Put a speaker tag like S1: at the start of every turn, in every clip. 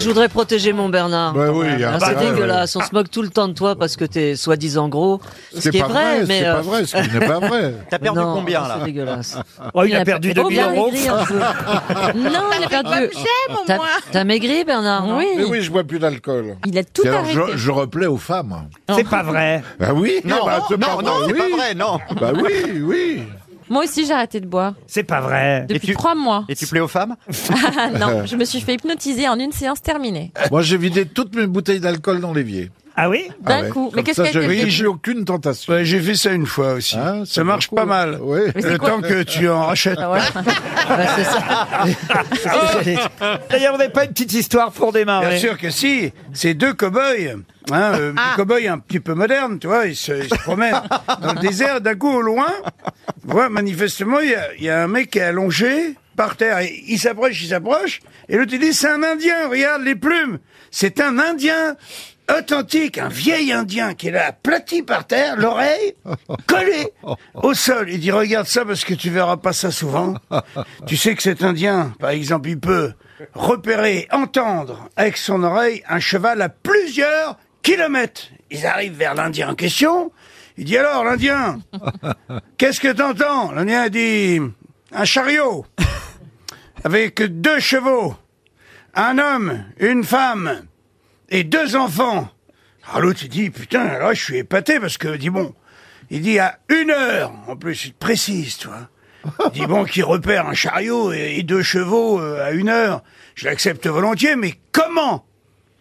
S1: Je voudrais protéger mon Bernard.
S2: Bah oui,
S1: Ah,
S2: ah
S1: c'est
S2: bah ouais,
S1: dégueulasse, on se moque tout le temps de toi parce que t'es soi-disant gros. Ce
S2: C'est
S1: qui est
S2: pas
S1: vrai,
S2: vrai,
S1: mais.
S2: c'est
S1: euh,
S2: pas vrai, ce qui n'est pas vrai.
S3: T'as perdu
S1: non,
S3: combien là
S1: C'est dégueulasse.
S4: Oh, il, a, perdu 2000
S1: bien
S4: euros.
S1: maigri un peu. Non, il a perdu. T'as- T'as maigri, Bernard non
S2: Mais
S5: Oui,
S2: oui, je bois plus d'alcool.
S5: il a tout
S2: Et alors, je,
S5: arrêté.
S2: je replais aux femmes.
S4: C'est pas vrai.
S2: Bah oui,
S3: Non,
S2: bah, c'est
S3: non,
S2: pas
S3: non,
S2: vrai,
S3: c'est pas
S2: oui.
S3: vrai, Eh, non.
S2: Bah oui, oui.
S5: Moi aussi, j'ai arrêté de boire
S4: C'est pas vrai.
S5: depuis
S3: tu-
S5: trois mois.
S3: Et tu plais aux femmes
S5: Ah
S1: Euh,
S5: non, je me suis fait hypnotiser en une séance terminée.
S2: Moi, j'ai vidé toutes mes bouteilles d'alcool dans l'évier.
S4: Ah oui
S5: D'un
S2: Ah ouais.
S5: coup.
S2: Comme
S5: Mais qu'est-ce
S2: ça,
S5: qu'elle
S2: je-
S5: fait
S2: j'ai plus aucune tentation.
S6: Ouais, j'ai fait ça une fois aussi.
S2: Hein,
S6: ça marche pas mal.
S2: Oui.
S5: c'est
S6: Le
S5: quoi
S6: temps que tu en rachètes.
S5: Ah ouais.
S1: Ouais, c'est ça.
S4: D'ailleurs, on n'a pas une petite histoire pour
S6: Bien
S4: démarrer.
S6: sûr que si. C'est deux cow-boys. Hein, euh,
S5: Ah,
S6: des cow-boys un petit peu modernes, tu vois. Ils se, ils se promènent dans le désert. D'un coup, au loin, voilà, manifestement, il y a- il y, a un mec qui est allongé par terre. Et il s'approche, il s'approche. Et l'autre, il dit, c'est un Indien. Regarde les plumes. C'est un Indien authentique, un vieil Indien qui est là, aplati par terre, l'oreille collée au sol. Il dit, regarde ça parce que tu verras pas ça souvent. Tu sais que cet Indien, par exemple, il peut repérer, entendre avec son oreille un cheval à plusieurs kilomètres. Ils arrivent vers l'Indien en question. Il dit alors, l'Indien, qu'est-ce que t'entends L'Indien dit, un chariot avec deux chevaux, un homme, une femme et deux enfants. Alors l'autre il dit, putain, là je suis épaté parce que, il dit bon, il dit à une heure, en plus il te précise, toi. Il dit bon, qu'il repère un chariot et, et deux chevaux euh, à une heure, je l'accepte volontiers, mais comment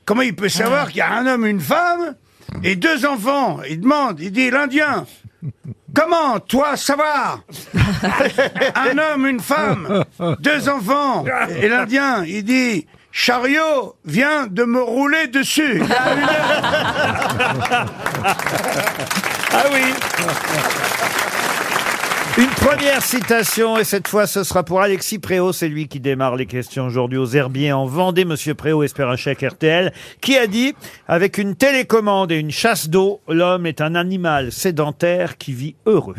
S6: Comment il peut savoir qu'il y a un homme, une femme et deux enfants Il demande, il dit, l'Indien, comment toi savoir un homme, une femme, deux enfants. Et l'Indien, il dit, chariot vient de me rouler dessus. Il a une heure.
S4: Ah oui Une première citation, et cette fois ce sera pour Alexis Préau, c'est lui qui démarre les questions aujourd'hui aux herbiers en Vendée. Monsieur Préau espère un chèque RTL, qui a dit « Avec une télécommande et une chasse d'eau, l'homme est un animal sédentaire qui vit heureux.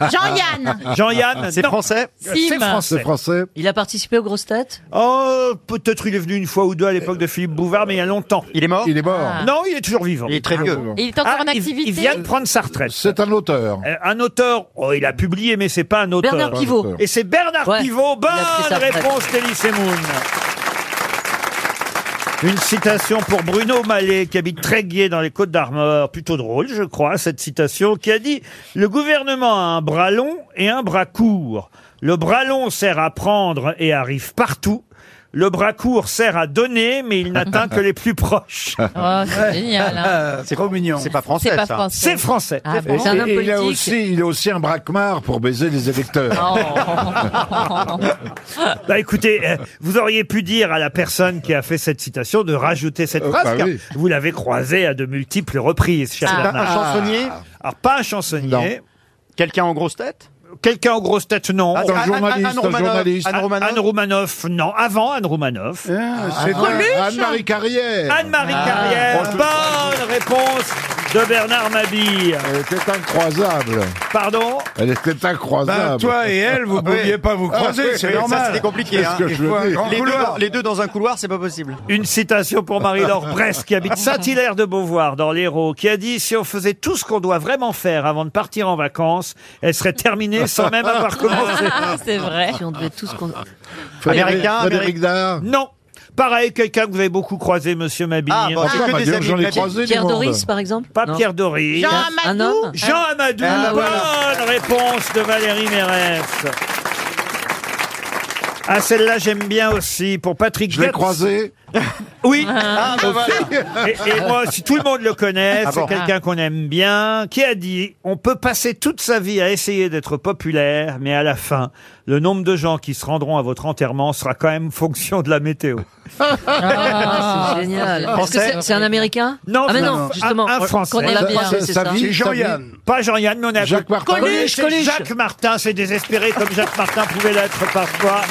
S7: Jean-Yann »
S4: Jean-Yann,
S3: C'est
S4: non,
S3: français
S4: c'est
S2: C'est
S4: français.
S2: français.
S1: Il a participé aux grosses têtes
S4: Oh, peut-être il est venu une fois ou deux à l'époque de Philippe Bouvard, mais il y a longtemps.
S3: Il est mort
S2: Il est mort.
S5: Ah.
S4: Non, il est toujours vivant.
S3: Il est très vieux.
S5: Et il est encore
S4: Ah,
S5: en
S4: il-
S5: activité.
S4: Il, vient de prendre sa retraite.
S2: C'est un auteur.
S4: Euh, Un auteur, oh, il a publié, mais c'est pas un auteur.
S1: Bernard Pivot.
S4: Et c'est Bernard
S1: Ouais,
S4: Pivot.
S1: il a pris
S4: Bonne
S1: sa retraite.
S4: réponse, Nelly Semoun. Une citation pour Bruno Mallet, qui habite Tréguier dans les Côtes d'Armor. Plutôt drôle, je crois, cette citation, qui a dit « Le gouvernement a un bras long et un bras court. Le bras long sert à prendre et arrive partout. Le bras court sert à donner, mais il n'atteint que les plus proches.
S5: Oh, c'est génial. hein.
S6: Ah, c'est trop mignon.
S3: C'est pas français
S5: C'est pas
S3: ça.
S5: français. »
S4: C'est français.
S5: Ah
S2: Et,
S5: bon
S1: C'est un homme
S2: et il, a
S1: politique.
S2: aussi, il a aussi un braquemar pour baiser les électeurs.
S4: Bah écoutez, euh, vous auriez pu dire à la personne qui a fait cette citation de rajouter cette
S2: Euh,
S4: phrase,
S2: bah
S4: car
S2: oui.
S4: vous l'avez croisé à de multiples reprises, cher
S5: Ah.
S4: Bernard.
S3: Un chansonnier
S4: Alors pas un chansonnier,
S2: Non.
S3: Quelqu'un en grosse tête
S4: quelqu'un en grosse tête, non.
S3: Ah,
S2: c'est un
S3: Anne-
S2: journaliste,
S3: Anne
S2: un
S3: Romanoff.
S2: journaliste.
S3: Anne Romanoff.
S4: Anne Romanoff, non. Avant Anne Romanoff.
S6: Ah, c'est drôle.
S2: Anne-Marie Carrière.
S4: Anne-Marie
S3: Ah.
S1: Ah.
S4: Carrière, bonne réponse de Bernard Mabille.
S2: Elle était incroisable.
S4: Pardon
S2: Elle était
S6: Ben,
S2: incroisable.
S6: toi et elle,
S1: Ah,
S6: vous pouviez pas vous croiser, c'est
S3: Ça,
S6: normal.
S3: c'était compliqué.
S2: Qu'est-ce
S3: hein.
S2: que je veux dire
S6: grand
S3: Les deux,
S6: couloir.
S3: les deux dans un couloir, c'est pas possible.
S4: Une citation pour Marie-Laure Brest, qui habite Saint-Hilaire-de-Beauvoir, dans l'Hérault, qui a dit « Si on faisait tout ce qu'on doit vraiment faire avant de partir en vacances, elle serait terminée sans même avoir commencé.
S5: Ah, c'est vrai.
S1: Si on devait tous. con-
S2: Frédéric-
S3: Américain,
S2: Frédéric Dard. »
S4: Non Pareil, quelqu'un que vous avez beaucoup croisé, monsieur Mabille.
S3: Ah, bon,
S2: Ah,
S3: c'est
S2: bah,
S3: que
S2: dis
S3: des
S2: donc,
S3: amis.
S2: J'en ai
S3: Pierre-
S2: croisé du
S1: Pierre
S2: monde.
S1: Doris, par exemple
S4: Pas
S1: Non.
S4: Pierre Dory.
S7: Jean
S1: Un
S7: Amadou
S1: homme bah
S4: Jean Amadou,
S3: Ah,
S4: bonne
S3: voilà.
S4: réponse de Valérie Mérès. Ah, celle-là, j'aime bien aussi, pour Patrick
S2: Je l'ai
S4: Goetz.
S2: croisé.
S4: Oui,
S3: Ah, bah, voilà.
S4: et, et moi, si tout le monde le connaît,
S3: Ah
S4: c'est
S3: bon.
S4: quelqu'un qu'on aime bien, qui a dit, on peut passer toute sa vie à essayer d'être populaire, mais à la fin, le nombre de gens qui se rendront à votre enterrement sera quand même fonction de la météo.
S1: Ah, c'est génial. Est-ce que
S3: Français
S1: c'est- C'est un américain
S4: Non,
S1: ah, mais
S4: non,
S1: non,
S4: non.
S1: justement.
S4: Un- un
S1: qu'on
S4: Français.
S1: aime
S2: Sa-
S1: bien,
S2: sa-
S1: c'est
S2: sa
S1: ça.
S2: vie,
S6: C'est
S2: sa
S6: Jean-Yann.
S4: Pas Jean-Yann, mais on a
S2: vie. Jacques Martin.
S1: Coluche,
S4: C'est
S1: Coluche.
S4: Jacques Martin, c'est désespéré comme Jacques Martin pouvait l'être parfois.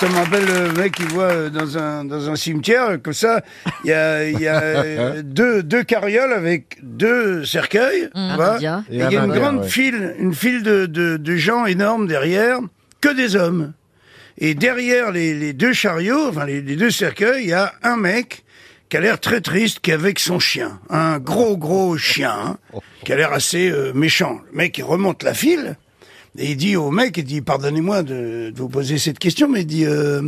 S6: Ça me rappelle le mec qui voit euh, dans un, dans un cimetière, euh, comme ça, il y a, il y a euh, deux, deux carrioles avec deux cercueils. tu vois.
S1: Indien.
S6: Et il y
S2: Et
S6: a
S2: un
S6: une
S2: Indien,
S6: grande
S2: ouais.
S6: file, une file de, de, de gens énormes derrière, que des hommes. Et derrière les, les deux chariots, enfin les, les deux cercueils, il y a un mec qui a l'air très triste, qui est avec son chien, un gros gros chien, hein, qui a l'air assez euh, méchant. Le mec il remonte la file et il dit au mec, il dit pardonnez-moi de, de vous poser cette question, mais il dit euh,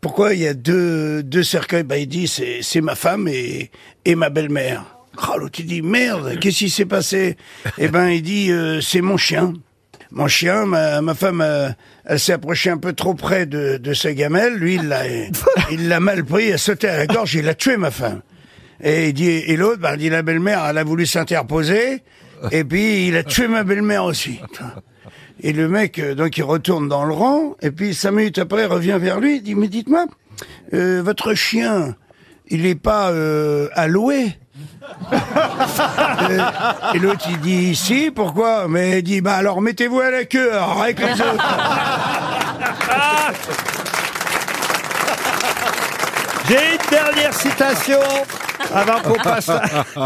S6: pourquoi il y a deux deux cercueils Bah il dit c'est c'est ma femme et et ma belle-mère. Oh, l'autre il dit merde, qu'est-ce qui s'est passé Eh ben il dit euh, c'est mon chien. Mon chien, ma, ma femme, euh, elle s'est approchée un peu trop près de, de sa gamelle. Lui, il l'a, il l'a mal pris, il a sauté à la gorge, il a tué ma femme. Et il dit, et l'autre, bah, il dit la belle-mère, elle a voulu s'interposer, et puis il a tué ma belle-mère aussi. Et le mec, euh, donc, il retourne dans le rang, et puis cinq minutes après, il revient vers lui, il dit, mais dites-moi, euh, votre chien, il n'est pas euh, alloué Euh, et l'autre il dit si pourquoi mais il dit bah alors mettez-vous à la queue arrête les autres
S4: J'ai une dernière citation avant qu'on passe à,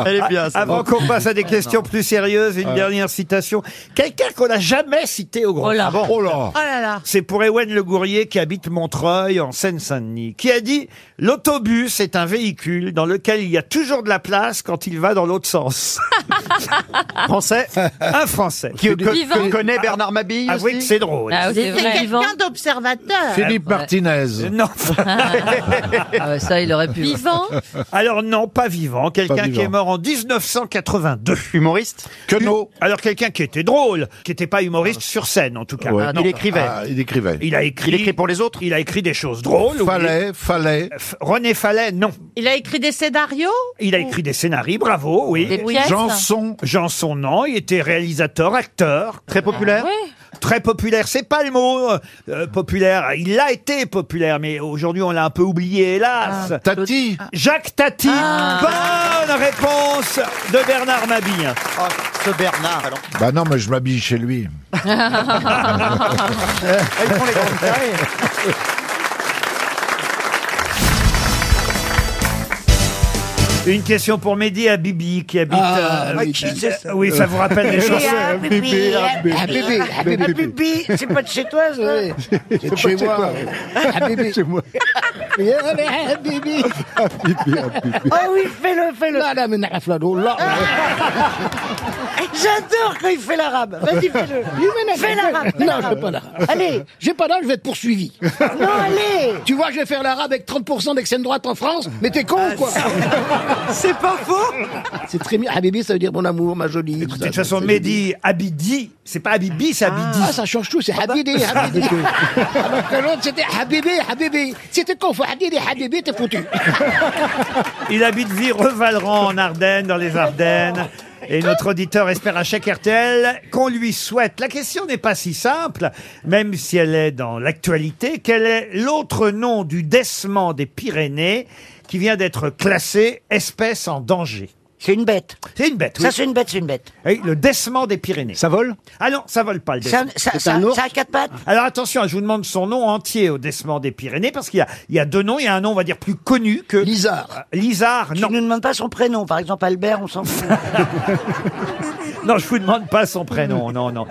S8: Elle est bien, ça.
S4: avant qu'on passe à des questions plus sérieuses. Une dernière citation. Quelqu'un qu'on n'a jamais cité au grand.
S5: Oh là.
S4: Ah bon
S9: Oh là
S10: Oh là là.
S4: C'est pour Ewen Le Gourrier qui habite Montreuil en Seine-Saint-Denis, qui a dit l'autobus est un véhicule dans lequel il y a toujours de la place quand il va dans l'autre sens.
S8: Français
S4: un Français.
S8: qui, que,
S11: Vivant.
S8: que connaît Bernard Mabille
S4: Avouez que
S8: aussi
S4: c'est drôle.
S11: Ah, c'est
S5: C'est
S10: C'est
S11: vrai.
S5: vivant.
S10: quelqu'un d'observateur.
S9: Philippe
S5: Ouais.
S9: Martinez.
S4: bah, Non.
S5: Ah ouais, ça, il aurait pu.
S11: Vivant.
S4: Alors non, pas vivant.
S9: Pas
S4: Quelqu'un
S9: vivant.
S4: qui est mort en 1982.
S8: Humoriste
S9: Queneau.
S4: Alors quelqu'un qui était drôle, qui n'était pas humoriste sur scène en tout cas.
S9: Ah. Ouais.
S5: Ah,
S8: Il
S5: non.
S8: écrivait.
S9: Ah, il écrivait.
S4: Il a écrit.
S8: Il écrit pour les autres
S4: Il a écrit des choses drôles. oui.
S9: Fallet, Fallet,
S4: F- René Fallet, non.
S10: Il a écrit des scénarios
S4: Il a écrit des scénarios, bravo,
S11: Oh. Des
S4: oui.
S11: pièces.
S9: Janson.
S4: Janson, non. Il était réalisateur, acteur.
S8: Très populaire
S11: Ouais.
S4: Très populaire, c'est pas le mot euh, euh, populaire. Il a été populaire, mais aujourd'hui on l'a un peu oublié, hélas.
S9: Tati.
S4: Jacques Tati,
S11: Ah.
S4: bonne réponse de Bernard Mabille.
S8: Ah, Ce Bernard, alors.
S9: Bah non, mais je m'habille chez lui.
S8: Ah, ils font les grandes tailles.
S4: Une question pour Mehdi Habibi qui habite. euh,
S6: Ah,
S4: euh,
S6: qui c'est
S4: oui, ça vous rappelle les choses.
S6: Bibi, c'est pas de chez toi ça
S9: C'est chez moi. C'est moi. Habibi, Habibi.
S1: Oh oui, fais-le, fais-le. Ah. J'adore quand il fait l'arabe. Vas-y, fais-le. Fais l'arabe. Non, je fais pas l'arabe. Allez. J'ai pas l'arabe, je vais être poursuivi. Euh. Non, allez. Tu vois, je vais faire l'arabe avec 30% d'extrême droite en France, mais t'es con ou quoi Ah, C'est pas faux. C'est très bien. Habibi, ça veut dire mon amour, ma jolie.
S4: De toute façon, Mehdi Habidi, c'est pas Habibi, bah. c'est Habidi.
S1: Ah, ça change tout, c'est Habibi, Habibi. Alors que l'autre, c'était Habibi, Habibi. Si t'es con, faut Habibi, Habibi, t'es foutu.
S4: Il habite Vireux-Valran en Ardennes, dans les Ardennes. Et notre auditeur espère à chaque RTL qu'on lui souhaite. La question n'est pas si simple, même si elle est dans l'actualité. Quel est l'autre nom du décement des Pyrénées qui vient d'être classé espèce en danger
S1: C'est une bête.
S4: C'est une bête, oui.
S1: Ça, c'est une bête, c'est une bête.
S4: Oui, le décement des Pyrénées.
S8: Ça vole
S4: Ah non, ça vole pas le
S1: C'est
S4: décement.
S1: un, ça, ça- ça a quatre pattes
S4: Alors attention, je vous demande son nom entier au décement des Pyrénées, parce qu'il y a, il y a deux noms. Il y a un nom, on va dire, plus connu que...
S1: Lizard.
S4: Euh, Lizard,
S1: Tu
S4: non.
S1: ne nous demandes pas son prénom, par exemple Albert, on s'en fout.
S4: Non, je vous demande pas son prénom, non, non.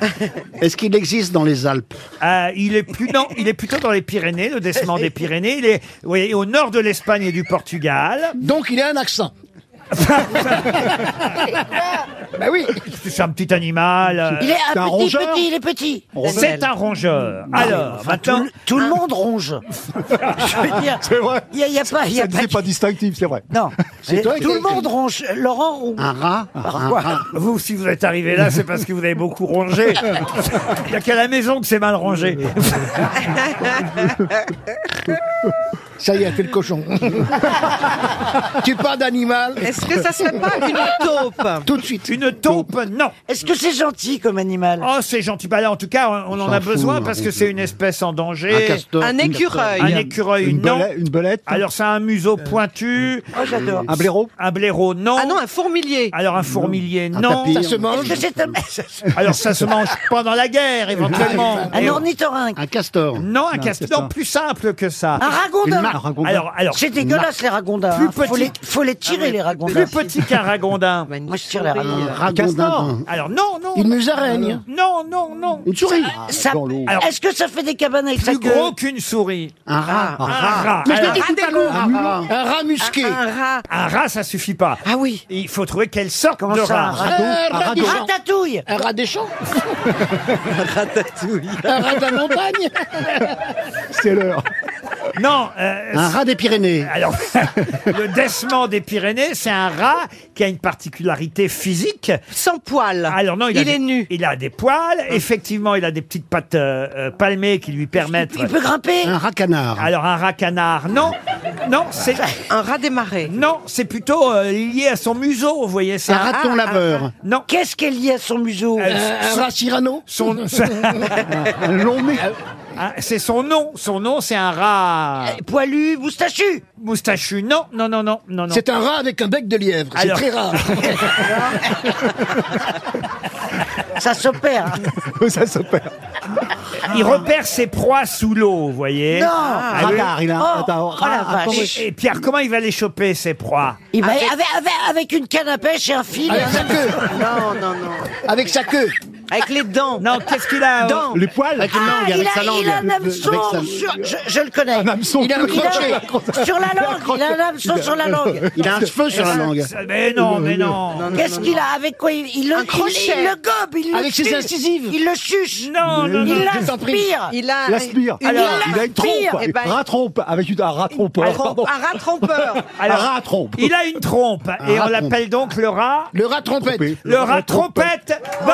S12: Est-ce qu'il existe dans les Alpes
S4: Euh, il est plus non, il est plutôt dans les Pyrénées, le décement des Pyrénées. Il est, vous voyez, au nord de l'Espagne et du Portugal.
S12: Donc il a un accent. bah oui.
S4: C'est un petit animal. euh,
S1: Ben Il est un
S12: un
S1: petit,
S12: rongeur
S1: petit, il est petit.
S4: C'est un rongeur. Alors, maintenant,
S1: Tout le monde ronge. Je veux dire, il n'y a, il y a pas... il Y a pas,
S12: distinctif, c'est vrai.
S1: Non,
S12: C'est toi
S1: tout
S12: qui-
S1: le monde ronge. Laurent ronge.
S12: Un rat un rat.
S4: vous, si vous êtes arrivé là, c'est parce que vous avez beaucoup rongé. Il n'y a qu'à la maison que c'est mal rangé.
S12: Ça y est, elle fait le cochon. tu parles d'animal
S10: Est-ce que ça serait pas une taupe
S12: tout de suite.
S4: Une taupe, non.
S1: Est-ce que c'est gentil comme animal
S4: Oh, c'est gentil. Bah là, en tout cas, on- on, en a
S12: s'en fout,
S4: besoin
S12: un
S4: parce que
S12: rongeon.
S4: c'est une espèce en danger.
S10: Un écureuil.
S4: Un écureuil, non. Alors, c'est un museau pointu.
S1: Oh, j'adore.
S12: Euh, Un blaireau
S4: Un blaireau, non.
S10: Ah non, un fourmilier.
S4: Alors, un fourmilier,
S12: Un
S4: non.
S12: tapir
S1: Ça se mange. Est-ce que c'est un...
S4: Alors ça se mange pendant la guerre, éventuellement.
S1: un ornithorynque
S12: Un castor
S4: Non, un castor. Non, plus simple que ça.
S1: Un
S12: Une
S1: ragondin
S4: Alors, alors,
S12: C'est dégueulasse les ragondins.
S4: Plus
S12: hein. Faut,
S4: petit-
S12: les, faut les tirer les ragondins.
S4: plus petit qu'un ragondin.
S12: Moi je tire les ragondins.
S1: Ragondin.
S4: Alors non, non.
S1: Une musaraigne.
S4: Euh, Non, non, non.
S1: Une souris.
S12: Ça-
S1: Dans l'eau.
S4: Alors-
S12: Est-ce que ça fait des cabanes avec sa
S4: Plus
S12: queue
S4: gros qu'une souris. Ah,
S1: Un rat.
S4: Un rat.
S1: Mais je l'ai
S4: Alors,
S1: dit tout à l'heure. Un rat. Un rat musqué.
S10: Un rat.
S4: un rat, ça suffit pas.
S12: Ah oui.
S4: Il faut trouver quelle sorte
S12: Comment
S4: de
S12: ça, un
S4: rat. Euh,
S12: rat
S1: Un Euh, rat des champs.
S12: Ratatouille
S1: Un rat des champs. Un rat de la montagne.
S8: C'est l'heure.
S4: Non, euh,
S1: Un rat des Pyrénées.
S4: Alors, le décement des Pyrénées, c'est un rat qui a une particularité physique.
S10: Sans poils.
S4: Alors non, il, a
S10: Il
S4: des-
S10: est nu. Ah.
S4: Il a des poils. Effectivement, il a des petites pattes euh, euh, palmées qui lui permettent.
S12: Il peut grimper
S1: Un rat canard.
S4: Alors un rat canard, non, non, c'est
S10: Un rat des marais.
S4: non, c'est plutôt euh, lié à son museau, vous voyez
S1: Un
S4: ça.
S1: raton laveur.
S4: Non,
S12: Qu'est-ce qui est lié à son museau
S4: Euh,
S1: Un rat Cyrano.
S4: son, Ah, c'est son nom. Son nom, c'est un rat
S12: Eh, Poilu, moustachu
S4: moustachu. Non, non, non, non, non, non.
S1: C'est un rat avec un bec de lièvre. C'est
S4: Alors-
S1: très rare.
S12: Ça s'opère. hein.
S8: Ça s'appelle.
S4: Il repère ses proies sous l'eau, vous voyez.
S12: Non
S4: Ah oui.
S12: il a oh, oh la
S1: Ah,
S12: vache
S4: Et, et Pierre, comment il va les choper ces proies
S12: Il va- avec... avec- avec une canne à pêche et un fil.
S1: Avec sa queue.
S10: Non, non, non.
S1: Avec sa queue.
S10: Avec les dents.
S4: Non, qu'est-ce qu'il a euh,
S10: Dents.
S8: Les poils
S1: Avec une
S12: Ah,
S1: langue.
S12: il,
S1: Avec
S12: a,
S1: sa langue.
S12: il a un
S1: Avec
S12: hameçon
S1: sa-
S12: sur... Je, je le connais.
S1: Il a un
S12: Il
S1: crochet.
S12: a- sur la langue, il a un hameçon sur la langue.
S1: Il a un cheveu sur la langue.
S4: Ah, Mais non, mais non.
S12: Qu'est-ce qu'il a Avec quoi il, il le,
S10: Un
S12: il-
S10: crochet.
S12: il le gobe, il le
S1: Avec ses
S12: suce,
S1: incisives.
S12: Il le chuche.
S4: Non, non, non.
S12: Il
S1: je t'en prie.
S12: l'aspire.
S10: Il a
S8: L'aspire.
S10: une-
S4: Alors,
S12: il a une trompe.
S10: Eh ben,
S8: trompe
S4: Ah,
S8: avec une- un rat
S10: un,
S8: trompeur.
S10: trompe- un rat trompeur.
S4: Alors,
S8: rat trompe.
S4: il a une trompe et
S1: rat
S4: on l'appelle donc le rat.
S1: Le rat trompette.
S4: Le rat trompette. Bonne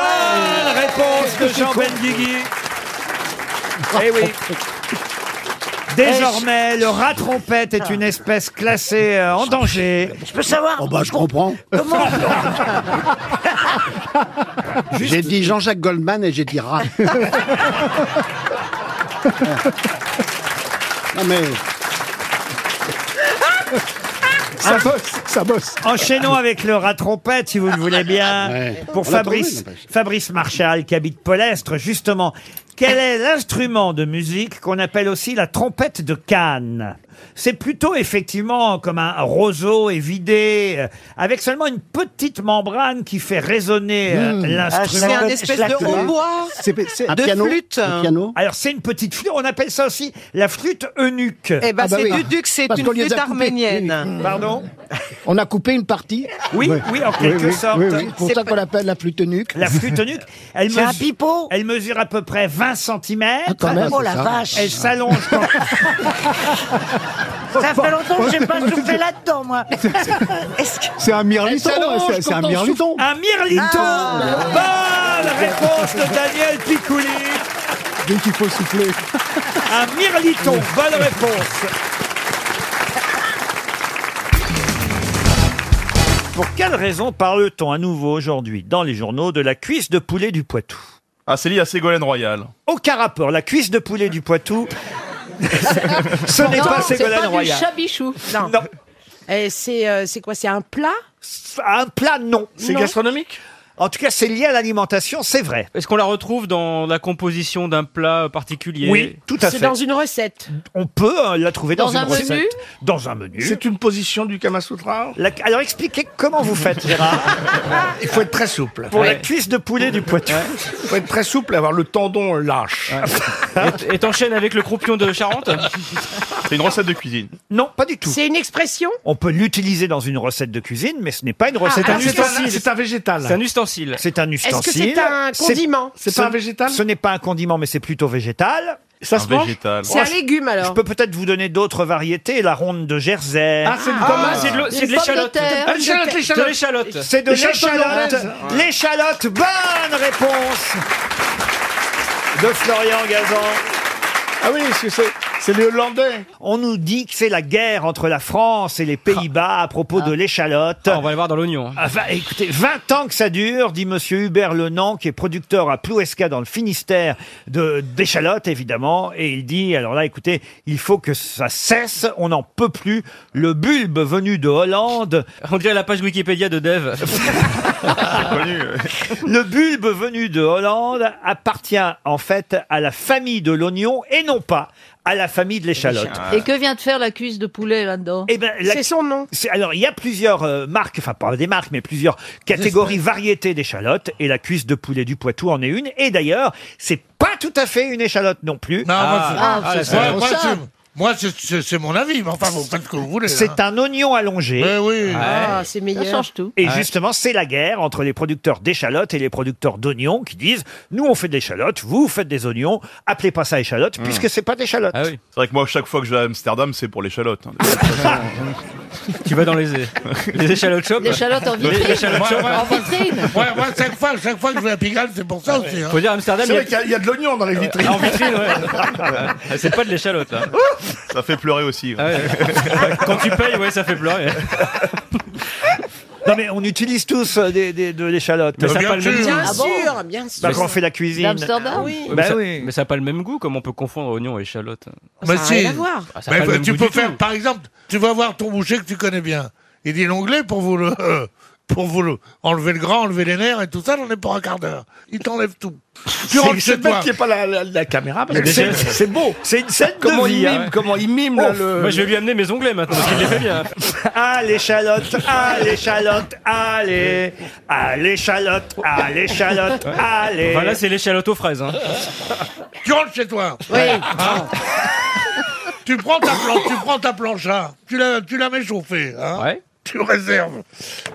S4: réponse de Jean Benguigui. Eh oui. Désormais, le rat trompette est une espèce classée euh, en danger.
S12: Je peux savoir
S1: Oh bah je comprends.
S12: comment
S1: J'ai dit Jean-Jacques Goldman et j'ai dit rat. non Ah, mais
S8: Ça bosse, ça bosse.
S4: Enchaînons avec le rat trompette, si vous le voulez bien,
S1: Ouais.
S4: pour
S1: On l'a
S4: Fabrice,
S1: trouvé, n'empêche.
S4: Fabrice Marchal, qui habite Polestre, justement. Quel est l'instrument de musique qu'on appelle aussi la trompette de Cannes C'est plutôt effectivement comme un roseau évidé, euh, avec seulement une petite membrane qui fait résonner euh, l'instrument.
S10: Hmm. Ah, C'est un espèce de hautbois.
S1: un
S10: De
S1: piano,
S10: flûte.
S1: un piano.
S4: Alors c'est une petite flûte, on appelle ça aussi la flûte eunuque.
S10: Eh ben,
S1: Ah bah
S10: c'est du
S1: oui.
S10: duc, c'est
S1: Parce
S10: une
S1: qu'on les a
S10: flûte
S1: coupés.
S10: arménienne.
S4: Pardon
S1: On a coupé une partie.
S4: Oui, oui, en quelque sorte.
S1: C'est pour ça qu'on l'appelle la flûte nuque.
S4: La flûte eunuque, elle,
S12: C'est un
S4: mesure-
S12: pipeau
S4: elle mesure à peu près 20 cm.
S1: Ah,
S12: Oh la vache
S4: Elle s'allonge quand-
S12: Ça fait longtemps que j'ai pas soufflé là-dedans, moi.
S8: C'est un mirliton.
S1: Ça longe
S8: ouais, C'est c'est un
S1: quand on Ah.
S8: mirliton.
S4: un mirliton.
S10: Ah.
S4: Bonne réponse de Daniel Picouli.
S8: Dès qu'il faut souffler.
S4: Un mirliton. Bonne réponse. Pour quelle raison parle-t-on à nouveau aujourd'hui dans les journaux de la cuisse de poulet du Poitou
S13: Ah, c'est lié à Ségolène Royal.
S4: Aucun rapport. La cuisse de poulet du Poitou, ce n'est pas Ségolène Royal.
S14: chabichou.
S4: Non.
S10: Et c'est euh, c'est quoi C'est un plat
S4: Un plat, non.
S13: C'est gastronomique
S4: En tout cas, c'est lié à l'alimentation, c'est vrai.
S13: Est-ce qu'on la retrouve dans la composition d'un plat particulier
S4: Oui, tout à
S10: C'est
S4: fait.
S10: dans une recette.
S4: On peut euh, la trouver dans,
S14: Dans
S4: une
S14: un
S4: recette.
S14: menu
S4: Dans un menu.
S15: C'est une position du Kama Sutra
S4: La- Alors expliquez comment vous faites, Gérard,
S15: Il faut être très souple.
S4: pour la cuisse de poulet du Poitou.
S15: Il faut être très souple et avoir le tendon lâche.
S13: Et t'enchaînes avec le croupion de Charente C'est une recette de cuisine.
S4: Non, pas du tout.
S10: C'est une expression
S4: On peut l'utiliser dans une recette de cuisine, mais ce n'est pas une recette.
S10: Ah,
S4: à
S10: alors
S4: cuisine.
S10: c'est un-
S15: C'est un végétal.
S13: C'est un ustensile.
S4: c'est un
S10: Est-ce que
S4: ustensile.
S10: c'est un condiment
S15: C'est pas un végétal
S4: Ce n'est pas un condiment, mais c'est plutôt végétal.
S15: Ça
S13: un
S15: se mange
S13: végétal.
S10: C'est un légume
S4: Je
S10: alors
S4: peux peut-être vous donner d'autres variétés, la ronde de Jersey.
S15: Ah, c'est une
S13: Ah, c'est de l'eau- c'est de l'échalote.
S15: Ah, l'échalote,
S13: De
S15: l'échalote.
S13: l'échalote.
S4: c'est de
S15: l'échalote
S4: l'échalote.
S15: hollandaise.
S4: L'échalote, bonne réponse de Florian Gazan.
S15: Ah oui, parce que c'est c'est les Hollandais.
S4: On nous dit que c'est la guerre entre la France et les Pays-Bas à propos de l'échalote.
S13: Ah, On va aller voir dans l'oignon.
S4: Ah, va- écoutez, 20 ans que ça dure, dit monsieur Hubert Lenant, qui est producteur à Plouesca dans le Finistère de d'échalote, évidemment. Et il dit, alors là, écoutez, il faut que ça cesse, on n'en peut plus. Le bulbe venu de Hollande,
S13: On dirait la page Wikipédia de Dev.
S4: le bulbe venu de Hollande appartient en fait à la famille de l'oignon et non pas à la famille de l'échalote.
S10: Et que vient de faire la cuisse de poulet là-dedans
S4: Ah. Eh C'est son nom. Alors, il y a plusieurs euh, marques, enfin pas des marques, mais plusieurs catégories, variétés d'échalotes, et la cuisse de poulet du Poitou en est une. Et d'ailleurs, c'est pas tout à fait une échalote non plus.
S1: Non, moi, c'est- ah, c'est- moi, moi, c'est- moi, c'est- c'est c'est mon avis, mais enfin, vous faites ce que vous voulez.
S4: C'est un oignon allongé.
S1: hein. oui.
S6: Ah, c'est meilleur. Ça change tout.
S4: Et
S6: Ouais.
S4: justement, c'est la guerre entre les producteurs d'échalotes et les producteurs d'oignons qui disent nous on fait de l'échalote, vous faites des oignons, appelez pas ça échalote
S13: Hmm.
S4: puisque c'est pas d'échalote.
S9: Ah
S13: Ah
S9: C'est vrai que moi, chaque fois que je vais à Amsterdam, c'est pour l'échalote. hein.
S13: Tu vas dans les, les échalotes shop
S10: L'échalote en vitrine.
S13: échalotes
S10: Moi,
S13: shop,
S10: moi, En vitrine.
S1: Ouais, moi, chaque fois, chaque fois que je vais à Pigalle, c'est pour ça aussi. hein.
S13: Faut dire Amsterdam.
S1: C'est vrai qu'il y a- il y a
S13: de l'oignon dans les vitrines. Euh, En vitrine, ouais. Ah, C'est pas de l'échalote, hein. Ah là.
S9: Ça fait pleurer aussi. hein. ouais.
S13: Quand tu payes, ouais, ça fait pleurer.
S4: Non mais on utilise tous euh, des, des- de l'échalote.
S13: Mais ça a pas le même goût.
S6: Bien
S13: Ah bon
S6: sûr, bien sûr.
S4: Bah, quand on fait la cuisine.
S6: D'Amsterdam Oui.
S13: Mais,
S4: Bah
S13: ça,
S4: oui.
S13: mais ça a pas le même goût, comme on peut confondre oignon et échalote.
S1: Bah, si.
S13: Ah, ça a
S1: Mais
S13: pas
S9: bah,
S13: le même
S1: tu
S13: goût
S1: peux
S13: du
S1: faire,
S13: tout.
S1: par exemple, tu vas voir ton boucher que tu connais bien. Il dit l'onglet pour vous le, pour vous le- enlever le gras, enlever les nerfs et tout ça, j'en ai pour un quart d'heure. Il t'enlève tout. Tu rentres chez toi.
S16: qu'il n'y ait pas la, la- la caméra, parce
S1: Il y
S16: que
S1: a
S16: c'est
S1: des-
S16: c'est beau.
S4: C'est une scène
S16: comment
S4: de vie,
S16: Il mime,
S4: hein.
S16: Comment il mime, là,
S4: Ouf.
S16: le...
S13: Moi, je vais lui amener mes onglets maintenant, parce qu'il les fait bien.
S4: Ah l'échalote, ah l'échalote, allez, ah l'échalote, ah l'échalote, allez.
S13: Voilà, c'est l'échalote aux fraises. Hein.
S1: Tu rentres chez toi.
S13: Oui.
S4: Ah.
S1: Hein tu prends ta planche, tu prends ta plancha, tu la, tu la mets chauffer. hein. Tu réserves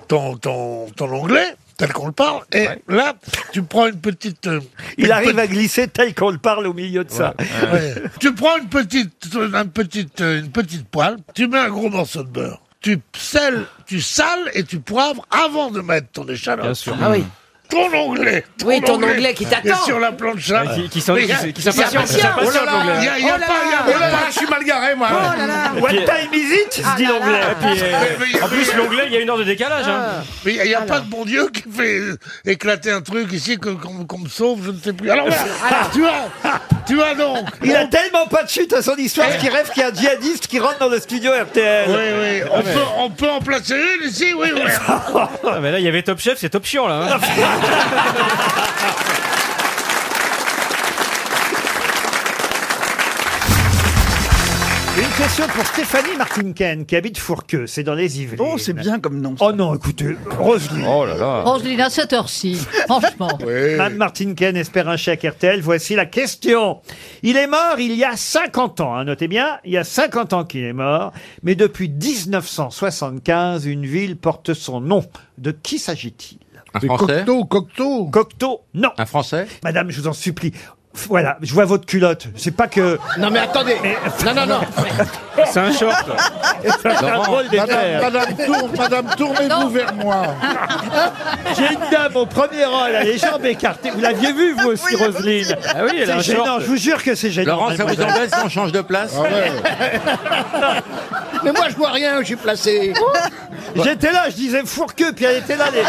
S1: ton, ton, ton onglet tel qu'on le parle. Et là, tu prends une petite. euh,
S4: Il
S1: une
S4: arrive
S1: petite-
S4: à glisser tel qu'on le parle au milieu de ça.
S1: Ouais. Tu prends une petite, une petite, euh, une petite poêle, tu mets un gros morceau de beurre, tu sels, tu sales et tu poivres avant de mettre ton échalote.
S13: Bien sûr. Ah oui.
S1: Ton onglet.
S6: Oui, ton onglet qui t'attend.
S1: est Sur la plancha.
S13: Ouais, qui- qui s'en-
S1: Mais
S13: qui
S1: y a-
S13: s- qui s'impatiente,
S1: y a-
S13: qui s'impatiente,
S1: Oh là là,
S13: l'onglet.
S1: y a- y a
S13: Oh là
S1: pas- y
S13: là.
S1: a- y a
S13: Oh là
S1: pas-
S13: là.
S1: je suis mal garé, moi.
S13: Oh là là. Ah One time
S4: is it, se
S17: Ah
S4: dit l'anglais.
S13: Et puis, euh, en plus, l'onglet, il y a une heure de décalage.
S17: Ah.
S13: Hein.
S1: Mais il n'y a, pas de bon Dieu qui fait euh, éclater un truc ici que- qu'on qu'on me sauve, je ne sais plus. Alors voilà, Alors, tu vois, tu vois donc.
S4: Il a tellement pas de chute à son histoire qu'il rêve qu'il y a un djihadiste qui rentre dans le studio RTL.
S1: Oui, oui, on,
S13: Ah, mais-
S1: peut, on peut en placer une ici, oui, oui.
S13: Ah, mais là, il y avait Top Chef, c'est top chiant, là. hein.
S4: Une question pour Stéphanie Martinken qui habite Fourqueux, c'est dans les Yvelines. Oh, c'est bien comme nom. Oh non, écoutez, Roselyne. Oh là là.
S10: Angeline, à cette heure-ci, franchement.
S4: Madame Martinken espère un chèque RTL. Voici la question. Il est mort il y a 50 ans. hein. notez bien, il y a 50 ans qu'il est mort. Mais depuis 1975, une ville porte son nom. De qui s'agit-il
S7: Un Des Français Cocteau,
S4: Cocteau. Cocteau, non. Un Français Madame, je vous en supplie. Voilà, je vois votre culotte. C'est pas que.
S8: Non mais attendez. Non, non, non.
S4: C'est un short. C'est un drôle d'éther.
S1: Tour- Madame, tournez-vous vers moi.
S4: J'ai une dame au premier rang, elle a les jambes écartées. Vous l'aviez vu, vous aussi, Roselyne
S7: Ah oui, elle a un
S4: C'est gênant,
S7: short.
S4: je vous jure que c'est gênant.
S7: Laurent, ça vous
S4: mademoiselle.
S7: embête si on change de place
S8: Mais moi je vois rien, je suis placé.
S4: J'étais là, je disais fourqueux, puis elle était là, les,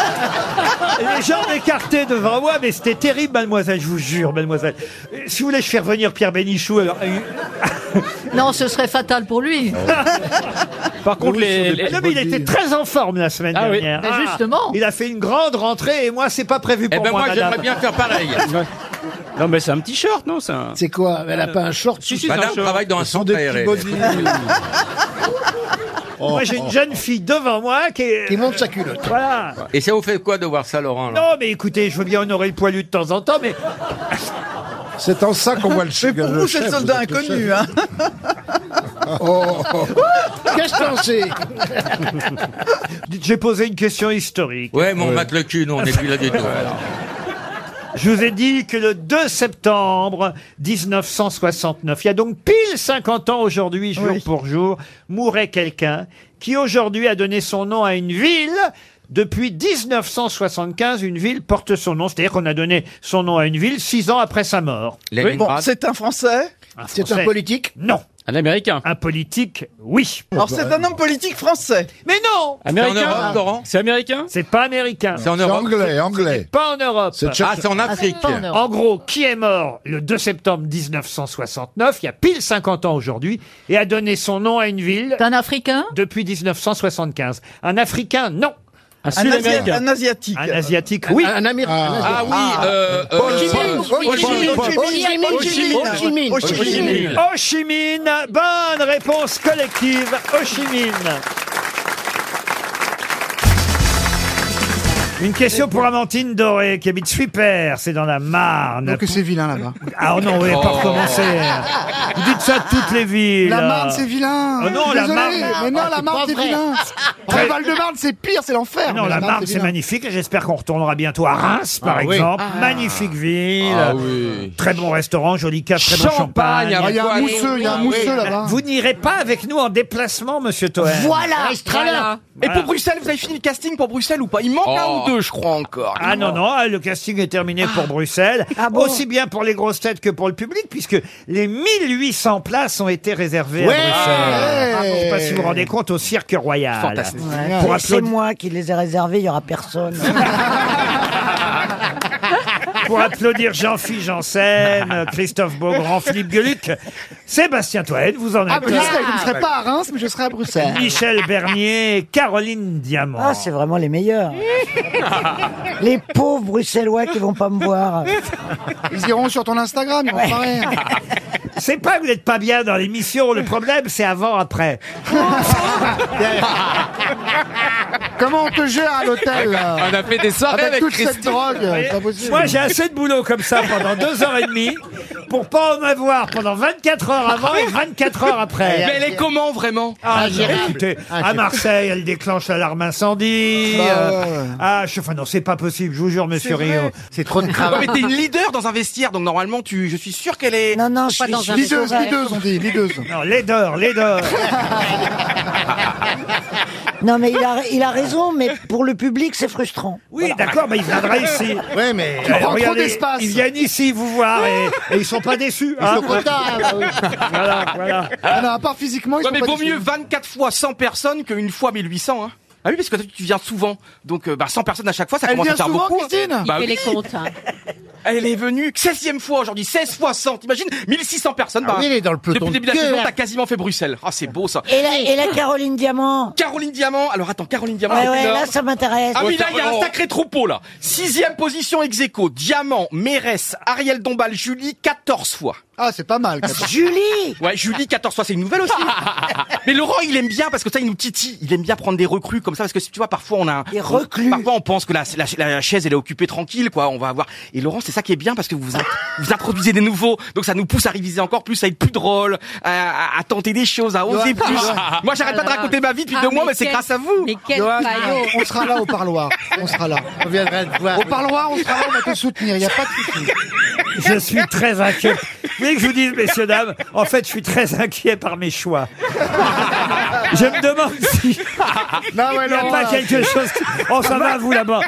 S4: les jambes écartées devant moi, mais c'était terrible, mademoiselle, je vous jure, mademoiselle. Euh, Si vous voulez, je fais revenir Pierre Bénichou. alors, euh,
S10: Non, ce serait fatal pour lui.
S4: Par
S13: contre, les- les-
S4: Non, mais il était très en forme la semaine
S13: Ah oui.
S4: dernière.
S13: Mais justement.
S4: Il a fait une grande rentrée, et moi, c'est pas prévu
S7: Eh
S4: pour
S7: ben,
S4: moi, madame.
S7: faire pareil.
S13: non, mais c'est un petit short, non C'est un...
S8: C'est quoi Elle a pas un short
S13: Si, si, c'est un
S7: Madame
S13: short.
S7: travaille dans un centre aéré.
S4: Moi, j'ai une jeune fille devant moi qui est...
S8: Oh. monte sa culotte.
S4: Voilà.
S7: Et ça vous fait quoi de voir ça, Laurent là
S4: Non, mais écoutez, je veux bien honorer le poilu de temps en temps, mais
S7: C'est en ça qu'on voit le chef.
S17: Pour vous, c'est le soldat inconnu, hein
S8: Oh. Qu'est-ce que t'en sais
S4: dites, j'ai posé une question historique.
S7: Ouais, mais on mate Eh, le cul, nous, on n'est plus là du tout.
S4: Je vous ai dit que le 2 septembre 1969, il y a donc pile 50 ans aujourd'hui, jour pour jour, mourait quelqu'un qui aujourd'hui a donné son nom à une ville. Depuis 1975, une ville porte son nom. C'est-à-dire qu'on a donné son nom à une ville six ans après sa mort.
S17: Bon, c'est un Français.
S4: C'est un politique Non. Un Américain Un politique, oui.
S17: Alors, c'est un homme politique français.
S4: Mais non
S7: Europe, Laurent
S4: C'est américain C'est pas américain.
S7: C'est en Europe C'est anglais,
S4: C'est-
S7: anglais.
S4: c'est Pas en Europe.
S7: C'est tchèque. Ah, c'est en Ah, Afrique. c'est pas en Europe.
S4: en gros, qui est mort le 2 septembre 1969, il y a pile 50 ans aujourd'hui, et a donné son nom à une ville. Un Africain Depuis 1975. Un Africain, non.
S8: Un Asi- un Asiatique.
S4: Un Asiatique, oui.
S8: Un Américain.
S13: Ah oui, euh, euh,
S8: Ho Chi Minh.
S13: Ho Chi Minh.
S8: Ho Chi Minh.
S13: Ho Chi Minh.
S4: Ho Chi Minh. Ho Chi Minh. Bonne réponse collective. Ho Chi Minh. Une question pour Amantine Doré, qui habite Super, c'est dans la Marne.
S1: Donc c'est vilain là-bas.
S4: Ah oh non, vous n'avez pas recommencer. Vous dites ça de toutes les villes.
S1: La Marne, c'est vilain.
S4: Oh non, la
S1: Désolé,
S4: Marne.
S1: Mais non, la Marne, c'est vilain.
S4: Très-
S1: Le Val-de-Marne, c'est pire, c'est l'enfer.
S4: Non,
S1: Mais
S4: la Marne, c'est
S1: vilain.
S4: magnifique. et J'espère qu'on retournera bientôt à Reims, par
S1: Ah oui.
S4: exemple.
S1: Ah.
S4: Magnifique ville.
S1: Ah
S4: Très bon restaurant, joli café, très bon champagne.
S1: Champagne, il y a un Ah, mousseux, il y a un oui. mousseux là-bas.
S4: Vous n'irez pas avec nous en déplacement, monsieur Toen.
S8: Voilà. Et pour Bruxelles, vous avez fini le casting pour Bruxelles ou pas Il manque
S4: Oh.
S13: Oh.
S8: un ou deux, je crois encore.
S4: Ah non, non, ah, le casting est terminé pour Bruxelles.
S1: Ah
S4: Aussi bien pour les grosses têtes que pour le public, puisque les 1800 places ont été réservées
S12: Ouais.
S4: à
S1: Ah,
S4: Bruxelles. Je sais pas si vous vous rendez compte au Cirque Royal.
S12: Fantastique.
S4: Pour
S12: C'est
S4: applaudir.
S12: moi qui les ai réservés, il n'y aura personne.
S4: pour applaudir Jean-Philippe Janssen, Christophe Beaugrand, Philippe Gueluc, Sébastien Toed, vous en
S1: Ah,
S4: avez
S1: mais je, serai, je ne serai pas à Reims, mais je serai à Bruxelles.
S4: Michel Bernier, et Caroline Diamant.
S12: Ah, c'est vraiment les meilleurs. les pauvres bruxellois qui vont pas me voir.
S1: Ils iront sur ton Instagram, ils vont
S12: Ouais.
S1: faire rien.
S4: C'est pas que vous n'êtes pas bien dans l'émission, le problème c'est avant-après.
S1: Comment on te gère à l'hôtel euh,
S4: On a fait des soirées avec
S1: toute cette
S4: Christine.
S1: drogue. euh,
S4: Voyez,
S1: pas possible.
S4: Moi, j'ai assez de boulot comme ça pendant deux heures et demie pour pas en avoir pendant 24 heures avant et 24 heures après.
S13: Mais elle est comment vraiment
S4: Ah, écoutez, à Marseille, elle déclenche l'alarme incendie.
S13: Bah,
S4: euh,
S13: ouais, ouais.
S4: Ah, je, enfin, non, c'est pas possible, je vous jure, monsieur Rio. C'est trop de
S13: Ouais, mais t'es une leader dans un vestiaire, donc normalement, tu, je suis sûr qu'elle est.
S12: Non, non, je
S13: suis
S12: suis-
S1: Lideuse, lideuse, on dit, lideuse.
S4: Non, laideur, laideur.
S12: Non, mais il a, il a raison, mais pour le public, c'est frustrant.
S4: Oui, d'accord, mais il viendra ici. Euh,
S12: Ouais, mais-
S1: Tu prends trop
S4: regardez,
S1: d'espace.
S4: Ils viennent ici vous voir et, et ils sont pas déçus.
S1: Ah Ils
S4: hein.
S1: sont contents, bah oui.
S4: Voilà, voilà.
S1: Ah non, à part physiquement, ils
S13: Ouais,
S1: sont
S13: mais
S1: pas
S13: vaut
S1: déçus.
S13: mieux 24 fois 100 personnes qu'une fois 1800, hein. Ah oui, parce que toi, tu viens souvent. Donc, euh, bah, 100 personnes à chaque fois, ça
S1: Elle
S13: commence à
S1: vient
S13: faire
S1: souvent,
S13: beaucoup.
S1: Christine
S13: Bah oui.
S1: Il fait les comptes,
S13: Elle est venue 16e fois aujourd'hui, 16 fois 100. T'imagines 1600 personnes. bah,
S1: Ah oui, elle est dans le peloton
S13: Depuis le début de la
S1: de guerre.
S13: saison, t'as quasiment fait Bruxelles. Ah, c'est beau ça.
S12: Et la, et la Caroline Diamant
S13: Caroline Diamant, alors attends, Caroline Diamant. c'est
S12: Ah Ouais, ouais, Oh.
S13: énorme.
S12: là, ça m'intéresse.
S13: Ah oui, là, il y a un sacré troupeau, là. Sixième position ex aequo, Diamant, Mérès, Ariel Dombal, Julie, 14 fois.
S1: Ah, c'est pas mal. quand même.
S12: Julie
S13: Ouais, Julie, 14 fois, c'est une nouvelle aussi. Mais Laurent, il aime bien, parce que ça, il nous titille. Il aime bien prendre des recrues comme ça, parce que si tu vois, parfois, on a un...
S12: Des recrues.
S13: Parfois, on pense que la, la- la chaise, elle est occupée tranquille, quoi. On va avoir... Et Laurent, c'est ça qui est bien, parce que vous, int- vous introduisez des nouveaux. Donc, ça nous pousse à réviser encore plus, à être plus drôle, à, à- à tenter des choses, à oser
S1: Ouais.
S13: plus.
S1: Ouais.
S13: Moi, j'arrête
S1: Ah
S13: pas de raconter ma vie depuis deux mois, Ah, mais c'est grâce à vous.
S1: Johan, Ah, on sera là au parloir. On sera là. On viendra te voir. Au parloir, on sera là, on va te soutenir. Il n'y a pas de souci.
S4: Je suis très inquiet. Vous voulez que je vous dise, messieurs, dames, en fait, je suis très inquiet par mes choix. Je me demande si.
S1: Non, ouais,
S4: Il n'y a
S1: Laurent, euh,
S4: pas
S1: là.
S4: quelque chose. qui- Oh, ça va, vous là-bas.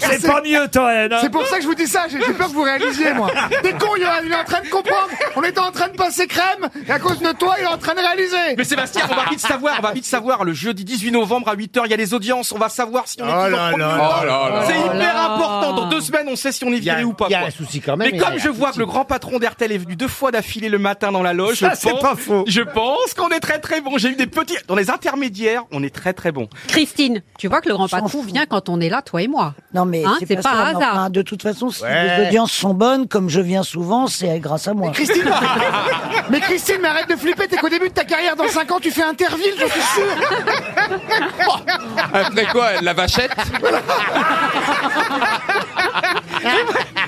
S4: C'est pas mieux, Toen. hein.
S1: C'est pour ça que je vous dis ça, j'ai j'ai peur que vous réalisiez, moi. Des cons, il est il est en train de comprendre. On était en train de passer crème, et à cause de toi, il est en train de réaliser.
S13: Mais Sébastien, on va vite savoir, on va vite savoir. Le jeudi 18 novembre à 8h, il y a les audiences. On va savoir si on
S18: Oh
S13: est toujours premier ou pas. C'est hyper important. Dans deux semaines, on sait si on est viré ou pas.
S18: Il y a
S13: quoi.
S18: un souci quand même.
S13: Mais comme je vois que le grand patron d'Hertel est venu deux fois d'affilée le matin dans la loge,
S4: Ça,
S13: je,
S4: c'est
S13: pense,
S4: pas faux.
S13: je pense qu'on est très très bon. J'ai eu des petits... Dans les intermédiaires, on est très très bon.
S19: Christine, tu vois que le grand patron vient quand on est là, toi et moi.
S12: Non, mais
S19: Hein, c'est pas
S12: pas, ça,
S19: un
S12: mais
S19: hasard.
S12: enfin, de toute façon, si
S19: Ouais.
S12: les audiences sont bonnes, comme je viens souvent, c'est grâce à moi.
S1: Christine Mais Christine, mais arrête de flipper, t'es qu'au début de ta carrière, dans 5 ans, tu fais Interville, je suis sûr.
S13: Après quoi, la vachette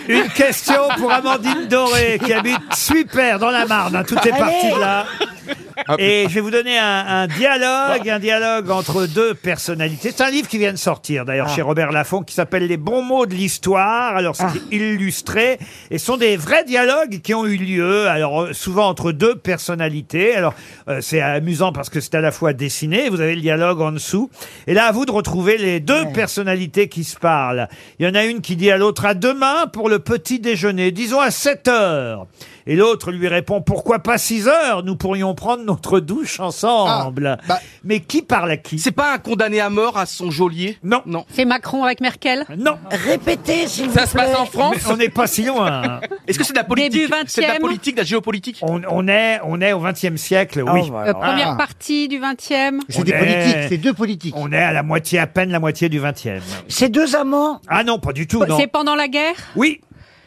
S4: Une question pour Amandine Doré, qui habite Super dans la Marne, hein, toutes les parties de là. Et je vais vous donner un, un dialogue, un dialogue entre deux personnalités. C'est un livre qui vient de sortir, d'ailleurs, chez Robert Laffont, qui s'appelle Les bons mots de l'histoire. Alors, c'est illustré. Et ce sont des vrais dialogues qui ont eu lieu, alors, euh, souvent entre deux personnalités. Alors, euh, c'est amusant parce que c'est à la fois dessiné, vous avez le dialogue en dessous. Et là, à vous de retrouver les deux personnalités qui se parlent. Il y en a une qui dit à l'autre, à demain pour le petit déjeuner, disons à 7 heures. Et l'autre lui répond Pourquoi pas 6 heures Nous pourrions prendre notre douche ensemble. Mais qui parle à qui C'est pas un condamné à mort à son geôlier Non. Non.
S19: C'est Macron avec Merkel
S4: Non.
S20: Répétez, s'il vous plaît.
S4: Mais on n'est pas si loin.
S13: Est-ce que c'est de la politique C'est de la politique, de la géopolitique
S4: on, on est, on est au XXe siècle, oui.
S19: Euh, Première partie du 20e.
S4: Ah. On est-
S21: deux politiques.
S4: On est à la moitié, à peine la moitié du 20e.
S20: C'est deux amants.
S4: Ah non, pas du tout, non.
S19: C'est pendant la guerre
S4: Oui.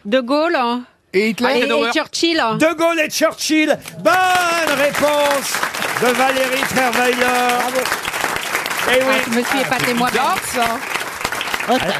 S19: De Gaulle hein Et-
S4: Et
S19: et Churchill hein.
S4: De Gaulle et Churchill. Bonne réponse de Valérie Trierweiler. Eh oui.
S19: Ah, Je me suis épatée moi-même.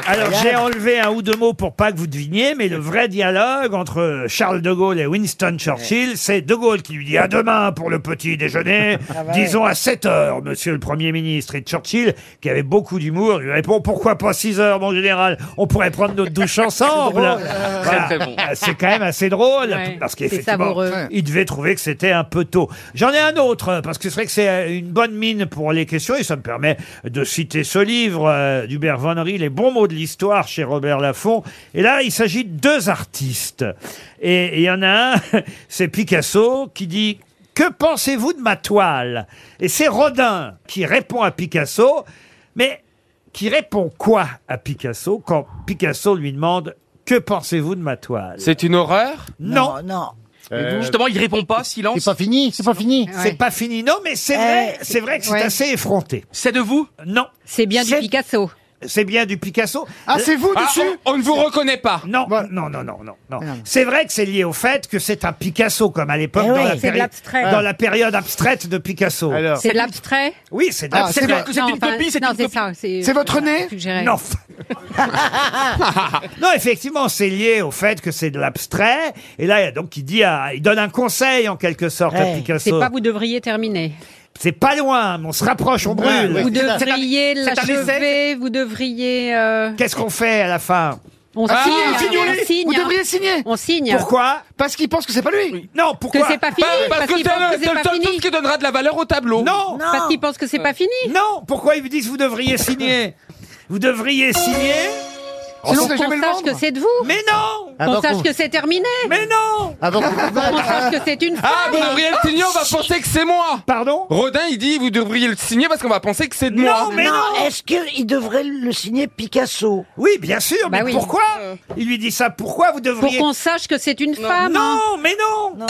S4: Alors j'ai enlevé un ou deux mots pour pas que vous deviniez, mais le vrai dialogue entre Charles de Gaulle et Winston Churchill, c'est de Gaulle qui lui dit à demain pour le petit déjeuner,
S22: Ah bah ouais.
S4: disons à 7 heures, monsieur le Premier ministre. Et Churchill, qui avait beaucoup d'humour, lui répond pourquoi pas 6 heures, mon général On pourrait prendre notre douche ensemble.
S22: drôle.
S4: Voilà.
S22: Très, très bon.
S4: C'est quand même assez drôle,
S22: Ouais.
S4: parce
S22: C'est
S4: qu'effectivement,
S22: savoureux.
S4: il devait trouver que c'était un peu tôt. J'en ai un autre, parce que c'est vrai que c'est une bonne mine pour les questions, et ça me permet de citer ce livre euh, d'Hubert Van Ry, Les bons mots de l'histoire, chez Robert Laffont. Et là, il s'agit de deux artistes. Et et il y en a un, c'est Picasso, qui dit... Que pensez-vous de ma toile Et c'est Rodin qui répond à Picasso, mais qui répond quoi à Picasso quand Picasso lui demande Que pensez-vous de ma toile
S23: C'est une horreur
S4: Non.
S20: non.
S4: Euh,
S13: Justement, il répond pas, silence.
S4: C'est pas
S21: fini, c'est pas fini.
S4: C'est pas fini, non, mais c'est vrai, c'est vrai que c'est assez effronté.
S13: C'est de vous
S4: Non.
S19: C'est bien du Picasso.
S4: C'est bien du Picasso.
S1: Euh,
S23: Ah, c'est vous Ah, dessus on- on ne vous
S4: reconnaît pas. Non, non, non, non, non. non. C'est vrai que c'est lié au fait que c'est un Picasso, comme à l'époque,
S19: Eh
S4: dans,
S19: oui,
S4: la
S19: c'est de
S4: péri-
S19: l'abstrait.
S4: dans la période abstraite de Picasso.
S19: C'est de l'abstrait
S4: Ah. Oui, Ah, c'est
S19: Ah,
S4: de l'abstrait.
S19: Non, enfin, non, c'est ça, c'est- euh,
S4: C'est votre
S19: voilà,
S4: nez
S19: suggéré.
S4: Non. non, effectivement, c'est lié au fait que c'est de l'abstrait. Et là, il y a donc, il dit, à- il donne un conseil en quelque sorte à
S19: C'est
S4: Picasso.
S19: pas vous devriez terminer.
S4: C'est pas loin, mais on se rapproche, on brûle.
S19: Vous devriez
S4: c'est un
S19: l'achever, vous devriez... euh,
S4: Qu'est-ce qu'on fait à la fin
S19: On
S4: Ah,
S19: signe,
S4: signez-les.
S19: on signe. hein.
S8: Vous devriez signer.
S19: On signe.
S4: Pourquoi
S8: Parce qu'il pense que c'est pas lui.
S4: Non,
S19: pourquoi Que c'est pas fini, Parce- parce parce que qu'il c'est pense le- que c'est c'est le pas seul fini. truc
S23: qui donnera de la valeur au tableau.
S4: Non,
S19: Parce qu'ils pensent que c'est pas fini.
S4: Non, pourquoi ils me disent vous devriez signer Vous devriez signer
S19: Sinon, qu'on sache que c'est de vous.
S4: Mais non
S7: Ah, bah,
S19: Qu'on sache que c'est terminé.
S4: Mais non bah,
S23: Avant qu'on-
S19: Qu'on sache que c'est une femme.
S23: Ah, vous devriez le signer, on va penser que c'est moi
S4: Pardon
S23: Rodin, il dit, vous devriez le signer parce qu'on va penser que c'est de moi
S20: Est-ce qu'il devrait le signer Picasso
S4: Oui, bien sûr, mais pourquoi Il lui dit ça, pourquoi vous
S19: Bah Euh. Pour
S4: devriez...
S19: qu'on sache que c'est une femme. hein.
S4: Non, mais non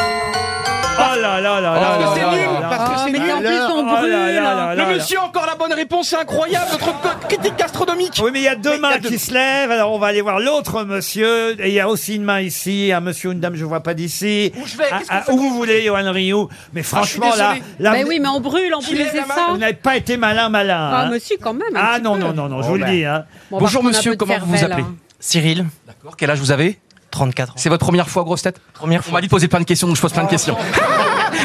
S4: Oh là là là là
S23: Parce que
S4: là
S23: c'est
S4: là Ah,
S23: nul
S4: là
S23: Parce que
S4: là
S23: c'est
S4: là
S23: nul
S4: là là là là là là
S23: Le
S4: là.
S23: monsieur a encore la bonne réponse, c'est incroyable Notre co- critique gastronomique
S4: Oui, mais il y a deux mains qui se lèvent. Alors, on va aller voir l'autre monsieur. Et il y a aussi une main ici, un monsieur, une dame, je vois pas d'ici. Où
S23: je vais Qu'est-ce que Ah,
S4: Où vous voulez, Johan Rioux. Mais franchement, là, là,
S19: Mais
S4: vous-
S19: Ben Bah oui, mais on brûle, on
S4: Qui
S19: brûle,
S4: lève
S19: c'est
S4: la main
S19: ça.
S4: Vous n'avez pas été malin, malin.
S19: Ah,
S4: hein.
S19: monsieur, quand même. un
S4: Ah
S19: petit
S4: non,
S19: peu.
S4: non, non, non, je vous le dis. Hein.
S19: Bon, par contre, on a un peu de cervelle, hein.
S24: ben. Cyril. D'accord. Quel âge vous avez 34 ans. C'est votre première fois, grosse tête Première fois. Ah. On m'a dit de poser plein de questions, donc je pose plein de questions.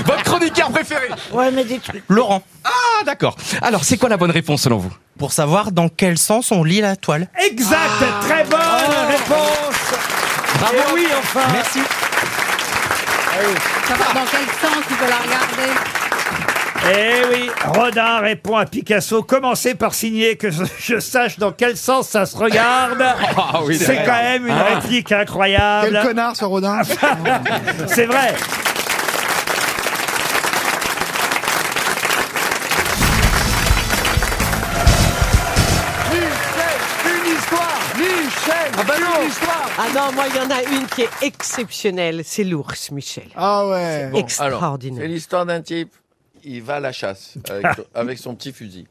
S24: votre chroniqueur préféré
S20: Ouais, mais des trucs.
S24: Laurent. Ah, d'accord. Alors, c'est quoi la bonne réponse selon vous Pour savoir dans quel sens on lit la toile.
S4: Exact,
S23: Ah.
S4: très bonne réponse. Bravo. oui, enfin.
S24: Merci.
S19: Ça va dans quel sens tu peux la regarder
S4: Eh oui, Rodin répond à Picasso. Commencez par signer que je- je sache dans quel sens ça se regarde.
S22: Ah oui,
S4: c'est
S22: d'accord.
S4: quand même une
S22: Ah.
S4: réplique incroyable.
S2: Quel connard, ce Rodin.
S4: C'est vrai.
S7: Ah, Une histoire Michel Ah une histoire bah, Ah non, moi, il y en a une qui est exceptionnelle. C'est l'ours, Michel.
S8: Ah ouais.
S7: Bon, Extraordinaire.
S17: alors, C'est l'histoire d'un type. Il va à la chasse
S4: Ah.
S17: avec, son- avec son petit fusil.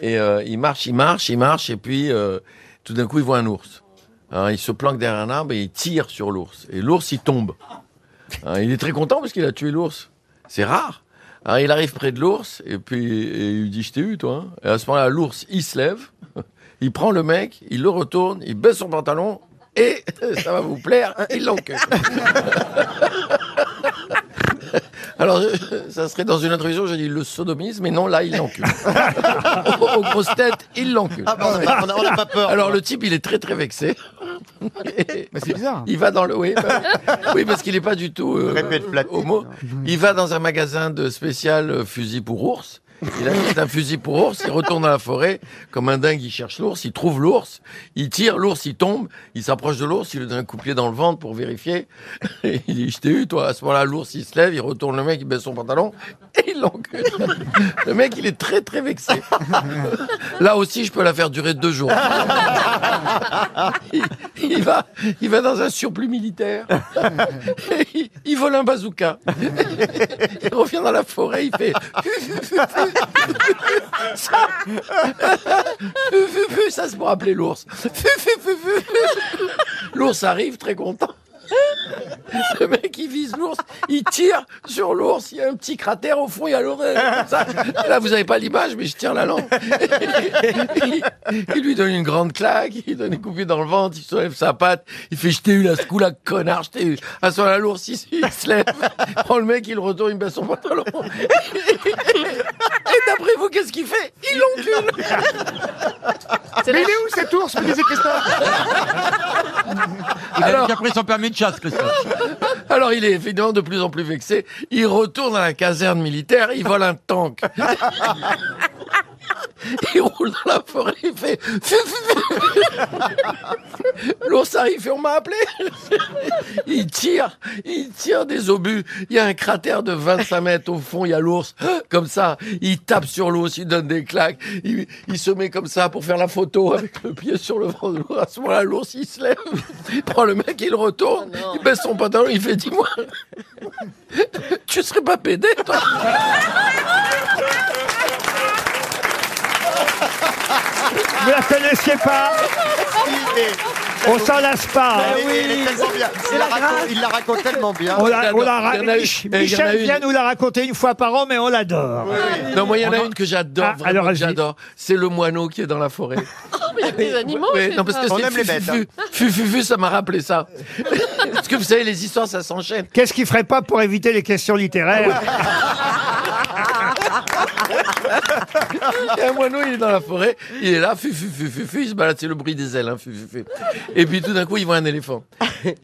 S17: Et euh, il marche, il marche, il marche. Et puis, euh, tout d'un coup, il voit un ours. Hein, il se planque derrière un arbre et il tire sur l'ours. Et l'ours, il tombe. Hein, il est très content parce qu'il a tué l'ours. C'est rare. Hein, il arrive près de l'ours et puis et il lui dit Je t'ai eu, toi. hein. Et à ce moment-là, l'ours, il se lève. Il prend le mec, il le retourne, il baisse son pantalon. Et ça va vous plaire, il l'enquête. Alors, euh, ça serait dans une intrusion, j'ai dit le sodomisme, mais non, là, il l'encule. Aux aux grosses têtes, il l'encule.
S22: Ah bah, on a- on a- on a pas peur.
S17: Alors, le type, il est très, très vexé.
S22: c'est bizarre.
S17: Il va dans le. Oui, bah, oui, parce qu'il n'est pas du tout euh, homo. Il va dans un magasin de spécial euh, fusil pour ours. Il achète un fusil pour ours, il retourne dans la forêt, comme un dingue, il cherche l'ours, il trouve l'ours, il tire, l'ours, il tombe, il s'approche de l'ours, il lui donne un coup de pied dans le ventre pour vérifier. Et il dit, je t'ai eu, toi. À ce moment-là, l'ours, il se lève, il retourne le mec, il baisse son pantalon, et il l'engueule. Le mec, il est très, très vexé. Là aussi, je peux la faire durer deux jours. Il, il va, il va dans un surplus militaire. Et il, il vole un bazooka. Il revient dans la forêt, il fait. Ça, ça c'est pour appeler l'ours. L'ours arrive très content. Le mec, il vise l'ours, il tire sur l'ours, il y a un petit cratère au fond, il y a l'oreille. comme ça. Et Là, vous n'avez pas l'image, mais je tiens la langue. Il, il lui donne une grande claque, il donne une coupée dans le ventre, il soulève sa patte, il fait Je t'ai eu là, ce coup-là, connard, je t'ai eu. Ah, À ce moment-là, l'ours, il, il se lève, prend le mec, il le retourne, il baisse son pantalon. Et d'après vous, qu'est-ce qu'il fait Il l'encule
S8: Mais il est où cet ours, me disait Christophe
S25: Il a déjà pris son permis de chasse, Christophe.
S17: Alors il est évidemment de plus en plus vexé. Il retourne à la caserne militaire, il vole un tank. Il roule dans la forêt, il fait. L'ours arrive et on m'a appelé. Il tire, il tire des obus. Il y a un cratère de 25 mètres au fond, il y a l'ours. Comme ça, il tape sur l'ours, il donne des claques. Il, il se met comme ça pour faire la photo avec le pied sur le ventre de l'ours. À ce moment-là, l'ours, il se lève, il prend le mec, il le retourne, il baisse son pantalon, il fait Dis-moi, tu serais pas pédé, toi
S4: Vous la connaissiez pas On s'en lasse pas. hein.
S22: Mais Ben oui, il est tellement bien. Il la raconte- Il la raconte tellement bien.
S4: On la, on la ra-
S17: Ah, Il y en a une-
S4: Mich-
S17: eh, il y en a
S4: Michel
S17: une.
S4: vient nous la raconter une fois par an, mais on l'adore.
S17: Non, moi, il y en a
S4: On
S17: une que j'adore,
S4: Ah,
S17: vraiment
S4: alors,
S17: que
S4: vas-y.
S17: j'adore. C'est le moineau qui est dans la forêt.
S5: Il y a des animaux.
S17: Ouais,
S5: c'est
S17: non, parce que
S5: ça.
S17: c'est Fufufu. Fufufu, ça m'a rappelé ça. parce que vous savez, les histoires, ça s'enchaîne.
S4: Qu'est-ce qu'il ferait pas pour éviter les questions littéraires
S17: Il y a un moineau, il est dans la forêt, il est là, fufufu, fufu, il se balade, c'est le bruit des ailes, hein, fufufu. Et puis tout d'un coup, il voit un éléphant.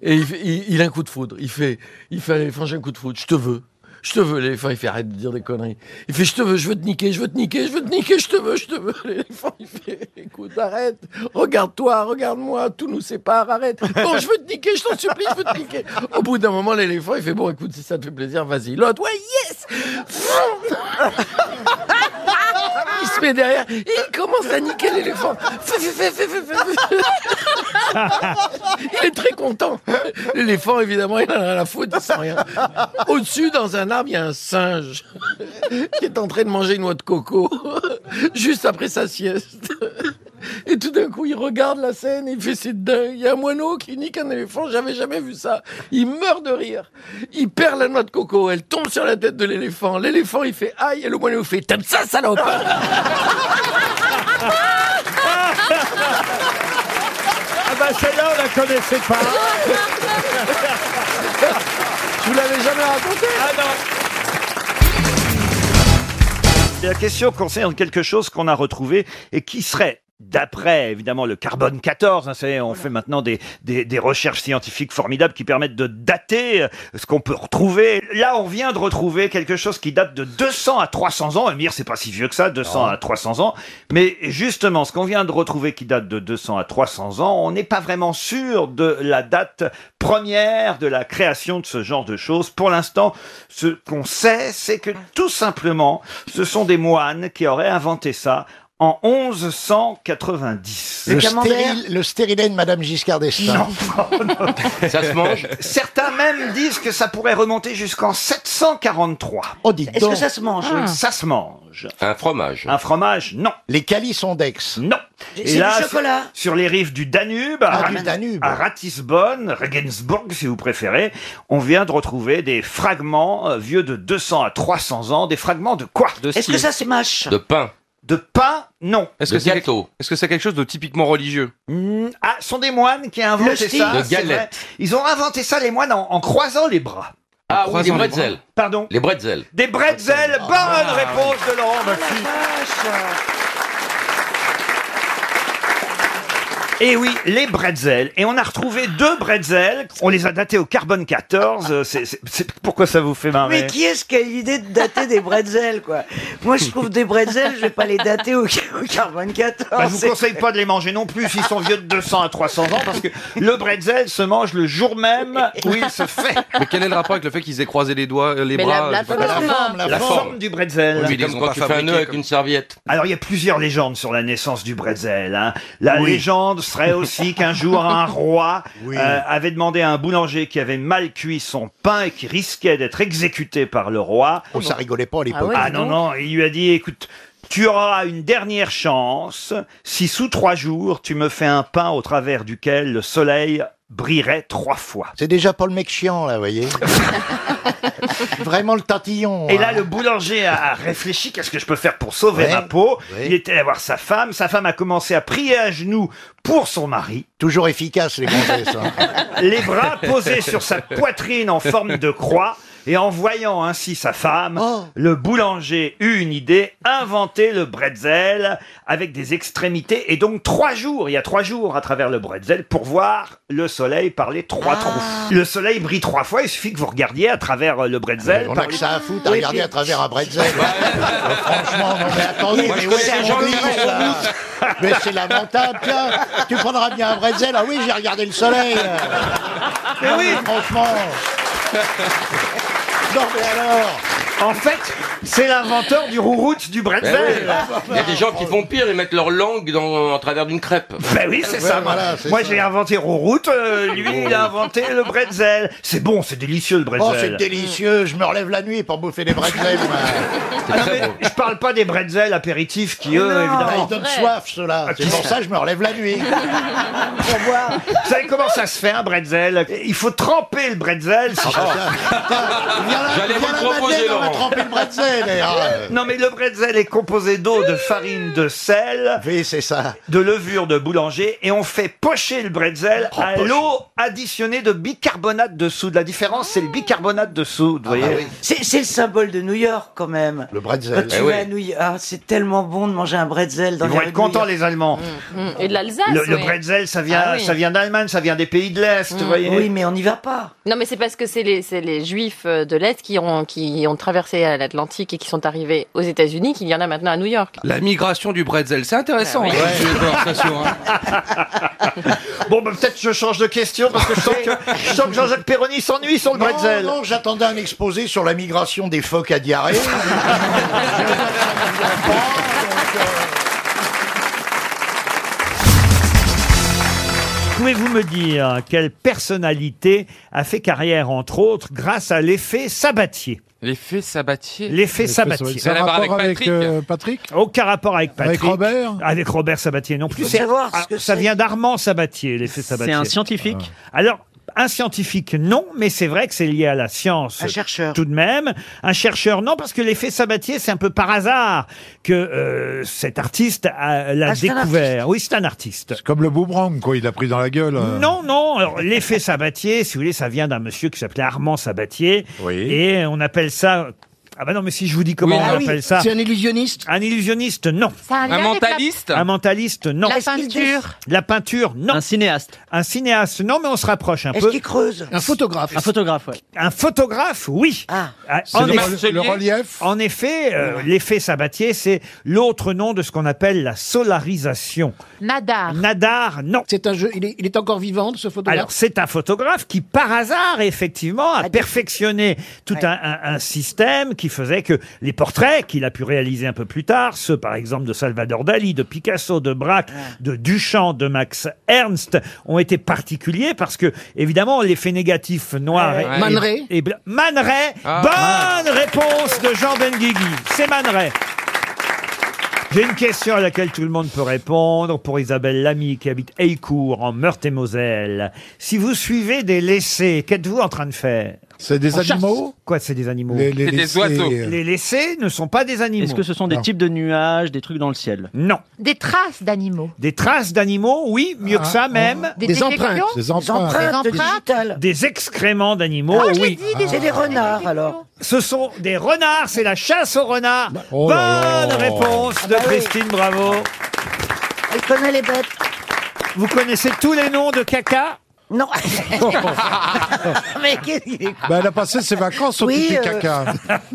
S17: Et il, fait- il- il a un coup de foudre. Il fait, il fait à l'éléphant, j'ai un coup de foudre, je te veux. Je te veux, l'éléphant, il fait arrête de dire des conneries. Il fait, je te veux, je veux te niquer, je veux te niquer, je veux te niquer, je te veux, je te veux. L'éléphant, il fait, écoute, arrête, regarde-toi, regarde-moi, tout nous sépare, arrête. Bon, je veux te niquer, je t'en supplie, je veux te niquer. Au bout d'un moment, l'éléphant, il fait, bon, écoute, si ça te fait plaisir, vas-y. L'autre, ouais, yes! Il se met derrière et il commence à niquer l'éléphant. Il est très content. L'éléphant, évidemment, il en a la faute, il sent rien. Au-dessus, dans un arbre, il y a un singe qui est en train de manger une noix de coco juste après sa sieste. Et tout d'un coup, il regarde la scène et il fait c'est dingue. Il y a un moineau qui nique un éléphant, j'avais jamais vu ça. Il meurt de rire. Il perd la noix de coco, elle tombe sur la tête de l'éléphant. L'éléphant, il fait aïe et le moineau fait t'aimes ça, salope
S4: Ah bah celle-là, on la connaissait pas.
S17: Je vous l'avais jamais raconté.
S4: Ah non. La question concerne quelque chose qu'on a retrouvé et qui serait d'après évidemment le carbone 14 hein, c'est- on fait maintenant des, des, des recherches scientifiques formidables qui permettent de dater euh, ce qu'on peut retrouver là on vient de retrouver quelque chose qui date de 200 à 300 ans Amir c'est pas si vieux que ça 200 à 300 ans mais justement ce qu'on vient de retrouver qui date de 200 à 300 ans on n'est pas vraiment sûr de la date première de la création de ce genre de choses pour l'instant ce qu'on sait c'est que tout simplement ce sont des moines qui auraient inventé ça en 1190.
S22: Le, stérile, le stérilet de Madame Giscard d'Estaing.
S4: ça se mange. Certains même disent que ça pourrait remonter jusqu'en 743.
S22: Est-ce Oh, donc. que ça se mange Ah.
S4: Ça se mange.
S25: Un fromage.
S4: Un fromage, non.
S22: Les calissons d'Aix.
S4: Non.
S22: C'est
S4: Et
S22: du
S4: là,
S22: chocolat.
S4: Sur, sur les rives du Danube, à,
S22: Ah,
S4: Rat-
S22: du Danube.
S4: à Ratisbonne, Regensburg si vous préférez, on vient de retrouver des fragments euh, vieux de 200 à 300 ans, des fragments de quoi
S26: Est-ce que ça se mâche
S4: pain. De pain, non.
S24: Est-ce que c'est quelque... est-ce que c'est quelque chose de typiquement religieux
S4: Ah, ce sont des moines qui ont
S24: Le
S4: inventé
S24: style.
S4: ça.
S24: De
S4: c'est vrai.
S24: galette.
S4: Ils ont inventé ça, les moines, en, en croisant les bras.
S17: Ah oui, des bretzels.
S4: Pardon
S17: Les bretzels.
S4: Des bretzels, bonne
S17: Ah,
S4: réponse de Laurent Baffy. Et Eh oui, les bretzels. Et on a retrouvé deux bretzels. On les a datés au carbone 14. euh, c'est- c'est- c'est- pourquoi ça vous fait marrer
S12: Mais qui est-ce qui a eu l'idée de dater des bretzels, quoi Moi, je trouve des bretzels, je vais pas les dater au, au carbone 14.
S4: Bah, je vous
S12: Oh, c'est-
S4: conseille pas de les manger non plus s'ils sont vieux de 200 à 300 ans parce que le bretzel se mange le jour même où il se fait.
S24: Mais quel est le rapport avec le fait qu'ils aient croisé les doigts, euh, les
S4: Mais
S24: bras
S4: la- la
S24: je sais pas.
S4: forme. La forme du bretzel.
S24: Oui, mais comme quand tu fais un nœud avec une
S17: serviette.
S4: Alors, il y a plusieurs légendes sur la naissance du bretzel. hein. La légende serait aussi qu'un jour, un roi euh, avait demandé à un boulanger qui avait mal cuit son pain et qui risquait d'être exécuté par le roi.
S22: Oh, ça rigolait pas à l'époque.
S4: Ah, non, non, il lui a dit, écoute, tu auras une dernière chance si sous trois jours, tu me fais un pain au travers duquel le soleil brillerait trois fois.
S22: C'est déjà pas le mec chiant, là, vous voyez. Vraiment le hein tantillon.
S4: Et là, le boulanger a a réfléchi, qu'est-ce que je peux faire pour sauver
S22: Ouais,
S4: ma peau
S22: ouais.
S4: Il était allé voir sa femme, sa femme a commencé à prier à genoux pour son mari.
S22: Toujours efficace, les gonzesses. hein.
S4: les bras posés sur sa poitrine en forme de croix. Et en voyant ainsi sa femme, le boulanger eut une idée, inventer le bretzel avec des extrémités. Et donc trois jours, il y a trois jours à travers le bretzel pour voir le soleil par les trois trous. Le soleil brille trois fois, il suffit que vous regardiez à travers euh, le bretzel.
S22: On a
S4: par
S22: que
S4: les-
S22: ça à foutre à
S4: Oui,
S22: regarder
S4: puis-
S22: à travers un bretzel. Euh, Franchement, non mais attendez,
S4: Moi,
S22: mais
S4: je
S22: où
S4: connais
S22: est-ce
S4: des
S22: qu'on
S4: gens
S22: vit,
S4: qui font
S22: ça Mais c'est lamentable, tiens, tu prendras bien un bretzel. Ah oui, j'ai regardé le soleil. euh. Non, Mais Eh oui,
S4: Ah,
S22: franchement. Non mais alors.
S4: En fait, c'est l'inventeur du rouroute du
S7: Eh
S24: Ben
S4: bretzel.
S22: Eh
S24: oui. Il y a des gens qui font pire, ils mettent leur langue dans, en travers d'une crêpe.
S4: Ben oui, c'est ça. moi. moi, j'ai inventé Rouroute, euh, lui, il a inventé le bretzel. C'est bon, c'est délicieux le bretzel.
S22: Oh, c'est délicieux, je me relève la nuit pour bouffer des bretzels. moi.
S4: Ah non, mais je parle pas des bretzels apéritifs qui, eux,
S22: Ah,
S4: évidemment. Ah,
S22: ils donnent soif, ceux-là. C'est pour ça que je me relève la nuit.
S4: Pour voir. Vous savez comment ça se fait un bretzel Il faut tremper le bretzel.
S22: Ah,
S4: si-
S24: J'allais vous le proposer,
S22: On va
S24: Laurent.
S22: tremper le bretzel. et, euh,
S4: Non mais le bretzel est composé d'eau, de farine, de sel, de levure de boulanger et on fait pocher le bretzel à
S22: Oh, pocher.
S4: l'eau additionnée de bicarbonate de soude. La différence c'est le bicarbonate de soude, vous voyez.
S12: C'est c'est le symbole de New York, quand même.
S22: Le
S12: Quand
S22: bretzel.
S12: tu vas à New York, ah, c'est tellement bon de manger un bretzel dans
S4: Eh Ils vont
S12: les rues
S4: être
S12: de New
S4: contents
S12: York. Mm.
S4: les Allemands.
S5: Mm, Et de l'Alsace.
S4: Le, le
S5: oui.
S4: bretzel ça vient,
S5: Ah oui. Mm.
S4: ça vient d'Allemagne, ça vient des pays de l'Est, vous voyez.
S12: Mm. Oui, mais on n'y va pas.
S5: Non, mais c'est parce que c'est les, c'est les juifs euh, de l'Est qui ont, qui ont traversé euh, l'Atlantique et qui sont arrivés aux États-Unis qu'il y en a maintenant à New York.
S24: La migration du bretzel, c'est intéressant.
S5: Ah oui.
S24: hein, ce sujet de conversation, hein.
S4: Bon, bah, peut-être je change de question parce que je sens que, je sens que Jean-Jacques Perroni s'ennuie sur le bretzel.
S22: Non, non, j'attendais un exposé sur la migration des phoques à diarrhée.
S4: Pouvez-vous me dire quelle personnalité a fait carrière, entre autres, grâce à l'effet Sabatier
S24: L'effet Sabatier.
S4: L'effet Sabatier.
S24: Sabatier. Ça a à voir avec euh, Patrick.
S4: Aucun rapport avec
S24: Avec
S4: Patrick. Robert Avec Robert Sabatier non plus.
S24: faut
S4: C'est-
S24: savoir ce
S4: ah,
S24: que
S4: ça
S24: c'est.
S4: vient d'Armand Sabatier, l'effet Sabatier. Ah.
S23: un scientifique
S4: Alors, un scientifique, non, mais c'est vrai que c'est lié à la science. Un chercheur. Tout de même. Un chercheur, non, parce que l'effet Sabatier, c'est un peu par hasard que euh, cet artiste a- l'a
S9: Ah, c'est un
S4: découvert. oui, c'est un artiste.
S9: C'est comme le boomerang, quoi. Il a pris dans la gueule. euh.
S4: Non, non. Alors, l'effet Sabatier, si vous voulez, ça vient d'un monsieur qui s'appelait Armand Sabatier. Et on appelle ça. Ah bah non, mais si je vous dis comment
S21: Oui.
S4: on
S21: Ah oui,
S4: appelle ça.
S21: c'est un
S4: illusionniste Un illusionniste, non.
S21: Ça a un lien Un avec la- mentaliste
S4: Un mentaliste, non.
S21: La Est-ce qu'il peinture
S4: La peinture, non. Un cinéaste Un cinéaste, non, mais on se rapproche un peu.
S21: Est-ce qu'il creuse Un photographe. Un photographe, ouais.
S4: Un photographe, oui. Ah,
S21: C'est le rel- le
S4: relief. En effet, euh, l'effet Sabatier, c'est l'autre nom de ce qu'on appelle la solarisation.
S21: Nadar.
S4: Nadar, non.
S21: C'est un jeu. Il est, il est encore vivant, ce photographe.
S4: Alors, c'est un photographe qui, par hasard, effectivement,
S21: Ah,
S4: a perfectionné tout un, un- un système qui faisait que les portraits qu'il a pu réaliser un peu plus tard, ceux, par exemple, de Salvador Dali, de Picasso, de Braque, de Duchamp, de Max Ernst, ont été particuliers parce que, évidemman, l'effet négatif noir...
S21: Ouais. Man Ray.
S4: et blanc- Man Ray.
S21: Ah.
S4: Bonne réponse de Jean Benguigui. C'est Man Ray. J'ai une question à laquelle tout le monde peut répondre pour Isabelle Lamy qui habite Aycourt en Meurthe-et-Moselle. Si vous suivez des laissés, qu'êtes-vous en train de faire
S9: C'est des
S4: On cherche-
S9: animaux
S4: Quoi, c'est des animaux
S9: Les- les C'est des laissés, oiseaux. euh.
S4: Les laissés ne sont pas des animaux.
S27: Est-ce que ce sont des
S4: Non.
S27: types de nuages, des trucs dans le ciel
S4: Non.
S10: Des traces d'animaux.
S4: Des traces d'animaux, oui, mieux
S27: Ah.
S4: que ça même.
S10: Des Des détections empreintes. Des empreintes. Des empreintes digitales.
S4: Des excréments d'animaux,
S12: Ah, je l'ai
S4: oui.
S12: dit, des C'est des renards,
S4: alors. Ce sont des renards, c'est la chasse aux renards.
S12: oh là
S4: Bonne
S12: là.
S4: réponse
S12: Ah
S4: de
S12: bah oui.
S4: Christine Bravo.
S12: Elle connaît les bêtes.
S4: Vous connaissez tous les noms de caca
S20: Non.
S12: Mais qu'est-ce qu'il est
S4: Bah,
S9: Ben, elle a passé ses vacances au
S12: Oui,
S9: pipi
S12: euh,
S9: caca.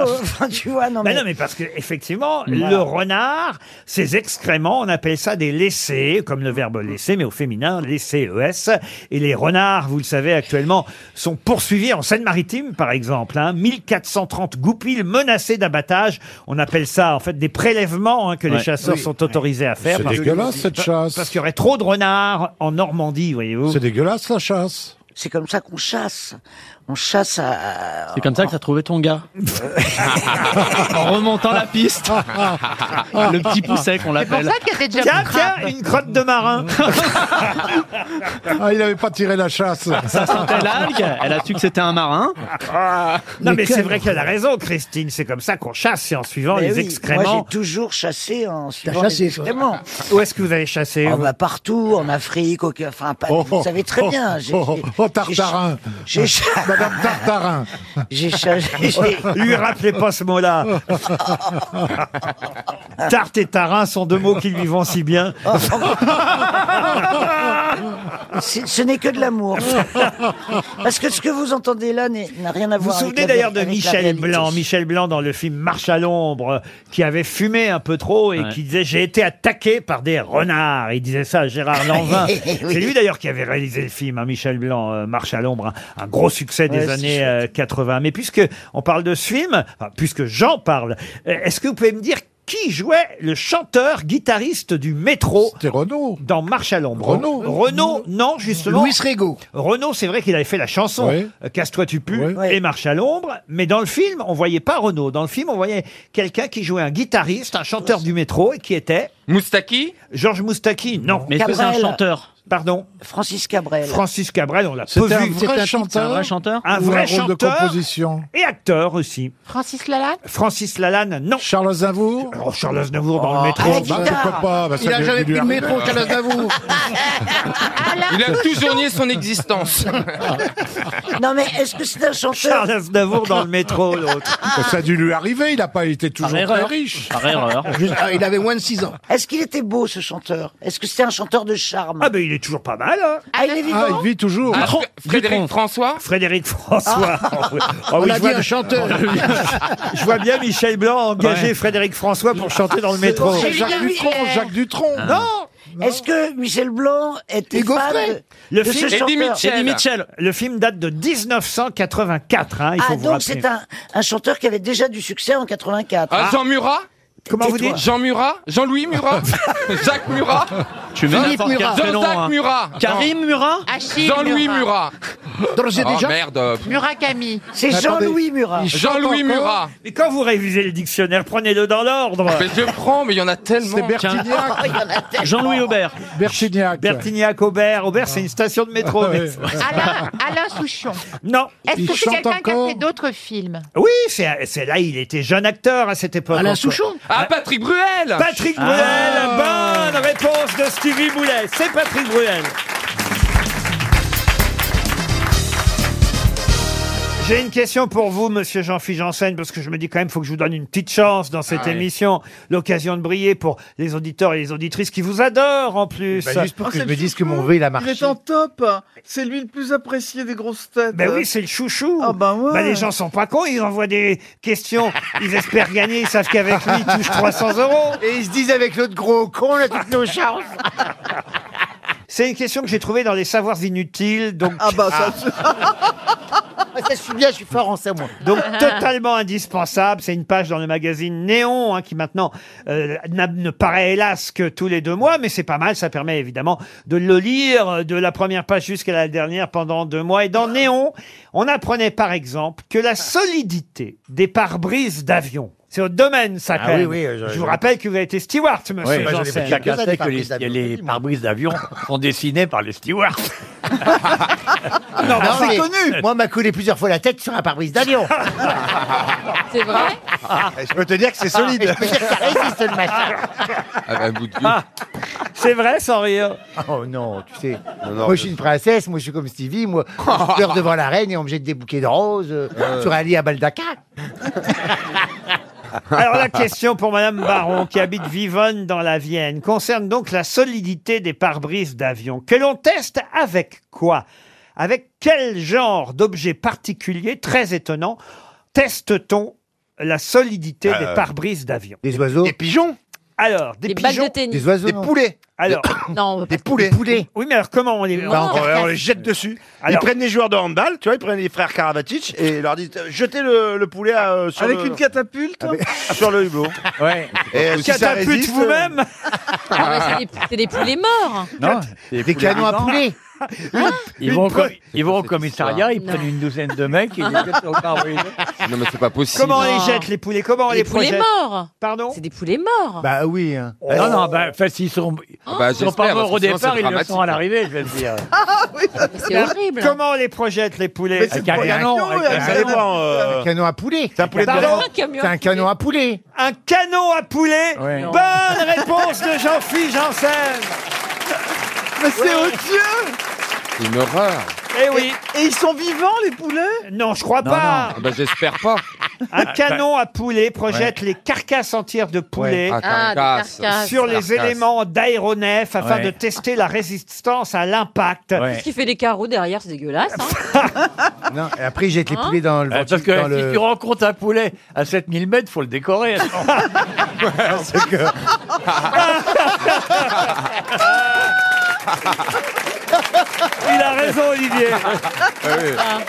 S12: euh, enfin, tu vois, non
S4: Ben
S12: mais...
S4: non, mais parce que effectivement,
S12: Voilà.
S4: le renard, ses excréments, on appelle ça des laissés, comme le verbe laisser, mais au féminin, laisser ES. Et les renards, vous le savez, actuellement, sont poursuivis en Seine-Maritime, par exemple. Hein, 1430 goupilles menacées d'abattage. On appelle ça, en fait, des prélèvements hein, que les
S9: Ouais.
S4: chasseurs
S9: Oui.
S4: sont autorisés à faire.
S9: C'est
S4: Parce-
S9: dégueulasse, cette chasse.
S4: Parce qu'il y aurait trop de renards en Normandie, voyez-vous.
S9: C'est dégueulasse, la chasse.
S12: C'est comme ça qu'on chasse. On chasse à...
S27: C'est comme ça que t'as trouvé ton gars. en remontant la piste.
S4: Ah.
S27: Le petit poussec, on
S10: C'est pour
S27: l'appelle.
S10: ça que t'étais déjà
S4: Tiens,
S10: plus
S4: tiens,
S10: crabe.
S4: une crotte de marin.
S9: Ah, il n'avait pas tiré la chasse.
S27: Ça sentait l'algue, elle a su que c'était un marin.
S4: Ah. Non, mais
S12: Mais
S4: c'est
S12: quel-
S4: vrai qu'elle a raison, Christine. C'est comme ça qu'on chasse, c'est en suivant
S12: Mais
S4: les
S12: Eh oui, Moi,
S4: excréments.
S12: j'ai toujours chassé en suivant
S4: chassé,
S12: les
S4: toi.
S12: excréments.
S4: Où est-ce que vous avez chassé
S12: Ah
S4: vous
S12: bah, partout, en Afrique, au... enfin, pas- vous savez très bien. j'ai-
S9: Oh, oh, oh, Tartarin.
S12: j'ai- j'ai-
S9: Madame Tartarin. Oh,
S12: J'ai chassé.
S4: Lui rappelez pas ce mot-là. Tarte et tarin sont deux mots qui lui vont si bien.
S12: C'est- Ce n'est que de l'amour. Parce que ce que vous entendez là n'est- n'a rien à
S4: Vous vous
S12: voir avec
S4: souvenez
S12: la-
S4: d'ailleurs de
S12: avec la
S4: Michel
S12: réalité.
S4: Blanc, Michel Blanc dans le film Marche à l'ombre, euh, qui avait fumé un peu trop et qui disait j'ai été attaqué par des renards. Il disait ça à Gérard Lanvin.
S12: Oui.
S4: C'est lui d'ailleurs qui avait réalisé le film, hein, Michel Blanc, euh, Marche à l'ombre, hein, un gros succès des
S12: Ouais, c'est
S4: années euh, 80. Mais puisque on parle de ce film, enfin, puisque j'en parle, euh, est-ce que vous pouvez me dire qui jouait le chanteur guitariste du métro dans Marche à l'ombre
S9: Renaud.
S4: Renaud, non, justement.
S21: Louis Rego.
S4: Renaud, c'est vrai qu'il avait fait la chanson
S9: Oui.
S4: euh, Casse-toi, tu pues et Marche à l'ombre. Mais dans le film, on voyait pas Renaud. Dans le film, on voyait quelqu'un qui jouait un guitariste, un chanteur du métro et qui était.
S24: Moustaki
S4: Georges Moustaki, non.
S27: Mais est-ce que c'est un Cabrel. chanteur
S4: Pardon
S12: Francis Cabrel.
S4: Francis Cabrel, on l'a peu
S9: C'était un
S4: vu.
S9: vrai chanteur.
S4: Un
S9: Ou
S4: vrai
S9: un rôle de
S4: chanteur
S9: composition.
S4: et acteur aussi.
S10: Francis Lalanne
S4: Francis Lalanne, non. Oh,
S9: Charles Aznavour
S4: Charles Aznavour dans le métro.
S9: ah, bah, pourquoi pas Bah, ça
S28: Il a
S9: lui-
S28: jamais
S9: lui
S28: pris le
S9: arrive.
S28: métro, Charles Aznavour.
S24: Il a toujours nié son existence.
S12: Non, mais est-ce que c'est un chanteur
S4: Charles Aznavour dans le métro, l'autre.
S9: Ça a dû lui arriver, il n'a pas été toujours très
S12: erreur.
S9: riche.
S27: Par erreur.
S12: il avait moins de 6 ans. Est-ce qu'il était beau, ce chanteur Est-ce que c'était un chanteur de charme
S4: Ah, ben il est toujours pas mal. hein.
S12: Ah, il est vivant
S9: Ah, il vit toujours.
S24: Ah, Fr- Frédéric
S4: Dutronc.
S24: François
S4: Frédéric François. Ah oui. Ah oui,
S21: On a
S4: je
S21: dit
S4: vois-
S21: un chanteur.
S4: Je vois bien Michel Blanc engager Frédéric François pour chanter dans le métro.
S12: C'est Jacques Julien Dutronc, Miller. Jacques
S9: Dutronc. Ah.
S4: Non
S12: Est-ce que Michel Blanc était
S21: Hugo
S12: fan
S21: Frey.
S12: de,
S4: le
S12: de
S4: film,
S12: ce chanteur
S4: Le film date de 1984. hein, il faut
S12: Ah,
S4: vous
S12: donc
S4: rappeler.
S12: c'est un, un chanteur qui avait déjà du succès en 84.
S24: Ah, Jean Murat
S4: Comment vous
S12: Tais-toi.
S4: dites
S24: Jean Murat Jean-Louis Murat Jacques Murat
S27: Tu mets
S24: Philippe
S27: n'importe quel
S24: Murat.
S27: prénom,
S24: Jean-Jacques
S27: hein.
S24: Murat.
S27: Karim Murat
S10: Achille
S24: Jean-Louis Murat.
S28: D'ores et
S4: Ah,
S24: Oh
S28: déjà
S24: merde.
S10: Murakami.
S12: C'est Jean-Louis Murat.
S24: Jean-Louis Murat. Ah,
S4: Mais quand vous révisez le dictionnaire, prenez-le dans l'ordre.
S24: Mais je prends, mais il y en a tellement.
S9: C'est Bertignac.
S12: Oh, il y en a tellement.
S27: Jean-Louis Aubert.
S9: Bertignac.
S4: Bertignac, Aubert. Aubert, c'est une station de métro. mais-
S12: Ah,
S10: Alain, Alain Souchon.
S4: Non.
S10: Est-ce
S9: Il
S10: que c'est
S9: chante
S10: quelqu'un qui a
S9: encore.
S10: fait d'autres films
S4: Oui, c'est c'est là, il était jeune acteur à cette époque.
S21: Alain
S4: encore.
S21: Souchon.
S24: Ah, Patrick Bruel
S4: Patrick Bruel,
S1: Ah.
S4: bonne réponse de Stevie Boulet. C'est Patrick Bruel. J'ai une question pour vous, monsieur Jean-Philippe Janssen, parce que je me dis quand même, faut que je vous donne une petite chance dans cette
S24: Ah oui.
S4: émission, l'occasion de briller pour les auditeurs et les auditrices qui vous adorent en plus.
S1: Bah, juste pour que je me dise que mon V, il a marché. Il est en top. C'est lui le plus apprécié des grosses têtes. hein. Ah,
S4: Ben oui, c'est le chouchou.
S1: ouais.
S4: Ben, les gens sont pas cons, ils envoient des questions, ils espèrent gagner, ils savent qu'avec lui, ils touchent 300 euros.
S1: Et ils se disent avec l'autre gros con, on a toutes nos chances.
S4: C'est une question que j'ai trouvée dans les savoirs inutiles, donc,
S1: Ah bah ça. ça, je suis bien, je suis fort en ça, moi.
S4: donc totalement indispensable. C'est une page dans le magazine Néon, hein, qui maintenant euh, n'a- ne paraît hélas que tous les deux mois, mais c'est pas mal, ça permet évidemment de le lire euh, de la première page jusqu'à la dernière pendant deux mois. Et dans Néon, on apprenait par exemple que la solidité des pare-brises d'avion, c'est au domaine, ça,
S1: Ah
S4: quand
S1: oui,
S4: même.
S1: oui, je-
S4: je vous rappelle que vous avez été steward, monsieur
S1: Oui, j'en ai
S4: Janssen.
S1: fait quelques années, que les, les pare-brises d'avion sont dessinés par les stewards. Ah,
S4: Non, mais c'est
S1: connu. Moi, on m'a collé plusieurs fois la tête sur un pare-brise d'avion.
S10: C'est vrai
S1: je peux te dire que c'est solide. je peux dire que ça résiste, le machin.
S4: Ah, c'est vrai, sans rire.
S1: Oh non, tu sais.
S28: non,
S1: moi,
S28: je-
S1: je suis une princesse. Moi, je suis comme Stevie. Moi, je pleure euh, devant la reine et on me jette des bouquets de roses euh,
S28: Euh.
S1: sur un lit à baldaquin.
S4: Alors la question pour Madame Baron, qui habite Vivonne dans la Vienne, concerne donc la solidité des pare-brises d'avion, que l'on teste avec quoi Avec quel genre d'objet particulier, très étonnant, teste-t-on la solidité
S1: Euh,
S4: des pare-brises d'avion
S1: Des oiseaux Des pigeons
S4: Alors, des,
S1: Des
S4: pigeons,
S1: balles de tennis. Des oiseaux, Des non poulets.
S4: Alors,
S5: non,
S4: des poulets. Oui, mais alors comment on les
S1: Bah, on, on les jette dessus.
S4: Alors-
S1: ils prennent les joueurs de handball, tu vois, ils prennent les frères Karabatic et ils leur disent euh, jetez le, le poulet euh, sur
S4: Avec une
S1: catapulte sur le hublot.
S4: Ouais.
S1: Et si ça
S4: Catapulte
S1: résiste, euh,
S4: vous-même
S3: Ah ouais, c'est des- c'est des poulets morts.
S6: Non,
S1: Des canons à poulet.
S6: Ils vont, au co- ils vont au commissariat, ils prennent une douzaine de mecs et ils les jettent sur le pare-brise.
S29: Non, mais c'est pas possible.
S4: Comment on les jette, les poulets Comment on
S6: Des
S4: les
S6: poulets
S4: projette
S3: morts.
S4: Pardon
S3: C'est des poulets morts.
S6: Bah oui. Non, non, bah, enfin, s'ils sont,
S29: Ah bah,
S6: s'ils sont pas
S29: j'espère,
S6: morts au
S29: parce que sinon,
S6: départ,
S29: c'est
S6: ils le
S29: dramatique,
S6: sont à
S29: hein.
S6: l'arrivée, je vais te dire.
S3: C'est horrible.
S4: Bah, Comment on les projette, les poulets
S6: Avec un canon, avec un
S1: Ça
S6: canon.
S1: dépend. Un canon à poulet. euh, C'est un
S4: poulet de
S1: Pardon
S4: viande. Un camion
S1: C'est
S4: à
S1: un canon à poulet.
S4: Un canon à poulet
S1: Ouais. Non.
S4: Bonne réponse de Jean-Philippe Janssen
S1: Mais c'est odieux
S29: C'est une horreur.
S4: Eh oui
S1: Et ils sont vivants, les poulets
S4: Non, je crois
S29: Non,
S4: pas
S29: non.
S7: Ben,
S29: Bah, j'espère pas.
S4: Un canon à poulet projette les carcasses entières de poulet
S29: Ouais. Ah, carcasses. Ah, des carcasses.
S4: sur les
S29: Carcasses.
S4: éléments d'aéronef afin
S6: Ouais.
S4: de tester la résistance à l'impact.
S3: Ce qui fait des carreaux derrière, c'est dégueulasse. hein.
S6: Non, et après, ils jettent
S3: les Hein poulets
S6: dans le Bah, Parce que
S1: dans
S6: si
S1: le-
S6: tu rencontres un poulet à 7000 mètres, faut le décorer.
S4: Il a raison, Olivier.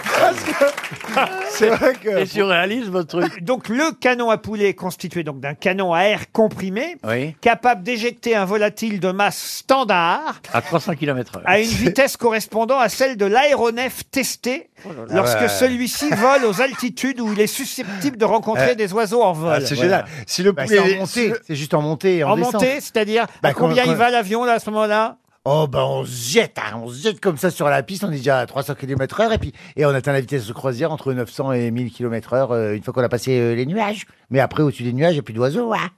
S6: C'est vrai que. C'est surréaliste, votre truc.
S4: Donc le canon à poulet est constitué donc d'un canon à air comprimé
S6: Oui.
S4: capable d'éjecter un volatile de masse standard
S6: À 300 km/h.
S4: à une vitesse correspondant à celle de l'aéronef testé
S1: Oh
S6: là là.
S4: lorsque
S6: Ouais.
S4: celui-ci vole aux altitudes où il est susceptible de rencontrer
S1: Euh,
S4: des oiseaux en vol.
S1: Ah, c'est génial. Si le
S6: Bah,
S1: poulet
S6: c'est en
S1: est-
S6: montée.
S1: si le- C'est juste en montée.
S4: En montée, c'est-à-dire
S1: Bah,
S4: à combien
S1: quand-
S4: il va l'avion là à ce moment-là
S1: Oh ben on se jette, hein, on se jette comme ça sur la piste, on est déjà à 300 km/h et puis et on atteint la vitesse de croisière entre 900 et 1000 km/h euh, une fois qu'on a passé euh, les nuages. Mais après au-dessus des nuages, il n'y a plus d'oiseaux. Hein.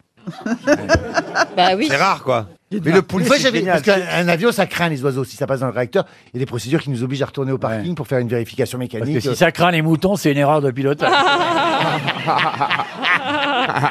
S3: Bah oui.
S1: rare quoi. Mais le poulet, j'avais parce qu'un un avion ça craint les oiseaux si ça passe dans le réacteur. Il y a des procédures qui nous obligent à retourner au parking pour faire une vérification
S6: Parce
S1: mécanique.
S6: que si ça craint les moutons, c'est une erreur de pilotage.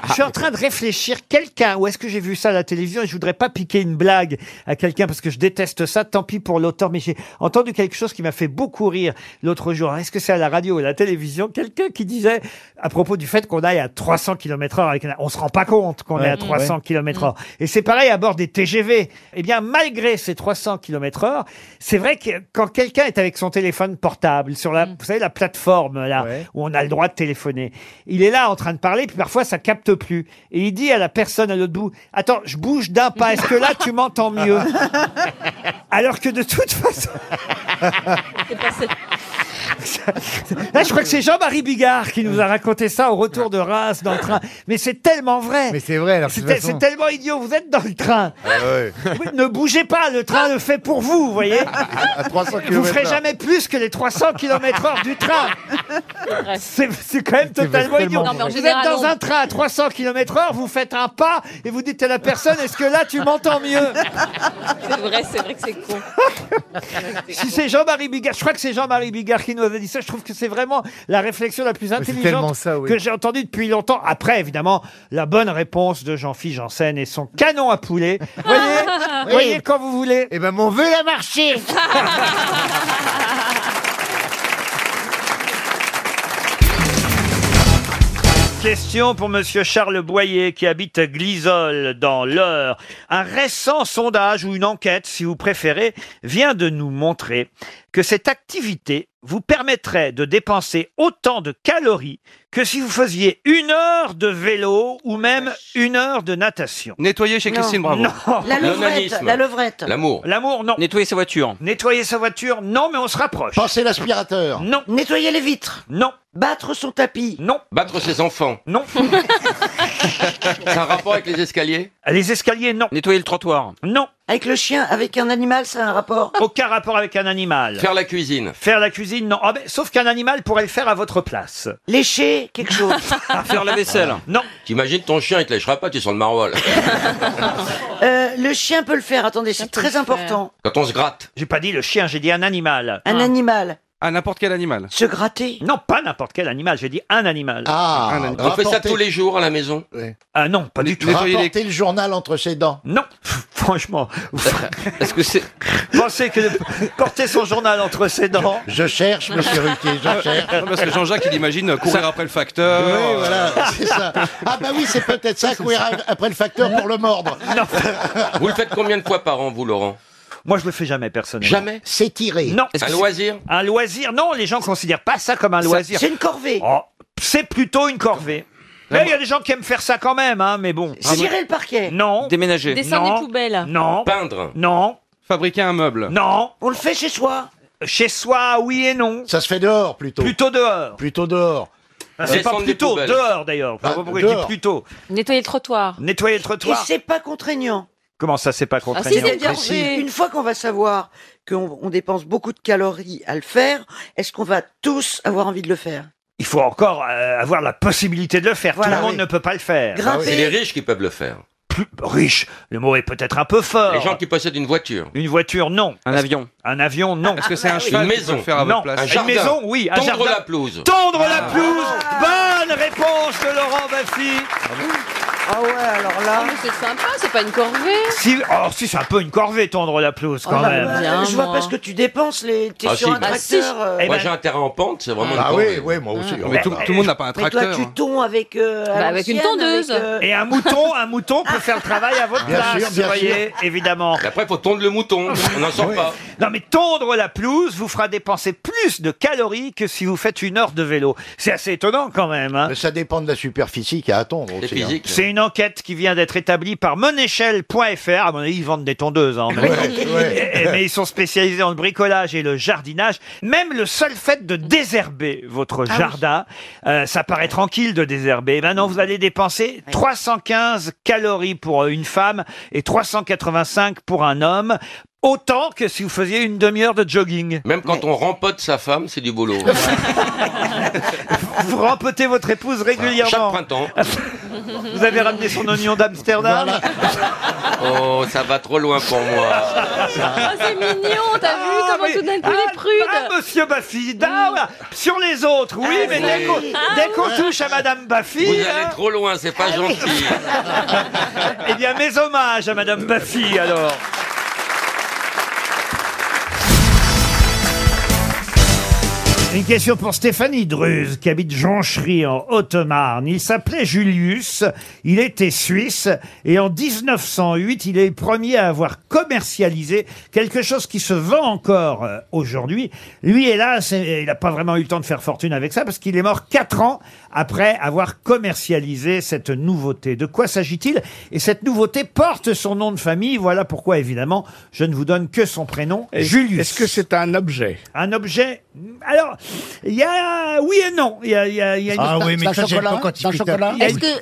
S4: Je suis en train de réfléchir, quelqu'un, où est-ce que j'ai vu ça à la télévision et je voudrais pas piquer une blague à quelqu'un parce que je déteste ça, tant pis pour l'auteur, mais j'ai entendu quelque chose qui m'a fait beaucoup rire l'autre jour. Est-ce que c'est à la radio ou à la télévision Quelqu'un qui disait à propos du fait qu'on aille à 300 km heure avec un- On se rend pas compte qu'on est
S6: Ouais,
S4: à 300
S6: ouais.
S4: km heure.
S1: Mm.
S4: Et c'est pareil à bord des TGV. Eh bien, malgré ces 300 km heure, c'est vrai que quand quelqu'un est avec son téléphone portable sur
S1: Mm.
S4: la, vous savez, la plateforme là, où on a le droit de téléphoner, il est là en train de parler, puis parfois ça capte plus. Et il dit à la personne à l'autre bout, attends, je bouge d'un pas, est-ce que là tu m'entends mieux? Alors que de toute façon. Là, je crois que c'est Jean-Marie Bigard qui nous a raconté ça au retour de Reims dans le train. Mais c'est tellement vrai. Mais
S1: c'est vrai.
S4: C'est
S1: de toute façon-
S4: c'est tellement idiot. Vous êtes dans le train.
S1: Ah
S4: Oui, ne bougez pas. Le train le fait pour vous. Vous voyez.
S1: À 300
S4: Vous ferez
S1: km/h.
S4: jamais plus que les 300 km/h du train. C'est c'est quand même totalement
S1: tellement
S4: idiot.
S1: vrai. Non, mais en
S4: vous
S3: général,
S4: êtes dans
S3: on-
S4: un train à 300 km/h, vous faites un pas et vous dites à la personne Est-ce que là tu m'entends mieux
S3: C'est vrai, c'est vrai que c'est con.
S4: Si c'est Jean-Marie Bigard, je crois que c'est Jean-Marie Bigard qui nous avait dit ça. Je trouve que c'est vraiment la réflexion la plus
S1: c'est
S4: intelligente
S1: tellement ça, oui.
S4: que j'ai entendue depuis longtemps. Après, évidemment, la bonne réponse de Jean-Philippe Janssen et son canon à poulet. Voyez,
S1: Oui.
S4: voyez quand vous voulez.
S1: Eh ben mon vœu a marché.
S4: Question pour Monsieur Charles Boyer qui habite Glisol dans l'Eure. Un récent sondage ou une enquête, si vous préférez, vient de nous montrer que cette activité vous permettrait de dépenser autant de calories que si vous faisiez une heure de vélo ou même une heure de natation.
S25: Nettoyer chez
S4: Non.
S25: Christine Bravo.
S4: Non. La levrette,
S25: L'onanisme.
S4: la levrette.
S25: L'amour.
S4: L'amour, non.
S25: Nettoyer ses voitures.
S4: Nettoyer sa voiture, non, mais on se rapproche.
S25: Passer l'aspirateur.
S4: Non.
S25: Nettoyer les vitres.
S4: Non.
S25: Battre son tapis.
S4: Non.
S25: Battre ses enfants.
S4: Non.
S25: C'est un rapport avec les escaliers
S4: Les escaliers, non.
S25: Nettoyer le trottoir.
S4: Non.
S12: Avec le chien, avec un animal, ça a un rapport
S4: Aucun rapport avec un animal.
S25: Faire la cuisine.
S4: Faire la cuisine, non. Ah ben, sauf qu'un animal pourrait le faire à votre place.
S12: Lécher quelque chose.
S4: Ah,
S25: Faire la vaisselle.
S4: Non.
S25: T'imagines ton chien, il te lâchera pas, tu sens le maroilles.
S12: Euh, le chien peut le faire, attendez, c'est très important.
S25: Quand on se gratte.
S4: J'ai pas dit le chien, j'ai dit un animal.
S12: Un animal.
S4: À Ah, n'importe quel animal.
S12: Se gratter
S4: Non, pas n'importe quel animal, j'ai dit un animal.
S22: Ah, Un animal.
S17: On fait ça tous les jours à la maison.
S4: Ah non, pas du tout.
S22: Rapporter le journal entre ses dents.
S4: Non, franchement. Est-ce que c'est. Pensez que porter son journal entre ses dents.
S22: Je cherche, monsieur Ruquier, je cherche.
S4: Non,
S23: Parce que Jean-Jacques, il imagine courir après le facteur.
S22: Oui, voilà, c'est ça. Ah bah oui, c'est peut-être ça, courir a- après le facteur pour le mordre.
S17: Vous le faites combien de fois par an, vous, Laurent
S4: Moi, je le fais jamais, personnellement.
S17: Jamais
S22: S'étirer.
S4: Non.
S17: Est-ce que Un c'est- loisir
S4: Un loisir. Non, les gens considèrent pas ça comme un
S12: Ça-
S4: loisir.
S12: c'est une corvée.
S4: Oh, c'est plutôt une corvée. Là, il y a des gens qui aiment faire ça quand même, hein, mais bon.
S12: Cirer le parquet.
S4: Non.
S23: Déménager.
S4: Descendre
S23: Non.
S4: les
S3: poubelles.
S4: Non.
S23: Peindre.
S4: Non.
S23: Fabriquer un meuble.
S4: Non.
S12: On le fait chez soi.
S4: Chez soi, oui et non.
S22: Ça se fait dehors plutôt.
S4: Plutôt dehors.
S22: Plutôt dehors.
S4: Ah, C'est pas
S22: Descendre des
S4: plutôt,
S22: poubelles.
S4: dehors d'ailleurs. Je sais
S22: Ah,
S4: pas Pourquoi je dis
S22: dehors.
S4: plutôt
S3: Nettoyer le trottoir.
S4: Nettoyer le
S12: Et
S4: trottoir.
S12: c'est pas contraignant.
S4: Comment ça, Ah, c'est pas contraignant
S12: une fois qu'on va savoir qu'on on dépense beaucoup de calories à le faire, est-ce qu'on va tous avoir envie de le faire
S4: Il faut encore euh, avoir la possibilité de le faire. Tout
S12: Voilà,
S4: le monde
S12: oui.
S4: ne peut pas le faire.
S17: Ah C'est les riches qui peuvent le faire.
S4: Riche, le mot est peut-être un peu fort.
S17: Les gens qui possèdent une voiture.
S4: Une voiture, non. Un avion. Un avion, non.
S17: Est-ce que c'est un cheval
S4: Une
S17: qui peut
S4: maison.
S17: le faire à votre
S4: Non.
S17: place Un
S4: Une
S17: jardin.
S4: maison, oui. Un
S17: Tondre
S4: jardin.
S17: la pelouse.
S4: Tondre la
S22: Ah.
S4: pelouse. Bonne réponse de Laurent Baffy.
S12: Ah ouais, alors
S3: Ah,
S12: là.
S3: mais c'est sympa, c'est pas une corvée.
S4: Si, oh, si c'est un peu une corvée, tondre la
S3: Oh,
S4: pelouse quand
S12: Ah bah,
S4: même. bah,
S12: bah, je vois pas ce que tu dépenses, les... t'es
S17: Ah,
S12: sur
S17: si. ben,
S12: un tracteur. euh,
S4: Eh ben,
S17: Moi, j'ai un terrain en pente, c'est vraiment
S22: Ah
S17: une
S22: oui,
S17: corvée.
S22: oui, moi aussi.
S17: Mais tout- tout le monde n'a pas un
S12: Mais toi,
S17: tracteur,
S12: tu
S17: hein.
S12: tons avec. euh, à
S3: Bah, avec une
S12: l'ancienne,
S3: tondeuse.
S12: avec, euh, Ah.
S4: Et un mouton, un mouton peut faire le travail à votre
S17: Bien
S4: place,
S17: sûr, bien
S4: vous voyez, évidemment.
S17: Et après, faut tondre le mouton. On n'en sort pas.
S4: Non mais tondre la pelouse vous fera dépenser plus de calories que si vous faites une heure de vélo. C'est assez étonnant quand même. hein.
S22: Mais ça dépend de la superficie qu'il y a à tondre aussi. hein.
S4: C'est une enquête qui vient d'être établie par monéchelle.fr. À mon avis, ils vendent des tondeuses. hein, mais...
S22: Ouais, ouais.
S4: Eh, mais ils sont spécialisés dans le bricolage et le jardinage. Même le seul fait de désherber votre jardin, euh, ça paraît tranquille de désherber. Maintenant, vous allez dépenser 315 calories pour euh, une femme et 385 pour un homme. Autant que si vous faisiez une demi-heure de jogging.
S17: Même quand on rempote sa femme, c'est du boulot.
S4: Vous rempotez votre épouse régulièrement.
S17: Chaque printemps.
S4: Vous avez ramené son oignon d'Amsterdam
S17: Oh, ça va trop loin pour moi.
S3: Ah, c'est mignon, t'as vu comment tout d'un coup il est
S4: Ah,
S3: prude.
S4: monsieur Baffy, ah, voilà. sur les autres, oui,
S17: Ah,
S4: mais dès qu'on dès qu'on touche à Madame Baffy,
S17: Vous
S4: hein,
S17: allez trop loin, c'est pas gentil.
S4: Ah eh bien, mes hommages à Madame Baffy, alors. Une question pour Stéphanie Druse, qui habite Jonchery, en Haute-Marne. Il s'appelait Julius, il était suisse, et en 1908, il est le premier à avoir commercialisé quelque chose qui se vend encore euh, aujourd'hui. Lui, hélas, eh, il n'a pas vraiment eu le temps de faire fortune avec ça, parce qu'il est mort quatre ans après avoir commercialisé cette nouveauté. De quoi s'agit-il Et cette nouveauté porte son nom de famille, voilà pourquoi, évidemment, je ne vous donne que son prénom, Julius.
S2: Est-ce que c'est un objet
S4: Un objet. Alors, il y a oui et non. Il y a, il y a- il y a une,
S2: Ah oui, mais
S4: il y a
S2: ça, j'aime
S4: une
S2: pas quand il pique un-
S4: partie-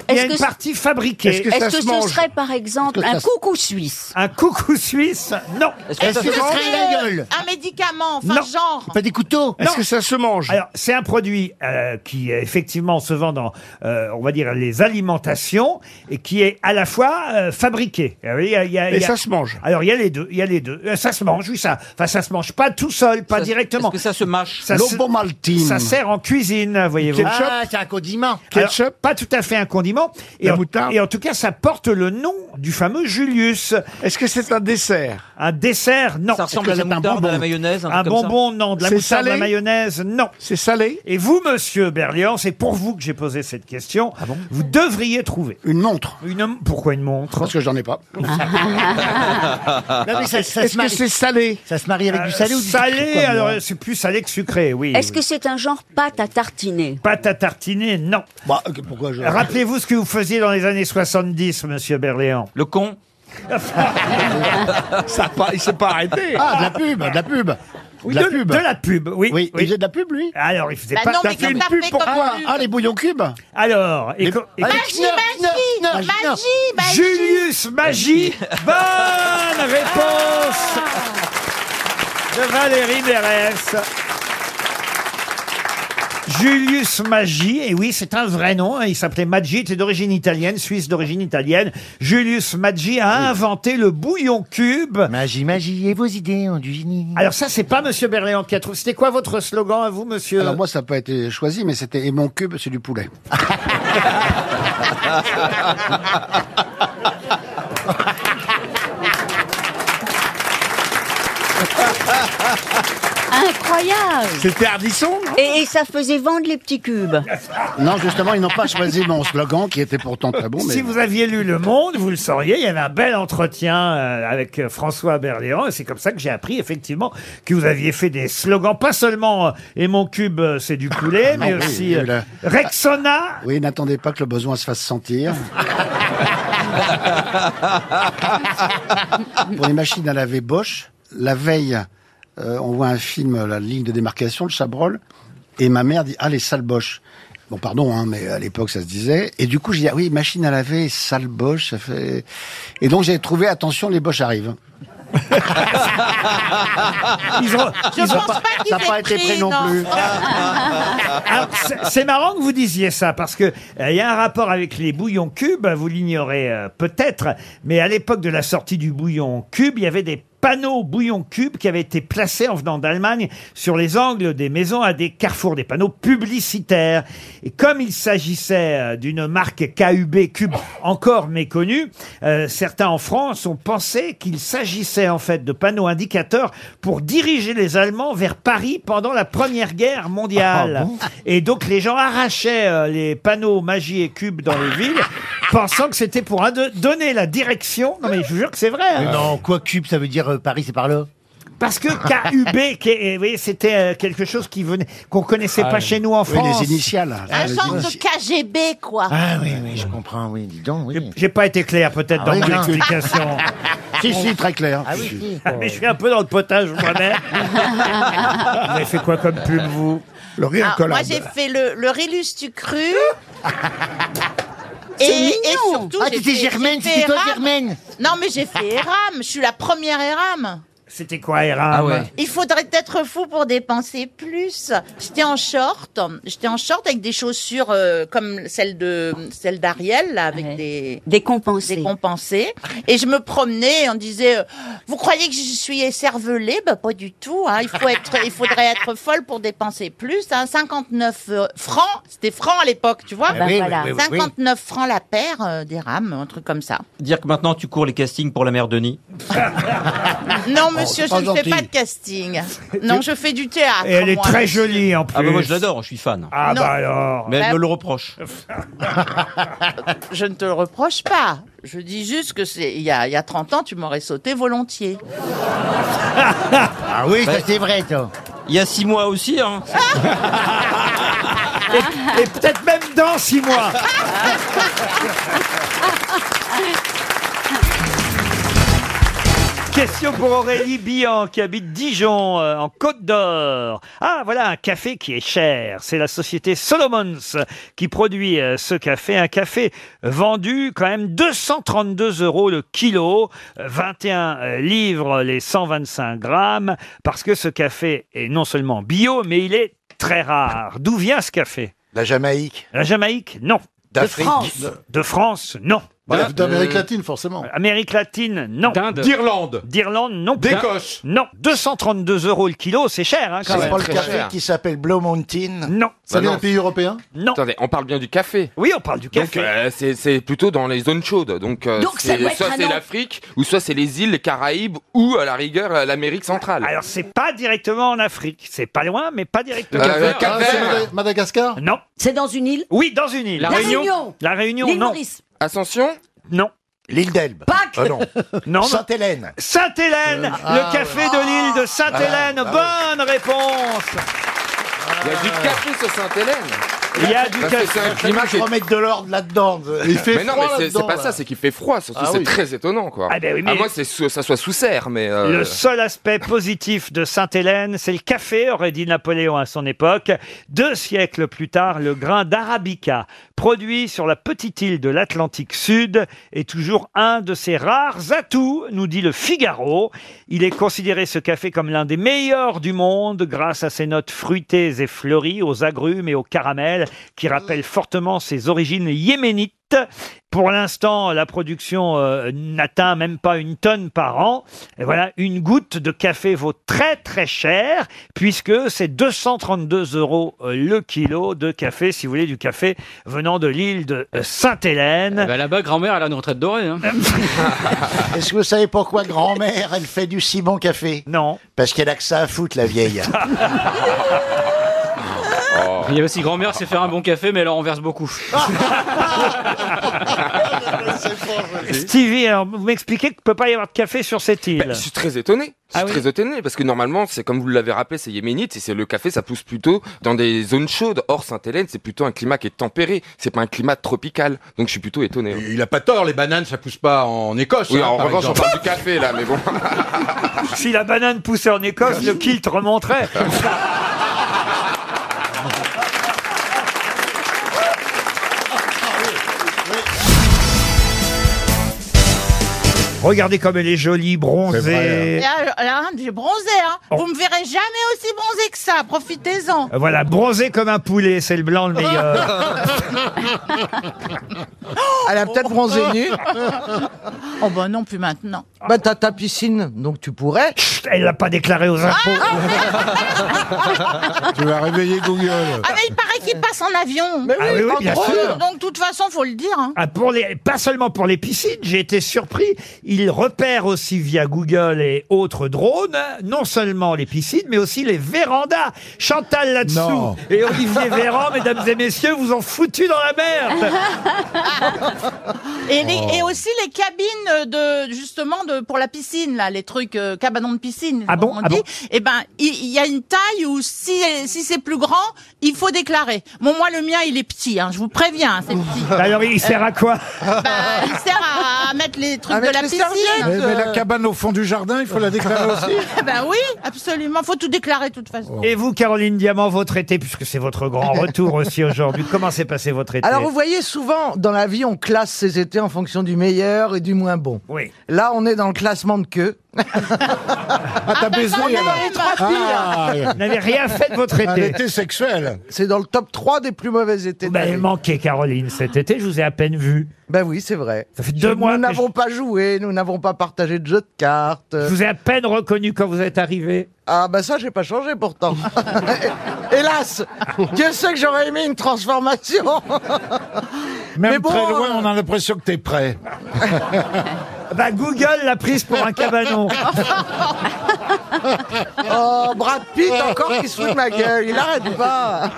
S4: Il y a une partie fabriquée.
S2: Est-ce que ça se mange par exemple
S4: Est-ce que ça se-
S2: coucou suisse
S4: Un coucou suisse Non.
S2: Est-ce que ce serait
S4: la
S2: euh, un médicament, enfin
S4: Non.
S2: genre
S4: Pas des couteaux
S2: Est-ce
S4: que ça se mange Alors, c'est un produit euh, qui euh, effectivement se vend dans, euh, on va dire, les alimentations et qui est à la fois euh, fabriqué. Et
S2: Et ça se
S4: mange Alors, il y a les deux. Il y a les deux. Euh, Ça se mange, oui, ça. Enfin, ça se mange pas tout seul, pas directement. Est-ce que ça se mâche
S2: L'ovomaltine.
S4: Ça sert en cuisine, voyez-vous.
S2: Ah,
S4: c'est un condiment.
S2: Ketchup
S4: Pas tout à fait un condiment. Et en, et en tout cas, ça porte le nom du fameux Julius. Est-ce que c'est un dessert Un dessert, non.
S2: Ça ressemble Est-ce que à la c'est un moutarde, bonbon à la mayonnaise, un
S4: Un
S2: truc comme ça
S4: bonbon, non. De la
S2: C'est
S4: moutarde, de la
S2: salé
S4: mayonnaise, non. C'est salé Et vous, monsieur Berlian, c'est pour vous que j'ai posé cette question. vous devriez trouver. Ah Une montre. Une, pourquoi une montre Ah, Parce que j'en ai pas.
S2: Ah, Non, mais ça- ça se Est-ce que marie- c'est
S4: salé Ça se marie
S2: avec du salé ou du sucré,
S4: Euh, Salé,
S2: comme,
S4: alors
S2: euh
S4: c'est plus salé que sucré, oui.
S2: Est-ce que c'est un genre pâte à tartiner
S4: Pâte à tartiner, non.
S2: pourquoi je...
S4: Rappelez-vous ce que vous faisiez dans les années 70, monsieur Berléand. Le con Ça il s'est pas arrêté.
S2: Ah, de la
S4: pub, de la pub.
S2: De la
S4: de,
S2: pub.
S4: de la pub, oui. oui,
S2: il faisait
S4: de la pub, lui Alors, il faisait
S2: Bah
S4: pas
S2: non, mais T'as fait comme une t'as pub, fait comme pourquoi pub.
S4: Ah, les bouillons cubes Alors, et co- et-
S2: Magie, magie, magie, magie.
S4: Julius Magie Bonne réponse de Valérie Mérès. Julius Maggi, et oui, c'est un vrai nom, hein, il s'appelait Maggi, il était d'origine italienne, suisse d'origine italienne. Julius Maggi a inventé le bouillon cube. Magie, magie, et vos idées ont du génie. Alors ça, c'est pas Monsieur Berléand qui a trouvé. C'était quoi votre slogan à vous, monsieur Ah,
S28: Alors moi, ça n'a pas été choisi, mais c'était « Et mon cube, c'est du poulet
S2: Incroyable
S28: C'était Ardisson
S2: et, et ça faisait vendre les petits cubes. ».
S28: Non, justement, ils n'ont pas choisi mon slogan, qui était pourtant très bon. Mais...
S4: Si vous aviez lu Le Monde, vous le sauriez. Il y avait un bel entretien euh, avec euh, François Berléand. Et c'est comme ça que j'ai appris, effectivement, que vous aviez fait des slogans. Pas seulement euh, Et mon cube, euh, c'est du poulet, mais
S28: Ah Non, oui,
S4: aussi
S28: oui,
S4: euh,
S28: là.
S4: Rexona.
S28: Ah, Oui, n'attendez pas que le besoin se fasse sentir. Pour les machines à laver Bosch, la veille, euh, on voit un film, la ligne de démarcation, le Chabrol, et ma mère dit Ah, les sales Bosch. Bon, pardon, hein, mais à l'époque, ça se disait. Et du coup, j'ai dit Ah oui, machine à laver, sale Bosch, ça fait. Et donc, j'ai trouvé Attention, les Bosch arrivent.
S4: Ils ont-
S2: Je
S4: ils ont
S2: pense
S4: pas-
S2: pas, qu'ils
S28: ça a pas
S2: aient
S28: été pris non plus.
S4: Alors, c'est- c'est marrant que vous disiez ça parce que euh, il y a un rapport avec les bouillons cubes, vous l'ignorez euh, peut-être, mais à l'époque de la sortie du bouillon cube, il y avait des panneaux bouillon cube qui avaient été placés en venant d'Allemagne sur les angles des maisons à des carrefours, des panneaux publicitaires. Et comme il s'agissait euh, d'une marque KUB cube encore méconnue, euh, certains en France ont pensé qu'il s'agissait en fait de panneaux indicateurs pour diriger les Allemands vers Paris pendant la Première Guerre mondiale.
S7: Ah bon
S4: Et donc les gens arrachaient euh, les panneaux magie et cubes dans les villes, pensant que c'était pour un de- donner la direction. Non mais je vous jure que c'est vrai. hein.
S1: Mais non, quoi cube, ça veut dire euh, Paris, c'est par là
S4: Parce que KUB, qui est- vous voyez, c'était euh, quelque chose qui venait, qu'on connaissait
S1: Ah
S4: pas
S1: oui.
S4: chez nous en
S1: Oui,
S4: France.
S1: les initiales.
S4: Ah,
S1: Ah,
S2: Un
S4: les
S2: genre
S4: initiales.
S2: de KGB, quoi.
S1: Ah oui, oui, je comprends, oui, dis donc, oui.
S4: J'ai pas été clair peut-être
S1: Ah
S4: dans
S1: oui,
S4: mon
S1: non.
S4: explication.
S1: Si, si,
S28: très clair.
S1: Ah oui, si.
S4: Mais je suis un peu dans le potage moi-même. vous avez fait quoi comme pub vous Le
S10: Ah, moi, j'ai fait le, le Rélus du cru. Et, et surtout,
S1: Ah,
S10: j'ai
S1: t'étais
S10: fait-
S1: Germaine,
S10: j'ai
S1: c'était
S10: fait
S1: toi,
S10: Eram.
S1: Germaine.
S10: Non, mais j'ai fait Eram. Je suis la première Eram.
S4: C'était quoi, Eram
S10: Ah Il faudrait être fou pour dépenser plus. J'étais en short, j'étais en short avec des chaussures euh, comme celle de celle d'Ariel là, avec des
S2: Décompensé.
S10: compensées. Et je me promenais, on disait euh, vous croyez que je suis écervelée Bah pas du tout. hein. Il faut être, il faudrait être folle pour dépenser plus. hein. 59 euh, francs, c'était francs à l'époque, tu vois
S2: Ah bah Oui, voilà. oui, oui, oui.
S10: 59 francs la paire euh, des rames, un truc comme ça.
S23: Dire que maintenant tu cours les castings pour la mère Denis.
S10: Non monsieur,
S23: c'est pas
S10: je ne fais
S23: gentil.
S10: pas de casting. Non, je fais du théâtre.
S4: Et Ah, elle est
S10: moi.
S4: très jolie en plus.
S23: Ah bah moi je l'adore, je suis fan.
S4: Ah
S10: Non.
S4: bah alors.
S23: Mais
S10: Bah-
S23: elle me le reproche.
S10: Je ne te le reproche pas. Je dis juste que c'est il y a, il y a 30 ans, tu m'aurais sauté volontiers.
S1: Ah oui, ça
S23: Ouais.
S1: c'est vrai, toi.
S23: Il y a six mois aussi, hein.
S4: Ah,
S1: Ah,
S4: et peut-être même dans six mois. Question pour Aurélie Bian qui habite Dijon euh, en Côte d'Or. Ah voilà un café qui est cher. C'est la société Solomons qui produit euh, ce café. Un café vendu quand même 232 euros le kilo, euh, 21 euh, livres les 125 grammes parce que ce café est non seulement bio mais il est très rare. D'où vient ce café La Jamaïque. La Jamaïque, non.
S7: D'Afrique. France.
S4: De- De France, non.
S7: Voilà. Euh,
S9: Euh,
S7: D'Amérique
S4: latine, forcément. Amérique latine, non.
S7: D'Irlande.
S4: D'Irlande, non.
S7: D'Écosse.
S4: Non. 232 euros le kilo, c'est cher, hein, quand
S7: C'est
S4: même.
S7: pas le café qui s'appelle Blow Mountain
S4: Non.
S7: Ça
S4: Bah
S7: vient
S4: non.
S7: d'un pays européen
S4: Non.
S7: Attendez, on parle bien du café.
S4: Oui, on parle du
S7: café. Donc, euh, c'est- c'est plutôt dans les zones chaudes. Donc, euh,
S4: Donc, ça
S7: c'est-
S4: doit être
S7: soit
S4: un
S7: c'est
S4: an.
S7: l'Afrique, ou soit c'est les îles, les Caraïbes, ou à la rigueur euh, l'Amérique centrale.
S4: Alors, c'est pas directement en Afrique. C'est pas loin, mais pas directement.
S7: Euh, Cap-Vert. Cap-Vert.
S1: hein.
S7: Ah, c'est Mada-
S4: Madagascar Non.
S7: C'est dans une île
S4: Oui, dans une île.
S7: La La Réunion Réunion.
S4: La Réunion,
S7: L'île
S4: non.
S7: Maurice. Ascension
S4: Non.
S7: L'île d'Elbe.
S4: Pâques
S7: Ah non.
S4: non.
S7: Sainte-Hélène.
S1: Euh,
S4: Sainte-Hélène,
S7: Ah,
S4: le café
S7: ouais.
S4: de l'île de
S1: bah
S4: Sainte-Hélène.
S7: Ah, ah,
S4: Bonne réponse.
S7: Il y a du café sur Sainte-Hélène.
S4: Il y a du
S7: Parce que c'est un climat qui est-
S22: remettre de l'ordre là-dedans.
S7: Ah, mais non, mais c'est- c'est pas ça, c'est qu'il fait froid, surtout,
S22: Ah
S7: c'est
S22: oui.
S7: très étonnant, quoi.
S4: Ah ben oui, mais-
S7: À moi, c'est sous- ça soit sous serre, mais. euh,
S4: Le seul aspect positif de Sainte-Hélène, c'est le café, aurait dit Napoléon à son époque. Deux siècles plus tard, le grain d'Arabica, produit sur la petite île de l'Atlantique Sud, est toujours un de ses rares atouts, nous dit le Figaro. Il est considéré ce café comme l'un des meilleurs du monde grâce à ses notes fruitées et fleuries, aux agrumes et au caramel qui rappellent fortement ses origines yéménites. Pour l'instant, la production euh, n'atteint même pas une tonne par an. Et voilà, une goutte de café vaut très très cher puisque c'est 232 euros euh, le kilo de café, si vous voulez, du café venant de l'île de euh, Sainte-Hélène.
S27: Eh ben,
S4: Euh,
S27: Là-bas, grand-mère, elle a une retraite dorée. hein.
S22: Est-ce que vous savez pourquoi grand-mère, elle fait du si bon café
S4: Non.
S22: Parce qu'elle a que ça à foutre, la vieille.
S27: Il y a aussi grand-mère, c'est faire un bon café, mais elle en renverse beaucoup.
S4: Stevie, alors, vous m'expliquez qu'il ne peut pas y avoir de café sur cette île.
S7: je suis très étonné. Je suis
S4: Ah oui
S7: très étonné parce que normalement, c'est comme vous l'avez rappelé, c'est yéménite et c'est le café, ça pousse plutôt dans des zones chaudes. Or, Sainte-Hélène, c'est plutôt un climat qui est tempéré. C'est pas un climat tropical. Donc, je suis plutôt étonné. hein.
S25: Il a pas tort, les bananes, ça pousse pas en Écosse.
S7: Oui,
S25: hein,
S7: en
S25: par
S7: revanche, on
S25: exemple.
S7: parle du café là, mais bon.
S4: si la banane poussait en Écosse, le kilt remonterait. Regardez comme elle est jolie, bronzée.
S10: Et alors, là, j'ai bronzé, hein. Vous me verrez jamais aussi bronzé que ça. Profitez-en.
S4: Voilà, bronzée comme un poulet, c'est le blanc le meilleur.
S26: Elle a peut-être bronzé nue.
S10: Oh bah non, plus maintenant.
S26: Bah t'as ta piscine, donc tu pourrais. Ah,
S4: elle l'a pas déclaré aux impôts.
S10: Ah,
S26: tu vas réveiller Google.
S10: Ah mais il paraît qu'il passe en avion. Mais
S4: Ah oui, oui, bien sûr.
S10: Donc de toute façon, faut le dire. hein.
S4: Ah, pour les, pas seulement pour les piscines, j'ai été surpris. Il repère aussi via Google et autres drones, non seulement les piscines, mais aussi les vérandas. Chantal là-dessous
S6: Non.
S4: et Olivier Véran, mesdames et messieurs, vous ont foutu dans la merde.
S10: Et, les-
S4: Oh.
S10: et aussi les cabines de justement de pour la piscine là, les trucs euh, cabanons de piscine.
S4: Ah bon,
S10: comme on
S4: ah
S10: dit.
S4: bon
S10: Eh ben il il y, a une taille où si si c'est plus grand, il faut déclarer. Bon moi le mien il est petit, hein, je vous préviens, hein, c'est petit.
S4: Alors, il sert à quoi
S10: Bah, il sert à, à mettre les trucs
S26: À mettre
S10: de la
S26: les
S10: piscine.
S26: serviettes,
S10: Ben
S26: Mais- mais la euh.
S4: cabane au fond du jardin, il faut la déclarer
S10: Eh oui, absolument. Faut tout déclarer de toute façon.
S26: Oh.
S4: Et vous, Caroline Diamant, votre été, puisque c'est votre grand retour aussi aujourd'hui, comment s'est passé votre été
S26: Alors vous voyez souvent dans la vie on classe ses étés en fonction du meilleur et du moins bon.
S4: Oui.
S26: Là on est dans le classement de queue. ah
S4: t'as baisé,
S26: On est dans
S4: là.
S26: les trois pires.
S4: Ah, vous n'avez rien fait de votre été. Un été
S26: sexuel. C'est dans le top 3 des plus mauvais étés.
S4: Vous m'avez manqué, Ben, Caroline, cet été, je vous ai à peine vu.
S26: Ben oui, c'est vrai.
S4: Ça fait deux
S26: nous
S4: mois que
S26: n'avons pas joué, nous n'avons pas partagé de jeu de cartes.
S4: Je vous ai à peine reconnu quand vous êtes arrivé.
S26: Ah bah ça, j'ai pas changé pourtant. Hélas Dieu sait que j'aurais aimé une transformation
S9: Même
S26: Mais bon,
S9: très loin,
S26: euh,
S9: on a l'impression que t'es prêt.
S4: bah Google l'a prise pour un cabanon.
S26: Oh, Brad Pitt encore qui se fout de ma gueule, il arrête pas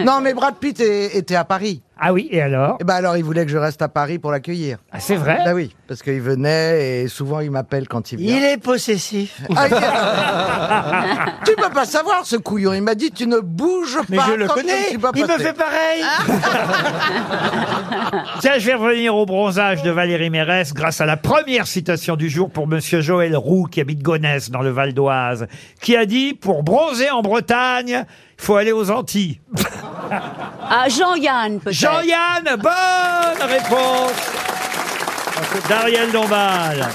S26: Non mais Brad Pitt est- était à Paris.
S4: Ah oui, et alors
S26: Eh ben alors, il voulait que je reste à Paris pour l'accueillir.
S4: Ah c'est vrai
S26: Bah oui, parce qu'il venait et souvent il m'appelle quand il vient.
S12: Il est possessif.
S26: Ah, il- tu peux pas savoir ce couillon, il m'a dit tu ne bouges pas.
S12: Mais je le
S26: tant que
S12: connais,
S26: ne suis pas
S12: il me
S26: passé.
S12: fait
S26: pareil
S4: Tiens, je vais revenir au bronzage de Valérie Mérès grâce à la première citation du jour pour Monsieur Joël Roux, qui habite Gonesse, dans le Val d'Oise, qui a dit « Pour bronzer en Bretagne, il faut aller aux Antilles
S13: Ah, Jean-Yann, ». peut-être.
S4: Jean-Yann, bonne réponse d'Ariel Dombal.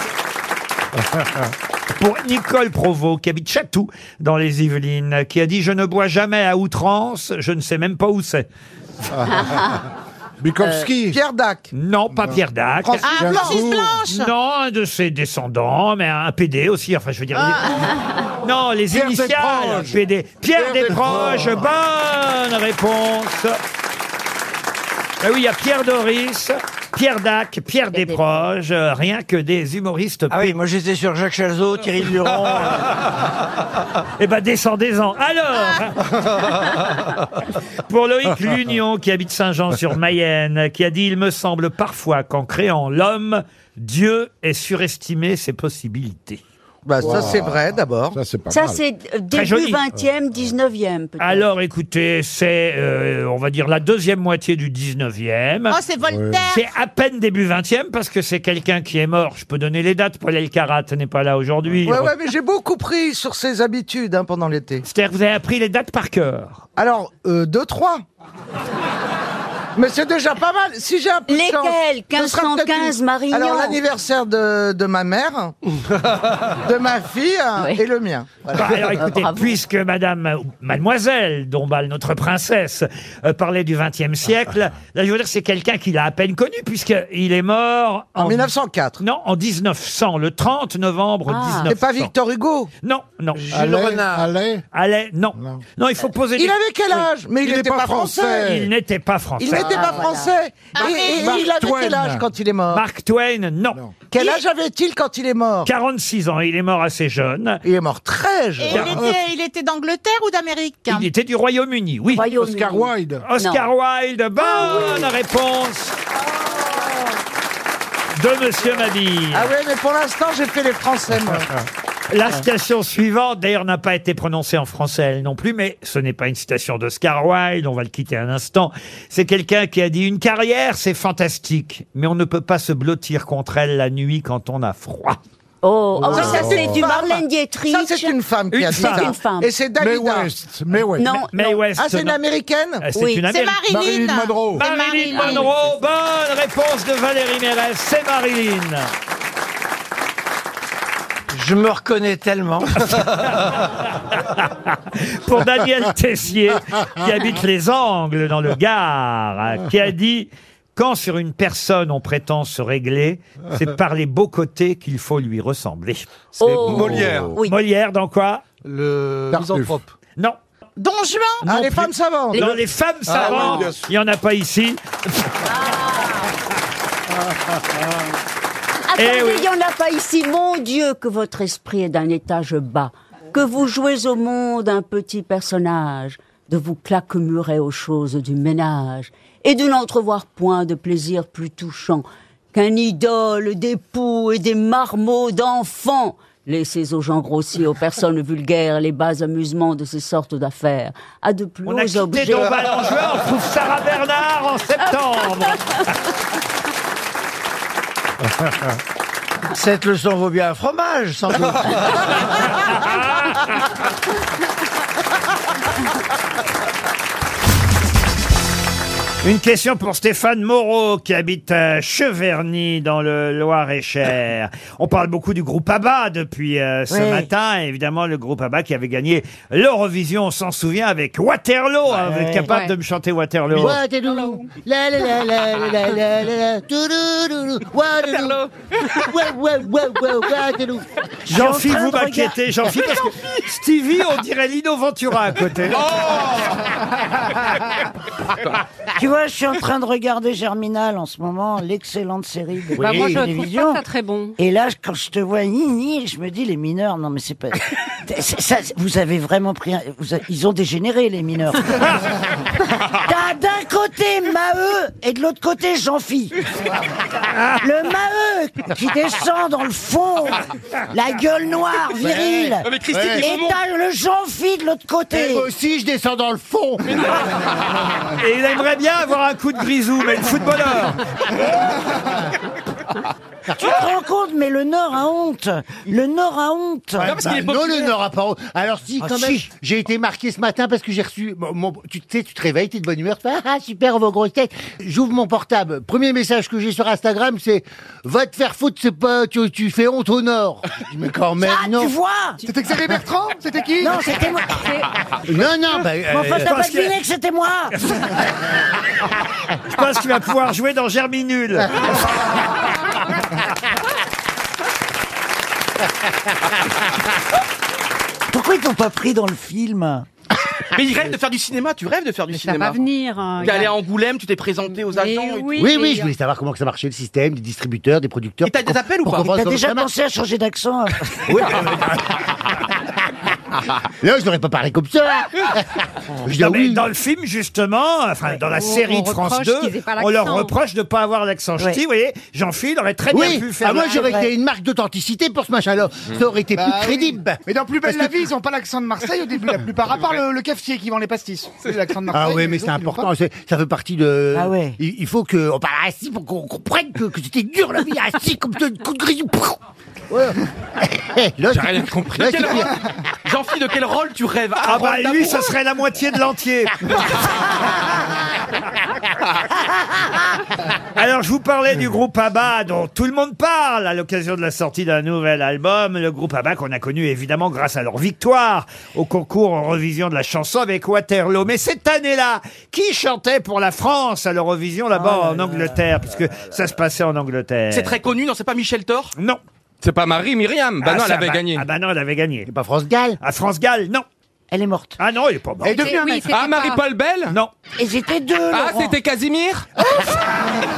S4: Pour Nicole Provost, qui habite Chatou, dans les Yvelines, qui a dit « Je ne bois jamais à outrance, je ne sais même pas où c'est ».
S26: Bukowski. Euh, Pierre Dac.
S4: Non, pas Pierre Dac.
S26: Francis Ah, Blanche. Francis Blanche.
S4: Non, un de ses descendants, mais un PD aussi, enfin je veux dire... les- Non, les
S6: Pierre
S4: initiales.
S6: Desproges.
S4: PD. Pierre,
S6: Pierre
S4: Desproges,
S6: Desproges.
S4: bonne réponse. Ah oui, il y a Pierre Doris, Pierre Dac, Pierre Desproges, euh, rien que des humoristes. Ah oui, moi j'étais sur Jacques Chazot, Thierry Luron. Eh ben descendez-en. Alors Pour Loïc Lunion, qui habite Saint-Jean-sur-Mayenne, qui a dit Il me semble parfois qu'en créant l'homme, Dieu ait surestimé ses possibilités.
S26: Bah, ça, c'est vrai,
S30: d'abord.
S26: Ça, c'est pas
S2: Ça, c'est euh, début
S4: Très joli.
S2: 20e, 19e. peut-être.
S4: Alors écoutez, c'est, euh, on va dire, la deuxième moitié du 19e.
S10: Oh, c'est Voltaire.
S4: C'est à peine début 20e parce que c'est quelqu'un qui est mort. Je peux donner les dates. Paul Elkarat n'est pas là aujourd'hui.
S26: Ouais, ouais, mais j'ai beaucoup pris sur ses habitudes hein, pendant l'été.
S4: C'est-à-dire, vous avez appris les dates par cœur.
S26: Alors, euh, deux, trois. mais c'est déjà pas mal. Si j'ai un peu de chance,
S2: Lesquels
S26: ce sera peut-être
S2: 1515 Marignan.
S26: Alors, l'anniversaire de, de ma mère, de ma fille hein, et le mien. Voilà.
S4: Bah, alors écoutez, puisque madame, ou mademoiselle Dombal, notre princesse, euh, parlait du XXe
S26: Ah.
S4: siècle, là je veux dire c'est quelqu'un qu'il a à peine connu puisqu'il est mort en,
S26: 1904.
S4: Non, en 1900, le 30 novembre
S26: Ah.
S4: 1900.
S26: C'est pas Victor Hugo
S4: Non, non.
S26: Jules Allais, Renard.
S4: Allais Allais, non. non. il faut poser
S26: Il avait quel âge Mais il
S4: n'était
S26: était pas français.
S4: Il n'était pas français.
S26: Il n'était
S2: Ah,
S26: pas français. Et, et
S4: Mark
S26: il avait quel
S4: Twain.
S26: âge quand il est mort
S4: Mark Twain, non.
S26: Quel âge avait-il quand il est mort
S4: 46 ans, il est mort assez jeune.
S26: Il est mort très
S10: Et il était, il était d'Angleterre ou d'Amérique
S4: Il était du Royaume-Uni, oui.
S10: Oscar Wilde.
S4: Oscar
S10: Non.
S4: Wilde, bonne
S26: Ah
S4: réponse de Monsieur Mabille.
S26: Ah ouais, mais pour l'instant, j'ai fait les Français, moi.
S4: La citation suivante, d'ailleurs, n'a pas été prononcée en français elle non plus, mais ce n'est pas une citation d'Oscar Wilde, on va le quitter un instant. C'est quelqu'un qui a dit « Une carrière, c'est fantastique, mais on ne peut pas se blottir contre elle la nuit quand on a froid. »
S2: Oh, ah
S4: Oh.
S2: oui, ça
S4: Oh.
S2: c'est du
S26: Femme.
S2: Marlène Dietrich.
S26: Ça, c'est une femme qui
S4: Une
S26: a dit
S4: femme.
S26: ça.
S4: Une femme.
S26: Et c'est Dalida.
S4: Mae West, Mae West. Non, Mae non. West,
S26: Ah, c'est une
S4: non.
S26: américaine
S4: Ah, c'est Oui. une Américaine. C'est Marilyn. Marilyn Monroe.
S26: C'est
S4: Marilyn Monroe, bonne réponse de Valérie Mérès, c'est Marilyn.
S8: Je me reconnais tellement.
S4: pour Daniel Tessier, qui habite les Angles dans le Gard, hein, qui a dit Quand sur une personne on prétend se régler, c'est par les beaux côtés qu'il faut lui ressembler.
S10: C'est Oh. Molière. Oui.
S4: Molière dans quoi Le
S10: Tartuffe.
S4: misanthrope. Non.
S10: Don Juan
S4: Ah,
S10: Non
S4: les
S10: plus.
S4: femmes
S26: savantes.
S4: Dans les femmes
S10: Ah, oui,
S4: savantes,
S10: bien
S4: il n'y en a pas ici.
S2: Attendez,
S4: Eh oui.
S2: il n'y en a pas ici. Mon Dieu, que votre esprit est d'un étage bas. Que vous jouez au monde un petit personnage. De vous claquemurer aux choses du ménage. Et de n'entrevoir point de plaisir plus touchant qu'un idole d'époux et des marmots d'enfants. Laissez aux gens grossiers, aux personnes vulgaires, les bas amusements de ces sortes d'affaires. À de plus
S4: On a
S2: hauts objets.
S4: quitté Don Balanjouin, on trouve Sarah Bernard en septembre.
S8: Cette leçon vaut bien un fromage, sans doute.
S4: Une question pour Stéphane Moreau qui habite à Cheverny dans le Loir-et-Cher. On parle beaucoup du groupe ABBA depuis euh, ce
S8: Oui.
S4: matin. Et Évidemment, le groupe ABBA qui avait gagné l'Eurovision, on s'en souvient, avec Waterloo. hein. Vous êtes capable
S8: Ouais.
S4: de me chanter Waterloo
S1: Waterloo. La la la la la la la la la. Touloulou. Waterloo. Ouais, ouais, ouais, ouais, Waterloo.
S4: Jean-Philippe, vous m'inquiétez, Jean-Philippe, parce que Stevie, on dirait Lino Ventura à côté.
S12: Oh.
S4: Euh,
S12: Tu vois, je suis en train de regarder Germinal en ce moment, l'excellente série de
S6: Bah, moi, je
S12: télévision.
S6: trouve pas ça très bon.
S12: Et là, je- quand je te vois nini, je me dis les mineurs, non mais c'est pas. c'est- ça, vous avez vraiment pris. un- vous avez- ils ont dégénéré les mineurs. T'as d'un côté Maheu et de l'autre côté Jean-Phi.
S4: Ah.
S12: Le Maheu qui descend dans le fond, la gueule noire, virile.
S1: Ouais. Ah, Mais Christine, il
S12: et
S1: faut
S12: t'as le Jean-Phi de l'autre côté.
S1: Et Eh, moi aussi, je descends dans le fond.
S4: Et il aimerait bien avoir un coup de grisou, mais le footballeur.
S12: Tu te rends compte, mais le Nord a honte. Le Nord a honte.
S1: Ouais, bah, non, le Nord a pas honte. Alors si,
S12: Ah,
S1: quand même,
S12: si.
S1: j'ai été marqué ce matin parce que j'ai reçu... mon- mon- tu sais, tu te réveilles, t'es de bonne humeur, tu fais, ah, ah, super, vos grosses têtes. J'ouvre mon portable. Premier message que j'ai sur Instagram, c'est « Va te faire foutre, c'est pas... Tu, tu fais honte au Nord. » Je dis, Mais quand même,
S12: Ah,
S1: non.
S12: tu vois
S1: C'était Xavier Bertrand C'était qui
S12: Non, c'était moi.
S1: Non, non, bah...
S12: Mais enfin,
S1: euh,
S12: t'as pas
S1: parce que-
S12: deviné que c'était moi
S4: Je pense qu'il va pouvoir jouer dans Germinule.
S12: Pourquoi ils t'ont pas pris dans le film
S13: Mais il rêve de faire du cinéma, tu rêves de faire du Ça va cinéma. venir. hein, T'es allé à regarde. Angoulême, tu t'es présenté aux agents. et tout. oui,
S1: Oui, oui, je voulais savoir comment que ça marchait le système, des distributeurs, des producteurs. Et t'as des appels ou
S12: euh, T'as déjà pensé à changer d'accent hein
S1: Oui. Là, je n'aurais pas parlé comme ça. Je dis,
S4: Non,
S1: ah
S4: mais
S1: oui.
S4: Dans le film, justement, enfin, dans la
S1: On-
S4: série
S1: on
S4: de France
S1: reproche
S4: 2,
S1: qu'ils aient pas
S4: on leur
S1: l'accent.
S4: reproche de ne pas avoir l'accent ch'ti. Vous voyez, Jean-Phil aurait très bien
S1: oui.
S4: pu faire
S1: Ah, moi,
S4: la-
S1: j'aurais été une marque d'authenticité pour ce machin-là. Ça aurait été
S20: Bah
S1: plus
S20: oui.
S1: crédible.
S20: Mais dans Plus belle
S1: Parce
S20: la
S1: que-
S20: vie, ils n'ont pas l'accent de Marseille au début, la plupart, à part le, le cafetier qui vend les pastis. C'est l'accent de Marseille.
S1: Ah oui,
S12: euh,
S20: les
S1: mais
S20: autres,
S1: c'est
S20: ils l'ont
S1: important.
S20: pas.
S1: c'est- Ça fait partie de.
S20: Ah ouais.
S1: Il, il faut qu'on parle assis pour qu'on comprenne que, que c'était dur la vie. Assis comme un coup de grillou. Ouais. Là,
S21: J'ai
S1: c'est-
S21: rien compris.
S1: là, c'est-
S21: Quel rôle Jean-Phil, de quel rôle tu rêves
S4: Ah, bah,
S21: rôle
S4: lui,
S21: d'amoureux
S4: ça serait la moitié de l'entier. Alors, je vous parlais du groupe ABBA dont tout le monde parle à l'occasion de la sortie d'un nouvel album. Le groupe ABBA qu'on a connu évidemment grâce à leur victoire au concours Eurovision de la chanson avec Waterloo. Mais cette année-là, qui chantait pour la France à l'Eurovision là-bas
S1: Oh
S4: en Angleterre Puisque ça se passait en Angleterre.
S21: C'est très connu, non C'est pas Michel Thor
S4: Euh. Non.
S7: C'est pas Marie Myriam. Bah
S4: Ah,
S7: non, elle
S4: ça,
S7: avait
S4: bah-
S7: gagné.
S4: Ah bah non, elle avait gagné.
S1: pas France Gall
S4: À France Gall, non.
S20: Elle est morte.
S4: Ah non, elle est pas morte.
S20: Elle est devenue un Oui, mec. c'était
S7: Ah, Marie-Paul Belle
S4: Non.
S20: Et j'étais deux.
S7: Ah,
S20: Laurent.
S7: c'était Casimir
S21: Oh.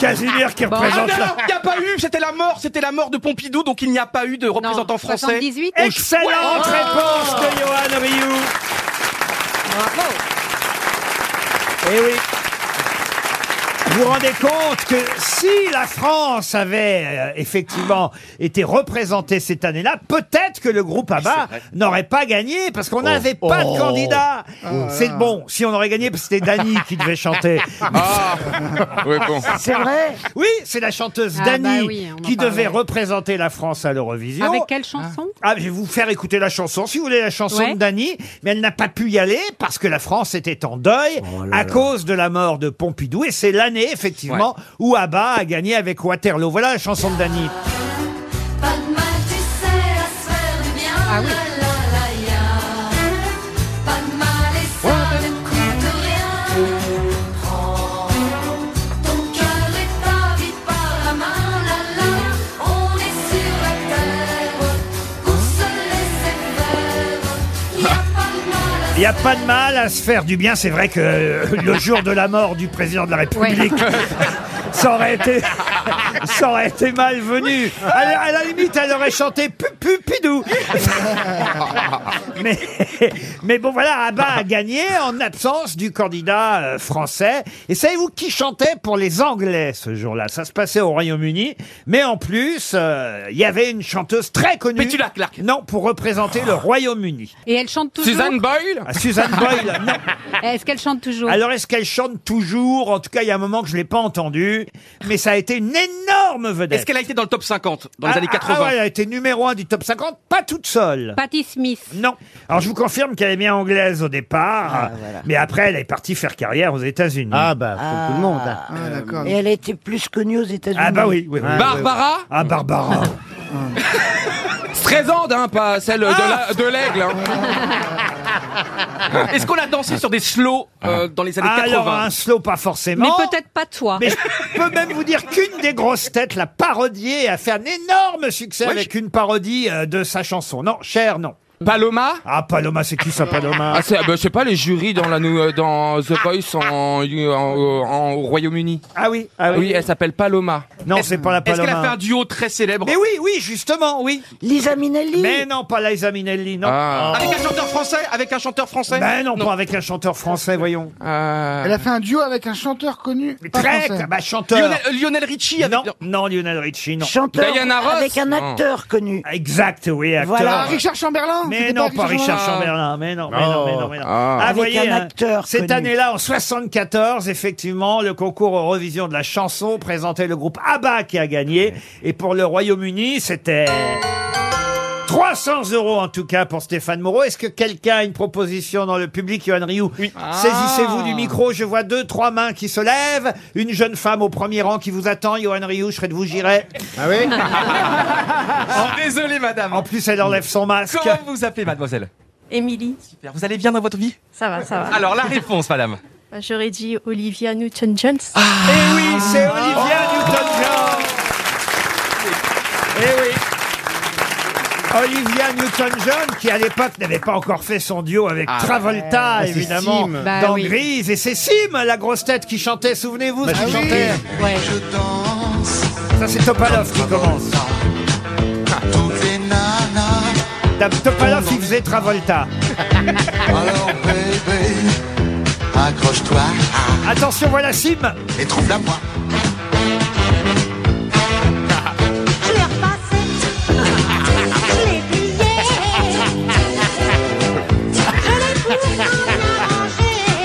S4: Casimir qui représente
S21: Ah non,
S4: la-
S21: il n'y a pas eu, c'était la mort, c'était la mort de Pompidou, donc il n'y a pas eu de représentant français. Oh.
S4: 78. Excellente réponse de Johan Rioux.
S21: Bravo.
S4: Eh oui. Vous vous rendez compte que si la France avait euh, effectivement été représentée cette année-là, peut-être que le groupe ABBA n'aurait pas gagné parce qu'on n'avait pas
S1: Oh.
S4: de candidat.
S1: Ah,
S4: C'est bon, si on aurait gagné, parce que c'était Dany qui devait chanter.
S1: Ah.
S7: Oui, bon.
S4: C'est vrai Oui, c'est la chanteuse
S24: Ah,
S4: Dany
S24: bah oui, on en
S4: qui devait
S24: parlait.
S4: représenter la France à l'Eurovision.
S24: Avec quelle chanson
S4: Ah, je vais vous faire écouter la chanson, si vous voulez, la chanson
S24: Ouais.
S4: de Dany. Mais elle n'a pas pu y aller parce que la France était en deuil à cause de la mort de Pompidou. Et c'est l'année, effectivement, où ABBA a gagné avec Waterloo. Voilà la chanson de Dany.
S8: Pas de mal, tu sais, à se faire du bien. La, la, la, ya. Pas de mal et ça ne coûte rien. Prends ton cœur et ta vie par la main. La, la, la. On est sur la terre pour se laisser faire. Y a pas de mal à
S4: Il n'y a pas de mal à se faire du bien. C'est vrai que euh, le jour de la mort du président de la République, ça aurait été, ça aurait été malvenu. À, la- à la limite, elle aurait chanté Pupupidou. mais, mais bon, voilà, Abba a gagné en absence du candidat euh, français. Et savez-vous qui chantait pour les Anglais ce jour-là Ça se passait au Royaume-Uni. Mais en plus, euh, il y avait une chanteuse très connue. Petula Clark. Non, pour représenter le Royaume-Uni.
S24: Et elle chante toujours.
S4: Boyle Ah, Suzanne Boyle, non.
S24: Est-ce qu'elle chante toujours
S4: Alors, est-ce qu'elle chante toujours En tout cas, il y a un moment que je ne l'ai pas entendue. Mais ça a été une énorme vedette.
S21: Est-ce qu'elle a été dans le top 50 dans les
S4: Ah,
S21: années
S4: ah,
S21: 80
S4: ah ouais, elle a été numéro 1 du top 50, pas toute seule.
S24: Patti Smith.
S4: Non. Alors, je vous confirme qu'elle est bien anglaise au départ.
S12: Ah, voilà.
S4: Mais après, elle est partie faire carrière aux États-Unis. Ah, bah,
S12: tout le monde. Ah, Et elle était plus connue aux États-Unis.
S4: Ah, bah oui, oui, oui.
S7: Barbara
S4: Ah, Barbara.
S7: Strésande, hein, pas celle de la- de l'aigle. hein.
S21: Est-ce qu'on a dansé sur des slow
S7: Ah.
S21: euh, dans les années
S4: Alors,
S21: 80
S4: un slow, pas forcément.
S24: Mais peut-être pas toi.
S4: Mais je peux même vous dire qu'une des grosses têtes l'a parodiée et a fait un énorme succès avec une parodie euh, de sa chanson. Non, Cher, non.
S7: Paloma
S4: Ah, Paloma, c'est qui ça, Paloma
S7: Ah, c'est, ah, bah, je sais pas, les jurys dans, la, nou- euh, dans The Voice en, en- en- au Royaume-Uni.
S4: Ah oui, ah oui.
S7: elle s'appelle Paloma.
S4: Non, c'est pas la
S21: Est-ce qu'elle a
S4: Ah, Paloma.
S21: fait un duo très célèbre
S4: Mais oui, oui, justement, oui.
S12: Lisa Minelli.
S4: Mais non, pas Liza Minnelli, non.
S21: Ah.
S1: Ah.
S4: Oh.
S21: Avec un chanteur français Avec un chanteur français Ah.
S4: Ben non, pas avec un chanteur français, voyons.
S12: Elle a fait un duo avec un chanteur connu. Pas
S4: Très,
S12: français.
S4: bah, chanteur.
S21: Lionel- euh, Richie
S4: Non, non, Lionel Richie, non.
S12: Chanteur avec un
S4: Non.
S12: acteur connu.
S4: Exact, oui, acteur.
S21: Ah,
S12: Voilà. Richard Chamberlain.
S4: Mais
S12: c'était
S4: non, pas Richard Chamberlain, mais non, mais non, mais non. mais non. Ah,
S12: Avec
S4: voyez,
S12: un
S4: hein,
S12: acteur
S4: cette
S12: connu.
S4: année-là, en 74, effectivement, le concours Eurovision de la chanson présentait le groupe ABBA qui a gagné. Et pour le Royaume-Uni, c'était 300 euros en tout cas pour Stéphane Moreau. Est-ce que quelqu'un a une proposition dans le public, Johan Rioux Ah. Saisissez-vous du micro, je vois deux, trois mains qui se lèvent. Une jeune femme au premier rang qui vous attend, Johan Rioux, je serai de vous, j'irai. Ah oui
S21: Oh, Désolé, madame.
S4: En plus, elle enlève son masque.
S21: Comment vous appelez, mademoiselle
S19: Émilie,
S21: Vous allez bien dans votre vie
S19: ça va, ça
S4: Ah.
S19: va.
S21: Alors, la réponse, madame.
S19: Bah, J'aurais dit Olivia Newton-Jones.
S1: Ah.
S4: Eh oui, c'est
S1: Oh.
S4: Olivia Newton-John. Eh oui. Olivia Newton-John, qui à l'époque n'avait pas encore fait son duo avec
S22: Ah,
S4: Travolta,
S22: ouais. C'est
S4: évidemment,
S22: Sim.
S4: dans
S22: Bah oui.
S4: Grise. Et c'est Sim, la grosse tête qui chantait, souvenez-vous,
S22: Bah
S4: ce qui
S22: oui.
S4: chantait.
S8: Je danse
S4: Ça, c'est Topalov qui commence.
S8: toutes les nanas.
S4: Madame Topalov, il faisait Travolta.
S8: Alors, bébé, accroche-toi.
S4: Attention, voilà Sim.
S8: Et trouve-la moi. Je l'ai repassé. Je l'ai plié. Je l'ai pour t'en arranger.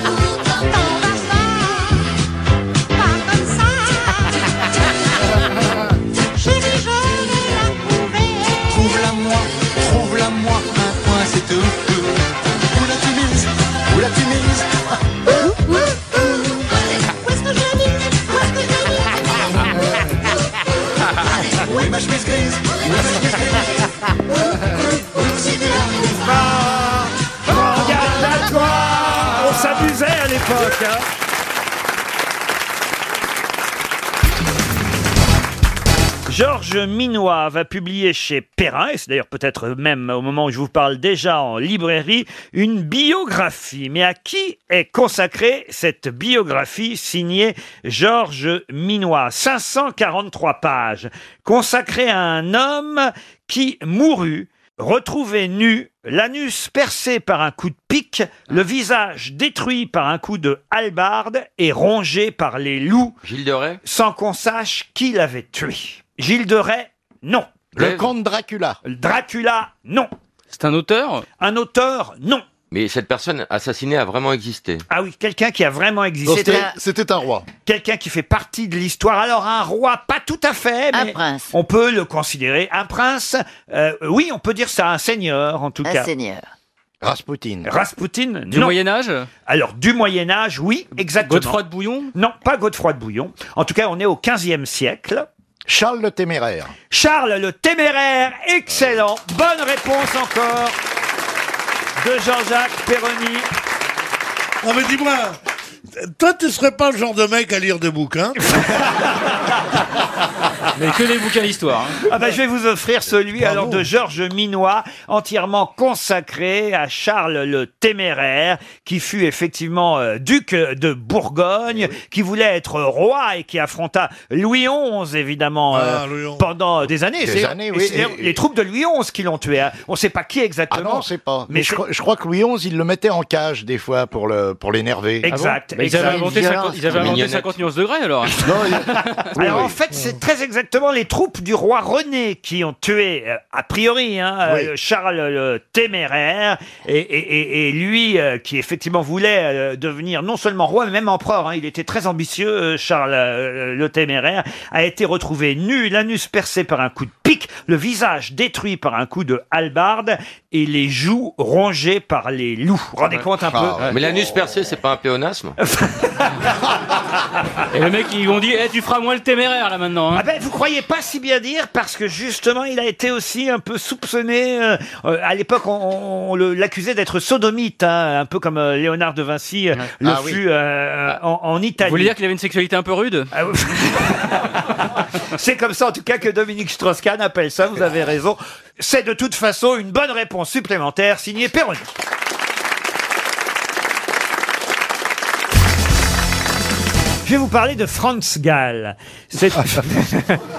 S8: T'en vas pas. Pas comme ça. J'ai dit, je vais la trouver. Trouve-la moi. Trouve-la moi. Un point, c'est deux. deux. Où l'as-tu mise Où l'as-tu mise Où est-ce que je l'ai mise Où est-ce que je l'ai mise où est ma chemise grise Où est ma chemise grise Où si tu la trouves pas
S4: Regarde à toi On s'amusait à l'époque. hein. Georges Minois va publier chez Perrin, et c'est d'ailleurs peut-être même au moment où je vous parle déjà en librairie, une biographie. Mais à qui est consacrée cette biographie signée Georges Minois 543 pages, consacrée à un homme qui mourut, retrouvé nu, l'anus percé par un coup de pique,
S7: Ah.
S4: le visage détruit par un coup de hallebarde et rongé par les loups.
S7: Gilles de Rais
S4: Sans qu'on sache qui l'avait tué. Gilles de Rais, non.
S7: Le
S4: comte Dracula. Dracula, non.
S7: C'est un auteur
S4: Un auteur, non.
S7: Mais cette personne assassinée a vraiment existé.
S4: Ah oui, quelqu'un qui a vraiment existé.
S7: C'était-
S4: un roi. Quelqu'un qui fait partie de l'histoire. Alors un roi, pas tout à fait, mais on peut le considérer un prince. Euh, oui, on peut dire ça, un seigneur en tout
S27: Un
S4: cas.
S27: seigneur.
S4: Rasputin. Rasputin,
S23: Du Moyen Âge
S4: Alors du Moyen Âge, oui, exactement.
S23: Godefroy de
S4: Bouillon Non, pas Godefroy de Bouillon. En tout cas, on est au 15e siècle. Charles le Téméraire. Charles le Téméraire, excellent. Bonne réponse encore de Jean-Jacques Perroni.
S5: Non mais dis-moi,
S9: euh,
S5: toi tu serais pas le genre de mec à lire des bouquins
S23: Mais que des bouquins d'histoire.
S5: hein.
S4: Ah bah, je vais vous offrir celui alors de Georges Minois, entièrement consacré à Charles le Téméraire, qui fut effectivement euh, duc de
S5: Eh
S4: Bourgogne, qui voulait être roi et qui affronta Louis XI évidemment
S5: Ah,
S4: euh,
S5: Louis XI.
S4: pendant des
S5: Des
S4: années. C'est-
S5: années,
S4: et
S5: oui,
S4: c'est d'ailleurs
S5: et-
S4: les troupes de Louis XI qui l'ont tué. hein. On sait pas qui
S28: Ah
S4: exactement.
S28: non, c'est pas. Mais, je,
S4: c'est-
S28: crois- je crois que Louis XI, il le mettait en cage des fois pour le pour l'énerver. Ah
S4: Exact,
S23: Ah Ils avaient inventé 50, ils avaient inventé
S28: Mignonnette.
S23: 50 nuances degrés alors.
S4: Alors en fait, c'est très exactement les troupes du roi René qui ont tué, euh, a priori, hein, euh,
S28: Oui.
S4: le Charles le Téméraire, et, et- et- et lui euh, qui effectivement voulait euh, devenir non seulement roi, mais même empereur. hein. il était très ambitieux, euh, Charles euh, le Téméraire, a été retrouvé nu, l'anus percé par un coup de pique, le visage détruit par un coup de hallebarde, et les joues rongées par les loups. Vous vous
S23: Ah,
S4: rendez compte un peu
S7: Ah. Mais l'anus percé, c'est pas un pléonasme
S23: Et le mec, ils ont dit Eh, tu feras moins le téméraire là maintenant. hein.
S4: Ah ben, vous croyez pas si bien dire parce que justement, il a été aussi un peu soupçonné. euh, euh, à l'époque, on, on- on le- l'accusait d'être sodomite, hein, un peu comme euh, Léonard de Vinci euh, le
S23: Ah oui.
S4: fut euh, en, en Italie.
S23: Vous voulez dire qu'il avait une sexualité un peu rude
S4: Ah C'est comme ça, en tout cas, que Dominique Strauss-Kahn appelle ça. Vous avez raison. C'est de toute façon une bonne réponse supplémentaire signée Perroni. Je vais vous parler de Franz Gall. C'est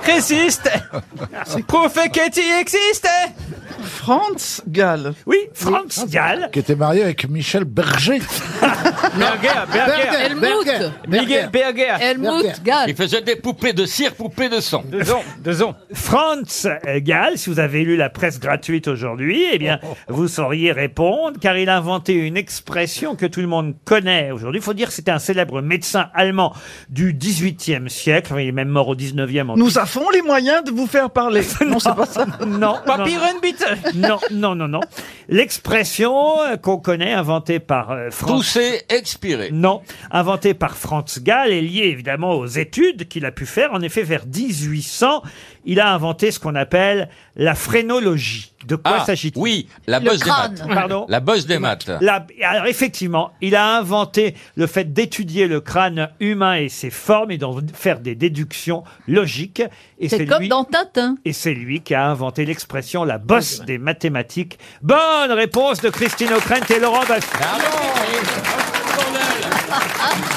S8: Résiste Prouve que tu existes
S4: Franz Gall. Oui, Franz Gall.
S9: Qui était marié avec Michel Berger.
S8: Berger, Berger,
S9: Helmut.
S8: Berger,
S9: Berger.
S8: Berger
S9: Helmut Berger.
S8: Gall
S7: Il faisait des poupées de cire, poupées de sang.
S4: Deux ans, deux ans. Franz Gall, si vous avez lu la presse gratuite aujourd'hui, eh bien, vous sauriez répondre, car il a inventé une expression que tout le monde connaît aujourd'hui. Il faut dire que c'était un célèbre médecin allemand du 18e siècle. Il est même mort au 19e. en-
S21: Nous avons les moyens de vous faire parler. non, c'est pas ça.
S4: Non.
S21: Papy
S4: non, non. Non, non, non, non. L'expression euh, qu'on connaît, inventée par euh, Franz...
S7: Tousser, expirer.
S4: Non, inventée par Franz Gall est liée évidemment aux études qu'il a pu faire. En effet, vers 1800, il a inventé ce qu'on appelle la phrénologie. De quoi
S7: Ah,
S4: s'agit-il
S7: Oui, la
S4: Le
S7: bosse des
S4: crâne.
S7: maths.
S4: Pardon
S7: La bosse des maths.
S4: La- alors effectivement, il a inventé le fait d'étudier le crâne humain et ses formes et d'en faire des déductions logiques. Et
S24: C'est comme
S4: lui-
S24: dans Tintin.
S4: Et c'est lui qui a inventé l'expression la bosse des mathématiques. Bonne réponse de Christine O'Krent et Laurent Baffie.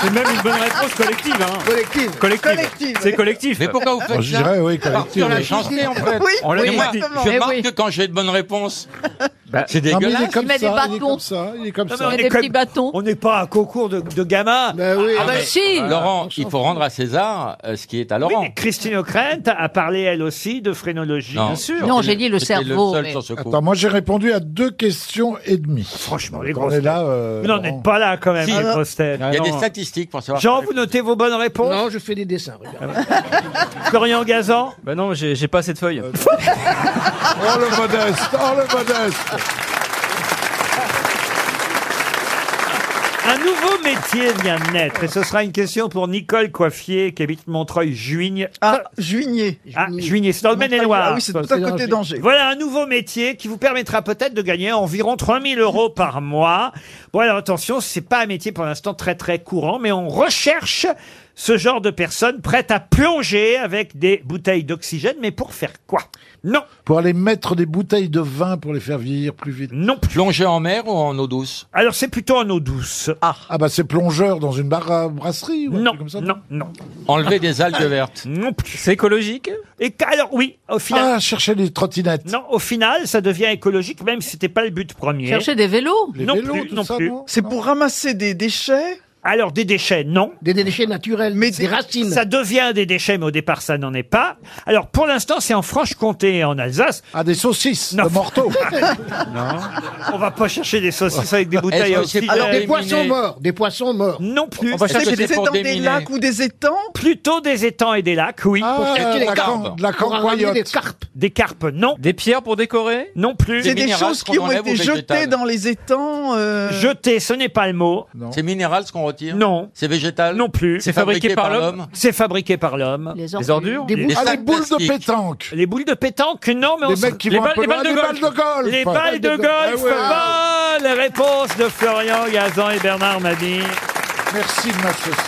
S13: C'est même une bonne réponse collective. Hein. Collective. Collective. C'est collectif.
S7: Mais pourquoi vous faites
S9: Moi, je dirais, oui,
S7: ça Par
S9: collectif,
S7: pure
S9: oui.
S7: méchanceté, en fait.
S9: Oui,
S7: On l'a
S9: oui,
S7: dit. Moi,
S9: exactement.
S7: Je
S9: Eh
S7: marque
S9: oui.
S7: que quand j'ai de bonnes réponses, c'est
S13: Ah,
S9: Non, mais il est
S7: dégueulasse.
S9: comme
S10: met des
S4: Ah,
S9: ça, il est
S10: bâtons.
S9: comme ça, il est comme
S10: Non,
S9: ça.
S10: mais on est Des comme- petits bâtons.
S4: On n'est pas à concours de, de gamins.
S9: Ah,
S7: mais-
S4: ben si.
S7: Laurent, il faut rendre à César euh, ce qui est à
S4: Oui,
S7: Laurent.
S4: mais Christine O'Krent a parlé elle aussi de phrénologie,
S7: Non.
S4: bien sûr.
S7: Non, j'ai dit le C'était le cerveau, seul mais- sur ce coup.
S9: Attends, moi j'ai répondu à deux questions et demie.
S4: Franchement,
S9: Donc,
S4: les
S9: on
S4: grosses
S9: est
S4: têtes.
S9: là. euh,
S4: Vous n'en
S9: Laurent.
S4: êtes pas là quand même,
S9: Si.
S4: les grosses têtes.
S7: Il y a des statistiques pour savoir.
S4: Jean, vous notez vos bonnes réponses
S13: Non, je fais des dessins.
S4: Florian Gazan
S13: Bah non, j'ai j'ai pas assez de
S4: Euh,
S13: feuilles.
S9: Oh le modeste, oh le modeste.
S4: Un nouveau métier vient de naître et ce sera une question pour Nicole Coiffier qui habite Montreuil-Juigne. Ah, Juigné. Ah, Juigné, c'est dans le Maine-et-Loire.
S1: Ah oui, c'est tout à côté d'Angers.
S4: Voilà un nouveau métier qui vous permettra peut-être de gagner environ 3000 euros par mois. Bon, alors attention, c'est pas un métier pour l'instant très très courant, mais on recherche ce genre de personnes prêtes à plonger avec des bouteilles d'oxygène, mais pour faire quoi Non.
S9: Pour aller mettre des bouteilles de vin pour les faire vieillir plus vite.
S4: Non.
S9: Plonger en mer ou en eau douce
S4: Alors c'est plutôt en eau douce. Ah.
S9: Ah bah c'est plongeur dans une euh, barre à brasserie ou un
S4: Non,
S9: truc comme ça
S4: non, non.
S7: Enlever des algues vertes.
S4: Ah, Non C'est écologique Et qu- alors oui, au final.
S9: Ah, chercher des trottinettes.
S4: Non, au final, ça devient écologique, même si c'était pas le but premier.
S1: Chercher des vélos
S4: non plus, non plus.
S1: C'est pour ramasser des déchets
S4: Alors des déchets, non.
S1: Des déchets naturels, mais des racines.
S4: Ça devient des déchets, mais au départ, ça n'en est pas. Alors pour l'instant, c'est en Franche-Comté et en Alsace.
S9: Ah, des saucisses,
S4: non.
S9: morteaux.
S4: non. On va pas chercher des saucisses avec des bouteilles à oxygène.
S1: Alors des poissons morts, des poissons morts.
S4: Non plus.
S1: On va chercher C'est- des- c'est pour dans des déminer. lacs ou
S4: des étangs Plutôt des étangs et des lacs, oui.
S1: Pour chercher les la carpes. can- la Pour cancoyote. ramener des
S4: carpes. Des carpes, non. Des pierres pour décorer Non plus.
S1: C'est des, choses qui ont été jetées dans les étangs. euh,
S4: Jeter, ce n'est pas le mot.
S7: C'est minéral ce qu'on retire
S4: Non.
S7: C'est végétal
S4: Non plus.
S7: C'est fabriqué, par, l'homme
S4: C'est fabriqué par l'homme.
S7: Les ordures. Les ordures Des
S4: Les-
S7: boules-
S4: les
S7: Ah, les
S4: sacs
S7: boules de
S4: plastiques.
S9: pétanque.
S4: Les boules de pétanque, non, mais
S9: Les
S4: on
S9: mecs qui Les vont un balles- peu les loin, balles de les golf. balles de golf. Ah
S4: Les balles de
S9: Balles de golf.
S4: golf.
S9: Ah
S4: Bonne réponse de Florian Gazan et Bernard Mabille.
S9: Merci de m'associer.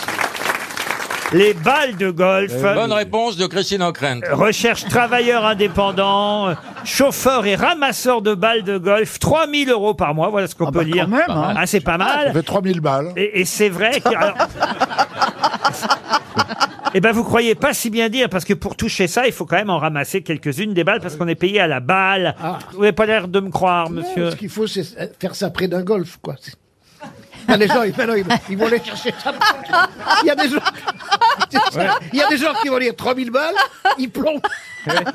S4: Les balles de golf.
S13: Euh,
S7: Bonne réponse de Christine O'Krent.
S4: Recherche travailleur indépendant, euh, chauffeur et ramasseur de balles de golf, 3000 euros par mois, voilà ce qu'on peut dire.
S9: même, hein.
S4: Ah, c'est pas
S9: Ah, ça
S4: mal.
S9: fait 3000 balles.
S4: Et, et c'est vrai que. alors- Eh ben, vous croyez pas si bien dire, parce que pour toucher ça, il faut quand même en ramasser quelques-unes des balles, parce qu'on est payé à la balle.
S9: Ah.
S4: Vous n'avez pas l'air de me croire, monsieur.
S1: Ce qu'il faut, c'est faire ça près d'un golf, quoi. C'est- Ah, les gens, ils, maintenant, ils, ils vont aller chercher ça. Il y a des gens, c'est ça. il y a des gens qui vont dire 3000 balles, ils plombent.
S4: Eh, bah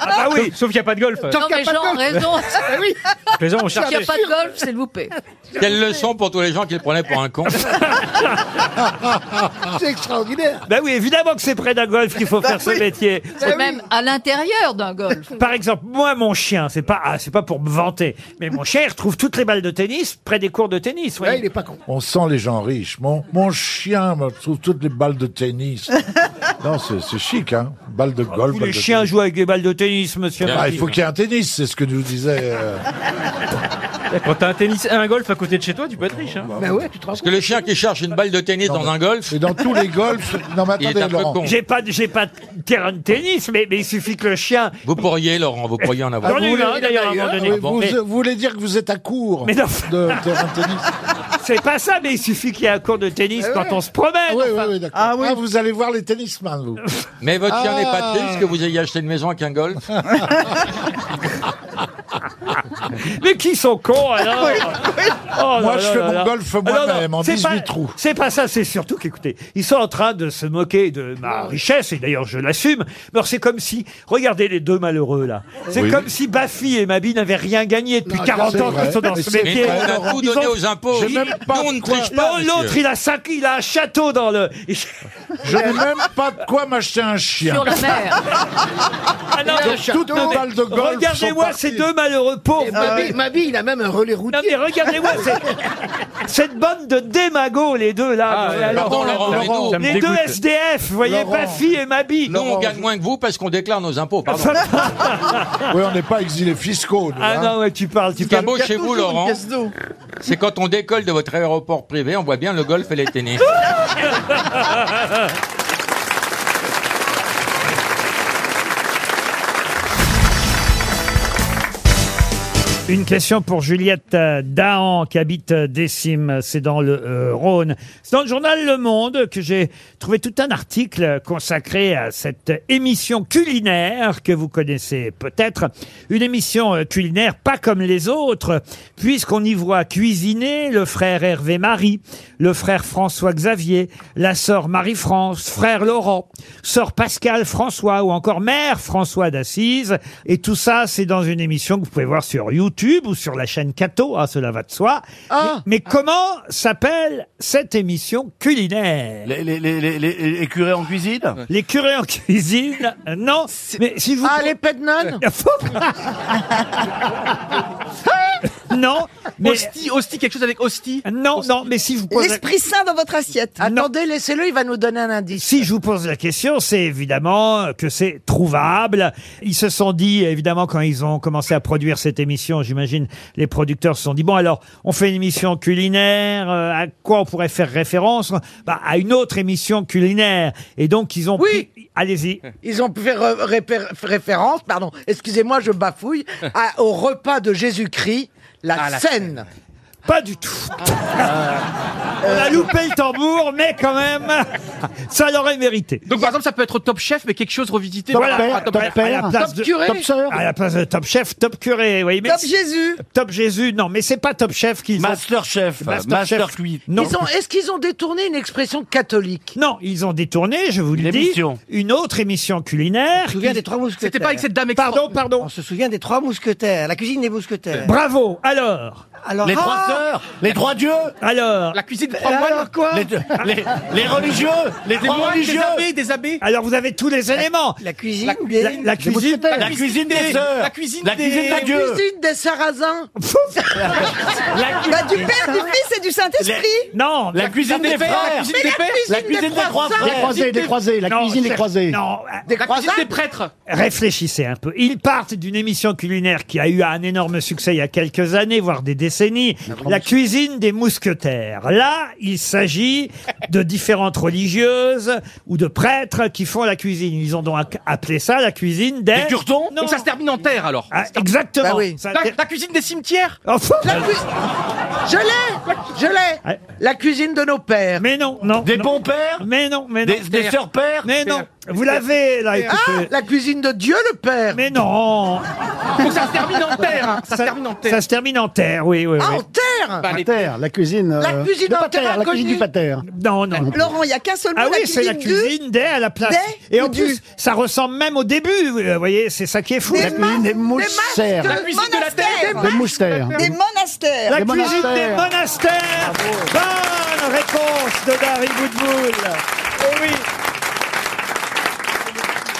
S13: Ah oui. Sauf, sauf qu'il n'y a pas de golf.
S1: Tant qu'il y a pas de golf.
S8: Ah
S1: Eh oui.
S7: Les gens ont
S1: S'il y a
S7: cherché.
S1: pas de golf,
S10: C'est loupé.
S7: Quelle leçon pour tous les gens qui le prenaient pour un con.
S1: C'est extraordinaire.
S4: Ben oui, évidemment que c'est près d'un golf qu'il faut
S9: Bah
S4: faire ce métier.
S10: C'est même à l'intérieur d'un golf.
S4: Par exemple, moi, mon chien, c'est pas, ah, c'est pas pour me vanter, mais mon chien, il retrouve toutes les balles de tennis près des cours de tennis. Ouais, il
S1: est pas con.
S9: On sent les gens riches. Mon, mon chien me trouve toutes les balles de tennis. non, c'est c'est chic, hein. Balles de golf.
S4: Tous
S9: balles
S4: les
S9: de
S4: chiens jouent avec des balles de tennis, monsieur.
S9: Ah, il faut qu'il y ait un tennis, c'est ce que nous disait. euh,
S4: Eh,
S13: Quand t'as un tennis et un golf à côté de chez toi, tu peux être riche. Hein.
S1: Bah ouais, tu te rends
S7: Parce que le chien qui cherche une balle de tennis dans un golf.
S9: Et dans tous les golfs. Non, mais
S7: Il est
S9: attendez,
S7: un peu
S9: Laurent.
S7: con.
S4: J'ai pas, de- j'ai pas de terrain de tennis, mais, mais il suffit que le chien.
S7: Vous pourriez, Laurent, vous pourriez en
S4: Ah,
S7: avoir.
S4: J'en ai eu un, d'ailleurs, à un moment donné.
S9: Oui, vous,
S4: Mais-
S9: vous voulez dire que vous êtes à court
S4: Mais non.
S9: de terrain de tennis
S4: C'est pas ça, mais il suffit qu'il y ait un cours de
S1: Eh
S4: tennis quand on se promène.
S9: Oui, oui, oui, d'accord. Ah, vous allez voir les tennisman, vous.
S7: Mais votre chien
S9: Ah.
S7: n'est pas triste que vous ayez acheté une maison avec un golf
S4: Mais qui sont cons alors Oh
S9: Moi,
S4: là
S9: je
S4: là
S9: fais
S4: là
S9: mon
S4: là.
S9: golf
S4: Ah non,
S9: moi-même,
S4: non,
S9: en
S4: c'est
S9: 18
S4: pas-
S9: trous.
S4: C'est pas ça, c'est surtout qu'écoutez, ils sont en train de se moquer de ma richesse, et d'ailleurs je l'assume, mais alors c'est comme si, regardez les deux malheureux là, c'est
S9: Oui.
S4: comme si Baffy et Mabi n'avaient rien gagné depuis
S9: Non,
S4: 40
S9: c'est
S4: ans
S9: vrai.
S4: qu'ils sont dans
S9: Mais
S4: ce
S9: c'est
S4: métier.
S9: vrai,
S7: Laurent. Tout donné aux impôts. J'ai même pas
S4: Nous, on
S7: de
S4: ne
S7: quoi-
S4: triche pas,
S7: monsieur.
S4: L'autre, il a cinq, il a un château dans le...
S9: Je n'ai même pas de quoi m'acheter un chien.
S4: Ah non,
S9: Donc, toutes nos balles de golf sont
S4: Regardez-moi
S9: parties.
S4: ces deux malheureux pauvres.
S26: Eh,
S4: Ah
S1: Et Mabi, Mabi, il a même un relais routier.
S4: Non mais regardez-moi ces- cette bande de démagos, les deux là.
S7: ouais, Ah, pardon, Laurent, mais nous, ça me
S4: les deux
S7: dégoûte.
S4: SDF, vous voyez,
S7: Laurent.
S4: Baffy et Mabi.
S7: Nous, on gagne moins que vous parce qu'on déclare nos impôts. Pardon.
S9: Oui, on n'est pas exilés fiscaux. nous,
S4: Ah
S9: hein.
S4: non, ouais, tu parles, tu
S7: Ce qui est
S4: parles.
S7: beau chez vous, Laurent, c'est quand on décolle de votre aéroport privé, on voit bien le golf et les tennis.
S4: Une question pour Juliette euh, Dahan qui habite euh, Décime, c'est dans le euh, Rhône. C'est dans le journal Le Monde que j'ai trouvé tout un article consacré à cette émission culinaire que vous connaissez peut-être. Une émission euh, culinaire pas comme les autres, puisqu'on y voit cuisiner le frère Hervé Marie, le frère François Xavier, la sœur Marie-France, frère Laurent, sœur Pascal François ou encore mère François d'Assise. Et tout ça, c'est dans une émission que vous pouvez voir sur YouTube ou sur la chaîne Cato, hein, cela va de soi. mais, mais comment s'appelle cette émission culinaire les, curés en cuisine Les curés en cuisine, euh, non. Mais si vous
S29: Ah, les pédnones
S4: non, mais...
S21: Hostie, hostie, quelque chose avec hostie
S4: Non, non, mais si vous posez-
S26: L'Esprit Saint dans votre assiette. Attendez, laissez-le, il va nous donner un indice.
S4: Ah, Si je vous pose la question, c'est évidemment que c'est trouvable. Ils se sont dit, évidemment, quand ils ont commencé à produire cette émission, j'imagine, les producteurs se sont dit, bon, alors, on fait une émission culinaire, euh, à quoi on pourrait faire référence bah, À une autre émission culinaire. Et donc, ils ont... Oui Allez-y.
S26: Ils ont fait re- répé- référence, pardon, excusez-moi, je bafouille, à- au repas de Jésus-Christ, la
S4: Ah, la
S26: Seine.
S4: Pas du tout. On a loupé le tambour, mais quand même, ça l'aurait mérité.
S21: Donc par exemple, ça peut être Top Chef, mais quelque chose Ah, revisité.
S4: Top
S21: par-
S4: père,
S21: par
S4: Ah, top
S21: Chef.
S4: père, à la place de- À la place de top chef, top curé. Oui, mais
S26: Top
S4: c'est-
S26: Jésus.
S4: Top Jésus, non, mais c'est pas top chef qu'ils
S6: Master
S4: ont...
S6: chef,
S4: Master
S6: master
S4: chef.
S6: cuit.
S4: euh, Non.
S26: Ils ont- Est-ce qu'ils ont détourné une expression catholique
S4: Non, ils ont détourné, je vous le dis,
S6: émission.
S4: une autre émission culinaire.
S20: On se souvient
S4: qui-
S20: des trois mousquetaires.
S4: Pardon, pardon.
S20: On se souvient des trois mousquetaires, la cuisine des mousquetaires.
S4: Bravo. Alors.
S20: Alors, Les trois ah
S6: sœurs, les trois dieux.
S4: Alors.
S21: La cuisine de
S20: Alors quoi
S6: les, les- les religieux, les
S21: Des
S6: trois
S21: moines,
S6: religieux.
S21: Des abbés, des abbés.
S4: Alors vous avez tous les éléments.
S20: La cuisine
S4: La,
S20: des-
S4: la- la
S20: des
S4: cuisine.
S20: mousquetaires.
S6: La cuisine des sœurs.
S21: La cuisine
S6: La
S21: des-
S6: cuisine des dieux.
S26: Cuisine des sarrasins. Bah, du Père, du Fils et du Saint-Esprit.
S4: Non.
S6: La cuisine des frères.
S26: Mais la cuisine,
S6: La cuisine des trois frères.
S26: saints.
S4: croisés, la cuisine des croisés. Non, euh,
S26: Des
S21: La cuisine
S26: croisades.
S21: des prêtres.
S4: Réfléchissez un peu. Ils partent d'une émission culinaire qui a eu un énorme succès il y a quelques années, voire des décennies, la cuisine des mousquetaires. Là, il s'agit de différentes religieuses ou de prêtres qui font la cuisine. Ils ont donc appelé ça la cuisine des...
S21: Des curtons
S4: Non.
S21: Donc ça se termine en terre alors.
S4: Ah, exactement.
S26: Bah oui.
S4: Ça- Oh,
S21: La, la cuisine des cimetières
S4: Enfin,
S26: La cuisine. Je l'ai, je l'ai. La cuisine de nos pères.
S4: Ah. Mais non, non.
S6: Des
S4: non.
S6: bons pères.
S4: Mais non, mais non.
S6: Des, des sœurs pères.
S4: Mais non. Vous l'avez, là,
S26: Ah,
S4: écoutez.
S26: la cuisine de Dieu le Père.
S4: Mais non.
S21: Donc ça se termine en terre hein. Ça se
S4: Ça-
S21: termine en terre.
S4: Ça se termine en terre, oui, oui,
S26: Ah,
S4: oui.
S26: en terre.
S21: Bah, les-
S20: la cuisine.
S26: La cuisine en terre inconnue.
S20: pater.
S4: Non, non.
S26: Laurent, il n'y a qu'un seul mot.
S4: Ah oui, c'est la
S26: du-
S4: cuisine des à la place.
S26: des
S4: Et en
S26: ou
S4: plus,
S26: du-
S4: ça ressemble même au début. Vous voyez, c'est ça qui est fou.
S26: Des
S4: La
S26: masques,
S4: cuisine-
S26: des
S20: mousquetaires.
S26: masques,
S20: La
S26: des
S21: cuisine de la terre.
S26: monastères.
S20: mousquetaires.
S26: Des monastères.
S4: La
S20: Des
S4: cuisine des
S20: monastères.
S8: Ah,
S4: monastères. Bonne réponse de Dari Boudboul.
S26: Oh
S4: Eh oui.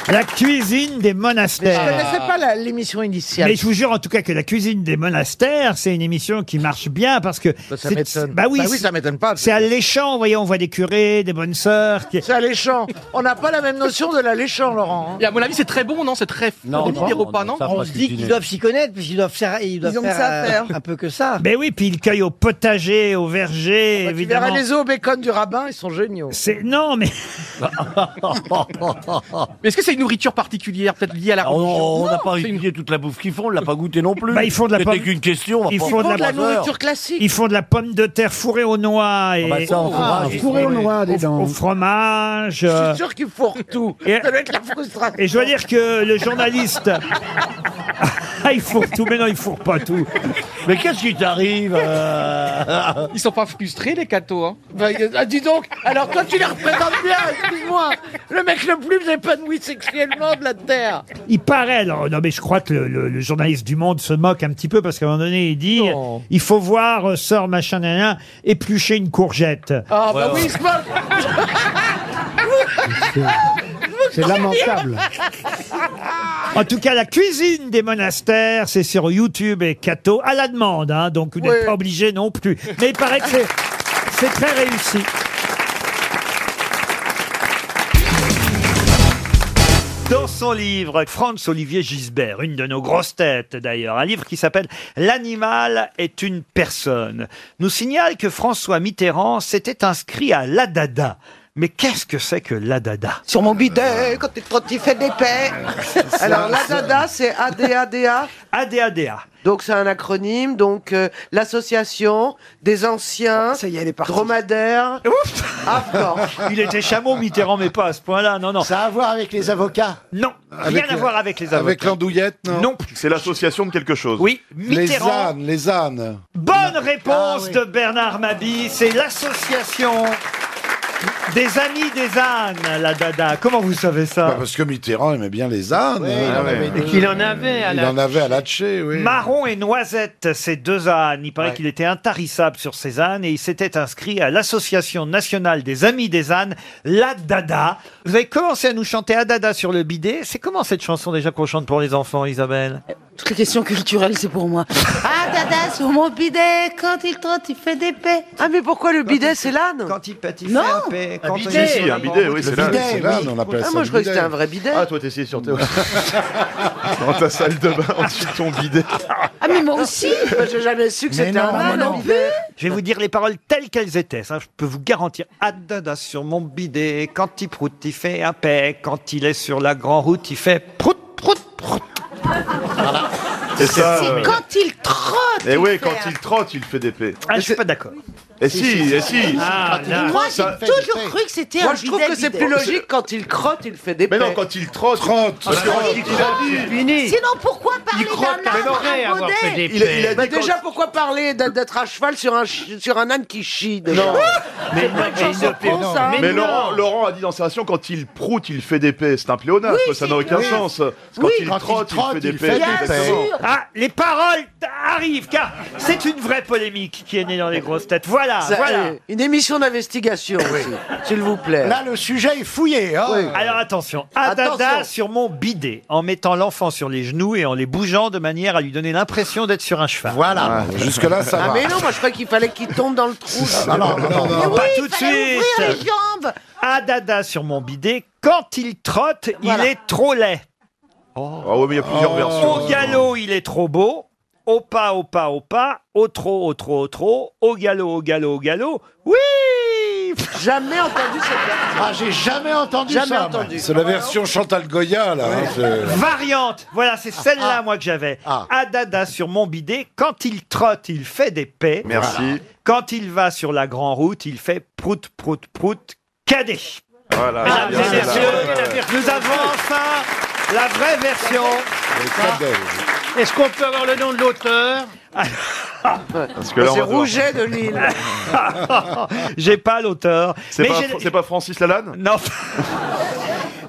S4: La cuisine des
S26: Je ne
S4: monastères.
S26: connaissais pas la- l'émission initiale.
S4: Mais je vous jure en tout cas que la cuisine des monastères, c'est une émission qui marche bien parce que
S26: ça
S4: c'est-
S26: m'étonne.
S4: Bah oui,
S26: Bah oui, ça m'étonne pas.
S4: C'est alléchant, vous voyez, on voit des curés, des bonnes sœurs. Qui...
S26: C'est alléchant. On n'a pas la même notion de l'alléchant, Laurent. hein.
S21: Et à mon avis, c'est très bon, non C'est très non,
S6: Non,
S21: des
S6: non,
S21: repas,
S6: non,
S21: non
S6: ça-
S20: On se dit qu'ils doivent s'y connaître, puisqu'ils doivent faire, ils doivent
S26: Ils ont que
S20: faire,
S26: ça à
S20: euh,
S26: faire.
S20: un peu que ça.
S4: Mais oui, puis ils cueillent au potager, au verger,
S26: Bah, Tu
S4: évidemment.
S26: verras les os au bacon du rabbin, ils sont géniaux.
S4: C'est non mais
S21: Mais est-ce que c'est une nourriture particulière, peut-être liée à la
S6: Oh,
S21: religion
S26: Ah,
S6: on n'a pas étudié toute la bouffe qu'ils font, on l'a pas goûté non plus.
S4: Bah, ils font de la
S6: C'était
S4: pomme-
S6: qu'une question. on va
S4: ils
S6: pas-
S4: font de
S26: De la
S4: la
S6: bonne heure.
S26: nourriture classique.
S4: ils font de la pomme de terre fourrée aux noix et
S6: Ah, bah, ça, on fera-
S20: Ah, fourré au noir des
S4: au, au
S20: dents.
S4: fromage.
S26: Je
S4: euh,
S26: suis sûr qu'ils fourrent tout.
S4: Et-
S26: Ça doit être la frustration.
S4: Et je dois dire que le journaliste Ah, il fourre tout, mais non, il fourre pas tout.
S6: Mais qu'est-ce qui t'arrive euh
S21: Ils sont pas frustrés, les cathos. Hein.
S26: Bah, euh, ah, dis donc, alors toi tu les représentes bien, excuse-moi. Le mec le plus épanoui sexuellement de la Terre.
S4: Il paraît, alors, non mais je crois que le, le- le journaliste du Monde se moque un petit peu parce qu'à un moment donné, il dit
S26: Non.
S4: il faut voir, euh, sœur machin, nan, nan, éplucher une courgette.
S26: Ah bah oui, il se moque.
S20: C'est lamentable.
S4: En tout cas, la cuisine des monastères, c'est sur YouTube et Cato, à la demande, hein, donc vous n'êtes
S26: Oui.
S4: pas obligé non plus. Mais il paraît que c'est- c'est très réussi. Dans son livre, Franz Olivier Gisbert, une de nos grosses têtes d'ailleurs, un livre qui s'appelle L'animal est une personne, nous signale que François Mitterrand s'était inscrit à l'ADADA, Mais qu'est-ce que c'est que la dada
S26: Sur mon bidet, quand t'es trop, tu fais des paix.
S4: Ah,
S26: Alors, la dada, c'est ADADA.
S4: ADADA.
S26: Donc, c'est un acronyme. Donc, euh, l'association des anciens dromadaires Ah. afghans.
S4: Il était chameau, Mitterrand, mais pas à ce point-là, non, non. Ça
S1: a à voir avec les avocats
S4: Non, rien à voir avec les avocats.
S9: Avec l'andouillette, non
S4: Non.
S9: C'est l'association de quelque chose.
S4: Oui,
S9: Les
S4: Mitterrand.
S9: ânes, les ânes.
S4: Bonne réponse
S1: Ah
S4: de Bernard Mabi, c'est l'association des amis des ânes, la dada. Comment vous savez ça
S9: Parce que Mitterrand aimait bien les ânes. Ah hein.
S4: Oui, il en avait deux. Et qu'il en avait à
S9: Il
S4: la-
S9: en avait à Latché, oui.
S4: Marron et Noisette, ces deux ânes. Il paraît qu'il était intarissable sur ces ânes et il s'était inscrit à l'Association nationale des amis des ânes, la Dada. Vous avez commencé à nous chanter Adada sur le bidet. C'est comment cette chanson déjà qu'on chante pour les enfants, Isabelle
S12: Toutes les questions culturelles, c'est pour moi. Ah, dada, sur mon bidet, quand il trotte, il fait des paix. Ah, mais pourquoi le bidet, c'est l'âne
S4: Quand il pâtit,
S12: non.
S9: Un bidet. Si, si, un bidet, oui,
S12: Le
S9: c'est là.
S12: bidet,
S9: C'est là,
S12: oui.
S9: on appelle
S12: Ah,
S9: ça
S12: moi, je croyais que c'était un
S9: vrai bidet. Ah, toi, t'essayes sur toi. Dans ta salle de bain, ensuite ton bidet.
S12: Ah, mais moi aussi
S26: Moi, J'ai jamais su que c'était un âne, un bidet.
S4: Je vais vous dire les paroles telles qu'elles étaient. Ça, je peux vous garantir. Adada sur mon bidet, quand il proute, il fait un paix. Quand il est sur la grande route, il fait prout, prout, prout.
S9: Et ça, euh,
S12: il
S26: Ah,
S12: trotte
S9: Et Eh oui, quand il trotte, il fait des paix.
S4: Ah, je suis pas d'accord.
S9: Et Eh si, et si.
S4: Ah,
S9: Quand il
S26: Moi,
S9: trotte,
S26: j'ai
S9: ça-
S26: toujours cru que c'était
S9: Moi,
S26: un
S9: je
S26: bidet.
S9: trouve que c'est plus logique,
S26: quand il crotte, il fait des
S9: Mais non, quand il trotte. Trotte.
S26: Parce que
S9: trotte,
S26: il
S9: il a dit.
S26: Sinon, pourquoi parler
S9: croque
S26: d'un âne
S9: après
S26: un
S9: avoir fait des
S26: baudet
S9: Il a- il a
S26: Bah
S9: dit quand-
S26: Déjà, pourquoi parler d'a- d'être à cheval sur un, ch- sur un âne qui chie déjà
S9: Non.
S26: C'est pas une chanson pro, ça.
S9: Mais Laurent, Laurent a dit dans sa version quand il proute, il fait des paix. C'est un pléonasme,
S26: Oui,
S9: ça
S26: c'est
S9: n'a aucun
S26: vrai.
S9: sens. C'est Quand
S26: Oui.
S9: il
S26: Quand il
S9: trotte, il fait des
S4: il
S9: paix.
S4: fait des paix.
S9: Exactement.
S4: Ah, les paroles t- arrivent, car c'est une vraie polémique qui est née dans les grosses têtes. Voilà,
S26: Ça,
S4: voilà.
S26: euh, Une émission d'investigation, aussi, s'il vous plaît.
S4: Là,
S26: le sujet est fouillé. Hein.
S4: Alors attention, Adada
S26: Attention.
S4: Ah, sur mon bidet, en mettant l'enfant sur les genoux et en les bougeant de manière à lui donner l'impression d'être sur un cheval.
S9: Voilà.
S26: Jusque-là, ah, mais non, moi, je croyais qu'il fallait qu'il tombe dans le trou.
S4: Ah non, non, non, non.
S26: Mais oui,
S4: Pas
S26: il
S4: tout de
S26: fallait ouvrir
S4: suite.
S26: les jambes.
S4: Adada sur mon bidet, quand il trotte, il est trop laid. Oh.
S9: Ah oui, mais il y a plusieurs versions. hein.
S4: Au galop, il est trop beau. Au pas, au pas, au pas. Au trop, au trop, au trop. Au galop, au galop, au galop. Oui
S26: Jamais entendu cette version.
S1: Ah, j'ai jamais entendu
S26: Jamais
S1: ça. moi.
S26: entendu.
S9: C'est la version Chantal Goya, là. hein,
S4: Variante. Voilà, c'est
S9: Ah.
S4: celle-là, moi, que j'avais. Adada sur mon bidet. Quand il trotte, il fait des paix.
S9: Merci.
S4: Voilà. Quand il va sur la grande route, il fait prout, prout, prout, cadet. Ah,
S9: Voilà.
S4: Mesdames
S9: c'est
S4: et
S9: bien,
S4: messieurs,
S9: celle-là.
S4: nous avons enfin la vraie version.
S6: Est-ce qu'on peut avoir le nom de l'auteur
S9: Parce que là, on
S26: C'est
S9: va devoir-
S26: Rouget de Lille.
S4: J'ai pas l'auteur.
S9: C'est
S4: mais
S9: pas,
S4: j'ai-
S9: c'est pas Francis Lalanne
S4: Non.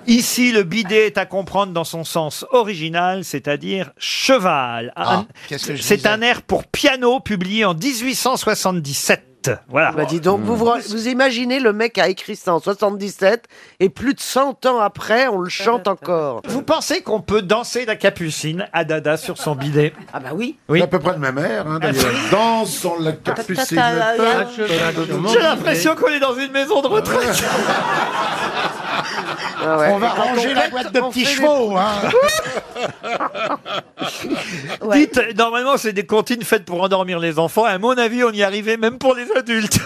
S4: Ici, le bidet est à comprendre dans son sens original, c'est-à-dire cheval. Un-
S26: Ah, qu'est-ce que je
S4: C'est
S26: disais
S4: un air pour piano publié en 1877. Voilà.
S26: Bah dis donc, vous,
S4: Mmh.
S26: vous, vous imaginez le mec a écrit ça en 77 et plus de 100 ans après, on le chante encore.
S4: Vous pensez qu'on peut danser la capucine à dada sur son bidet
S26: Ah bah oui.
S4: Oui.
S9: C'est à peu près de ma mère, hein, d'ailleurs. Danse dans la capucine.
S4: J'ai l'impression qu'on est dans une maison de retraite.
S26: Ah
S1: On
S8: Ah,
S1: va ranger la boîte de petits chevaux. hein.
S4: Dites, normalement, c'est des comptines faites pour endormir les enfants. À mon avis, on y arrivait même pour les adultes.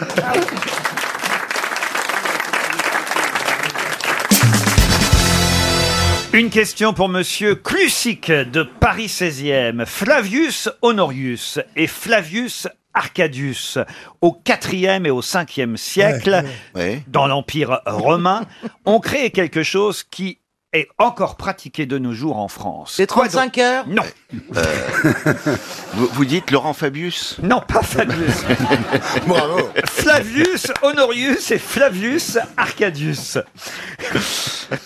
S4: Une question pour Monsieur Clusic de Paris 16e. Flavius Honorius et Flavius Arcadius, au 4e et au 5e siècle, dans l'Empire romain, ont créé quelque chose qui est encore pratiqué de nos jours en France. Les
S26: 35 heures
S4: Non.
S31: Euh, vous, vous dites Laurent Fabius
S4: Non, pas Fabius.
S31: Bravo.
S4: Flavius Honorius et Flavius Arcadius.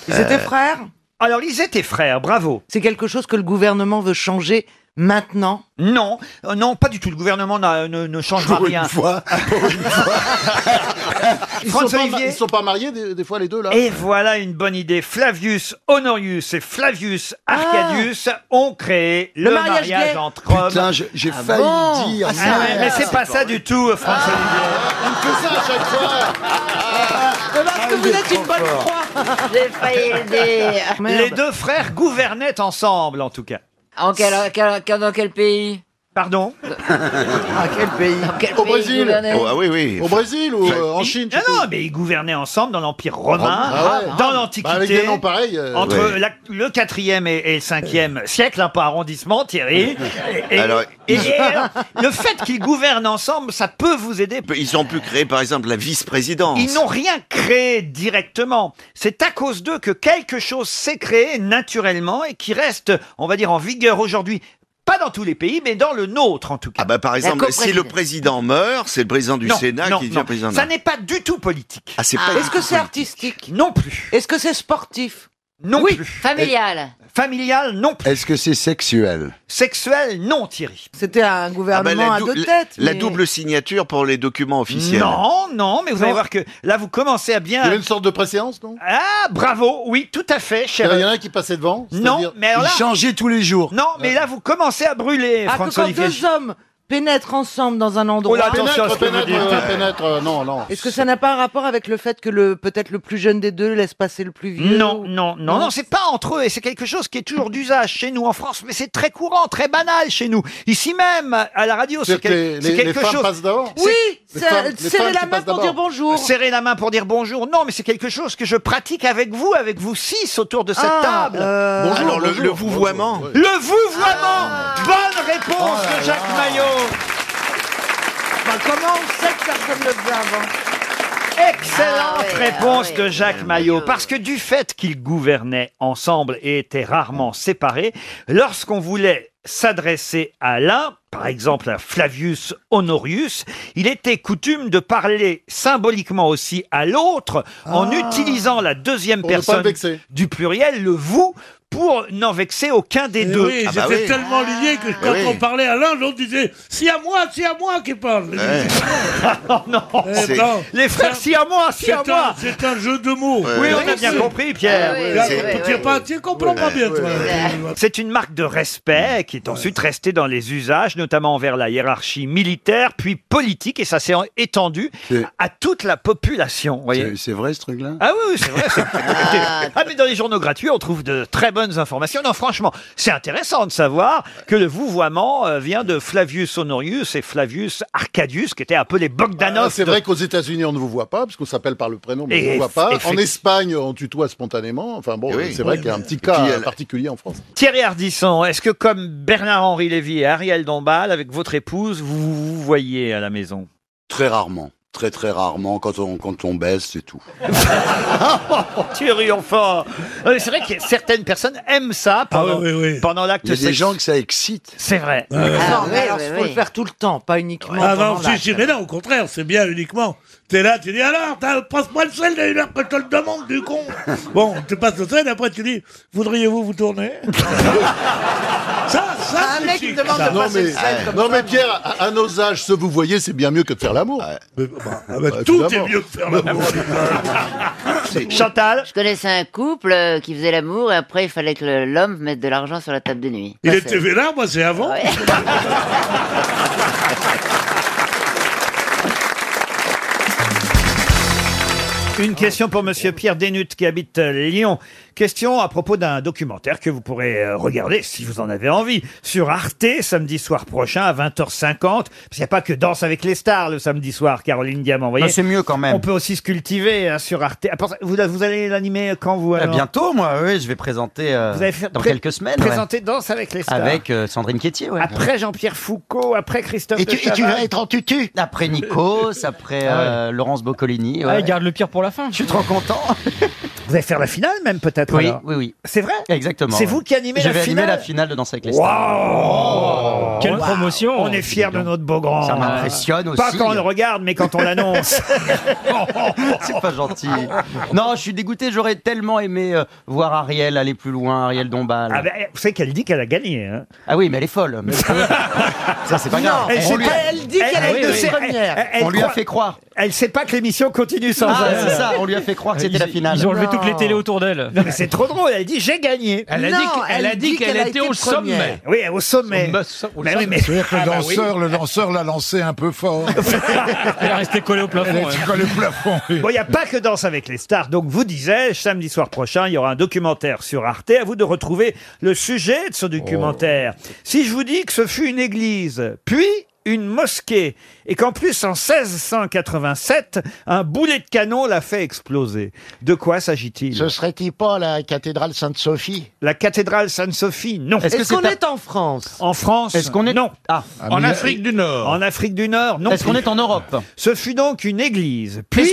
S26: Ils étaient frères
S4: Euh, Alors, ils étaient frères, bravo.
S26: C'est quelque chose que le gouvernement veut changer maintenant
S4: Non, euh, non, pas du tout. Le gouvernement n'a- ne, ne changera rien.
S8: Ils
S4: Franz
S8: sont, pas, ma-
S4: Olivier.
S8: ils sont pas mariés des, des fois les deux là
S4: Et voilà une bonne idée. Flavius Honorius et Flavius Arcadius
S26: Ah.
S4: ont créé le,
S8: Le mariage gay.
S4: entre hommes.
S8: Putain, j'ai- j'ai Ah failli bon dire
S4: Ah,
S8: ça.
S4: mais- mais c'est pas ça du tout, euh, François
S26: Ah,
S8: On fait ça à chaque fois
S26: Parce que vous êtes une bonne
S32: croix. J'ai failli aider.
S4: Olivier. Les deux frères gouvernaient ensemble, en tout cas.
S32: En quel, quel- quel- dans quel pays
S4: Pardon
S33: Ah, quel pays
S4: Au Brésil.
S8: Oh, ah oui, oui.
S4: Au Brésil
S8: ou, euh, en
S4: Chine Non, non, mais ils gouvernaient ensemble dans l'Empire romain,
S8: Ah ouais.
S4: dans
S8: Ah,
S4: l'Antiquité.
S8: bah avec des noms pareils, euh,
S4: Entre
S8: ouais.
S4: la- le 4e et, et le 5e siècle, hein, par arrondissement, Thierry. Et, et-
S8: Alors,
S4: et-
S8: ils-
S4: et alors, le fait qu'ils gouvernent ensemble, ça peut vous aider.
S8: Ils ont pu créer, par exemple, la vice-présidence.
S4: Ils n'ont rien créé directement. C'est à cause d'eux que quelque chose s'est créé naturellement et qui reste, on va dire, en vigueur aujourd'hui. Pas dans tous les pays, mais dans le nôtre en tout cas.
S8: Ah bah, par exemple, si le président meurt, c'est le président du
S4: Non,
S8: Sénat
S4: non,
S8: qui
S4: non.
S8: devient président.
S4: Ça n'est pas du tout politique.
S8: Ah, c'est pas du
S26: Est-ce que
S8: tout
S26: c'est artistique
S4: Non plus.
S26: Est-ce que c'est sportif
S4: Non
S26: oui.
S4: plus.
S26: Familial.
S4: Familial, non plus.
S9: Est-ce que c'est sexuel
S4: Sexuel, non, Thierry.
S26: C'était un
S4: Ah,
S26: gouvernement
S8: Ah bah, la,
S26: à
S8: dou-
S26: deux
S8: la-
S26: têtes.
S8: la
S26: mais-
S8: double signature pour les documents officiels.
S4: Non, non, mais vous allez voir que là, vous commencez à bien.
S9: Il y a une sorte de préséance, non
S4: Ah, bravo, oui, tout à fait, cher.
S9: Il y en a un qui passait devant
S4: Non, mais alors là-
S9: tous les jours.
S4: Non, mais là, vous commencez à brûler,
S26: Ah, que
S4: François
S26: quand
S4: Olivier.
S26: deux hommes pénètrent ensemble dans un endroit.
S9: Oh là, attention à ce que vous dites. Pénètre, pénètre, euh, non, non.
S26: Est-ce que ça n'a pas un rapport avec le fait que le peut-être le plus jeune des deux laisse passer le plus vieux
S4: Non, non, non, non, c'est pas entre eux et c'est quelque chose qui est toujours d'usage chez nous en France, mais c'est très courant, très banal chez nous. Ici même, à la radio, c'est
S9: C'est-à-dire que
S4: quel-
S9: les-
S4: c'est
S9: les- les
S4: quelque
S9: femmes
S4: chose.
S9: passent d'abord
S4: C'est-
S9: Oui, Les c'est- femmes- les serrer femmes la qui main passent pour dire d'abord.
S26: bonjour.
S4: Serrer la main pour dire bonjour. Non, mais c'est quelque chose que je pratique avec vous, avec vous six autour de cette
S26: Ah,
S4: table.
S26: euh, Bonjour,
S8: Alors, le, le vouvoiement.
S4: Le vouvoiement
S34: Ah.
S4: Bonne
S34: Oh
S4: réponse de Jacques Maillot
S26: Bah, comment on sait que personne ne le faisait avant
S32: Ah
S4: Excellente réponse de Jacques ah Maillot. Parce que du fait qu'ils gouvernaient ensemble et étaient rarement séparés, lorsqu'on voulait s'adresser à l'un, par exemple à Flavius Honorius, il était coutume de parler symboliquement aussi à l'autre en utilisant la deuxième
S9: Pour ne pas le
S4: personne
S9: vexer.
S4: du pluriel, le vous, pour n'en vexer aucun des
S6: Et
S4: deux.
S6: Eh
S4: Ah bah
S6: oui, j'étais tellement lié que quand
S4: Eh oui.
S6: on parlait à l'un, l'autre disait C'est à moi, c'est à moi qui parle.
S34: Eh,
S4: Oh,
S6: Eh
S4: C'est- Les frères, si à moi, si à moi.
S6: C'est un jeu de mots.
S4: Oui, on a bien compris, Pierre.
S6: Ah,
S4: Oui,
S6: là,
S4: c'est-
S6: tu- tu- pas- Tu comprends pas bien, toi.
S4: C'est une marque de respect qui est ensuite restée dans les usages, notamment envers la hiérarchie militaire, puis politique, et ça s'est en- étendu à toute la population. voyez.
S9: C'est vrai ce truc-là
S4: Ah oui, oui, c'est vrai. c'est- Écoutez, Ah. mais dans les journaux gratuits, on trouve de très bonnes informations. Non, franchement, c'est intéressant de savoir que le vouvoiement euh, vient de Flavius Honorius et Flavius Arcadius, qui étaient un peu les Bogdanov.
S9: Ah, c'est
S4: de-
S9: vrai qu'aux États-Unis, on ne vous voit pas, parce qu'on s'appelle par le prénom, mais on
S4: Et
S9: ne vous voit pas.
S4: eff-
S9: En Espagne, on tutoie spontanément. Enfin bon,
S8: Et oui.
S9: c'est vrai
S8: Oui.
S9: qu'il y a un petit
S8: Et
S9: cas
S8: puis, elle-
S9: particulier en France.
S4: Thierry Ardisson, est-ce que comme Bernard-Henri Lévy et Ariel Dombal, avec votre épouse, vous vous voyez à la maison
S34: Très rarement. Très très rarement. Quand on, quand on baisse, c'est tout.
S4: Thierry, enfin Euh, C'est vrai que certaines personnes aiment
S1: Ah
S4: ça
S6: Ah,
S4: pendant, pendant l'acte
S34: Il y a des
S4: sexuel.
S34: gens que ça excite.
S4: C'est vrai.
S26: Non, Ah, mais alors, faut le faire tout le temps, pas uniquement.
S6: Ah
S26: pendant
S6: non, si,
S26: l'acte.
S6: si, mais non, au contraire, c'est bien uniquement. T'es là, tu dis alors, t'as- passe-moi le sel dès une heure que je te le demande, du con. Bon, tu passes le sel, après tu dis, voudriez-vous vous tourner Ça, ça, c'est chic, ça.
S9: non, mais, non, mais Pierre, à, à nos âges, se vous voyez, c'est bien mieux que de faire l'amour.
S6: bah, tout est mieux que faire l'amour.
S4: Chantal
S12: Je connaissais un couple euh, qui faisait l'amour et après il fallait que le- l'homme mette de l'argent sur la table de nuit.
S6: Il
S12: Ça,
S6: était vénard, moi, Bah, c'est avant.
S4: Une question pour Monsieur Pierre Dénut qui habite euh, Lyon. Question à propos d'un documentaire que vous pourrez euh, regarder si vous en avez envie sur Arte samedi soir prochain à 20h50. Parce qu'il n'y a pas que Danse avec les stars le samedi soir, Caroline Diamant. vous voyez.
S1: Non, Ah, c'est mieux quand même.
S4: On peut aussi se cultiver hein, sur Arte. Ah, pour ça, Vous, vous allez l'animer quand vous
S1: Ah,
S4: alors
S1: bientôt, moi, oui, je vais présenter euh,
S4: Vous allez faire
S1: dans
S4: pré-
S1: quelques semaines. ouais.
S4: Présenter Danse avec les stars.
S1: Avec euh, Sandrine Quétier, ouais.
S4: Après Jean-Pierre Foucault, après Christophe
S1: Et tu-
S4: de
S1: et tu vas
S4: Chavannes.
S1: être en tutu Après Nikos, après euh, Laurence Boccolini.
S4: Ah, il garde
S1: le pire pour la fin. Je suis trop content.
S4: Vous allez faire la finale même peut-être
S1: Oui,
S4: alors.
S1: oui, oui.
S4: C'est vrai
S1: Exactement.
S4: C'est
S1: ouais.
S4: vous qui animez
S1: Je
S4: la
S1: vais
S4: finale
S1: animer la finale de Danse avec les
S4: Wow
S1: stars.
S4: Oh. Quelle promotion On est fiers de notre beau grand.
S1: Ça m'impressionne aussi.
S4: Pas quand on le regarde, mais quand on l'annonce.
S1: C'est pas gentil. Non, je suis dégoûté. J'aurais tellement aimé euh, voir Ariel aller plus loin, Ariel Dombal.
S4: Ah ben, vous savez qu'elle dit qu'elle a gagné. hein.
S1: Ah oui, mais elle est folle. Mais- ça, c'est pas grave.
S4: Elle, sait
S1: On lui-
S4: pas-
S1: Ah, elle dit qu'elle
S4: elle-
S1: a été
S4: elle- Ah, elle-
S1: première. On lui a fait croire.
S4: Elle sait pas que l'émission continue sans
S1: Ah,
S4: elle.
S1: c'est ça, on lui a fait croire que c'était
S35: Ils-
S1: la finale.
S35: ils ont enlevé toutes les télés autour d'elle.
S4: Non, mais c'est trop drôle. Elle dit j'ai gagné.
S35: Elle a dit Non, qu'elle- elle elle a dit dit qu'elle qu'elle a été été au première. sommet.
S4: Oui, au sommet.
S35: Au sommet, au
S4: Mais oui, mais-
S9: C'est-à-dire que le
S4: Ah bah oui.
S9: danseur, le danseur l'a lancé un peu fort.
S4: Elle est restée collée au plafond,
S9: Elle est
S4: ouais.
S9: collée au plafond. oui.
S4: Bon, il n'y a pas que Danse avec les stars. Donc, vous disais-je, samedi soir prochain, il y aura un documentaire sur Arte. À vous de retrouver le sujet de ce documentaire. Si je vous dis que ce fut une église, puis une mosquée, et qu'en plus, en 1687, un boulet de canon l'a fait exploser. De quoi s'agit-il Ce serait-il pas la cathédrale Sainte-Sophie La cathédrale Sainte-Sophie, non.
S36: Est-ce que Est-ce c'est qu'on à- est
S4: en France En France Est-ce qu'on est Non.
S1: Ah,
S36: En mais- Afrique
S4: du Nord Ah, En Afrique du Nord, non.
S36: Est-ce qu'on
S4: plus.
S36: est en Europe
S4: Ce fut donc une église, puis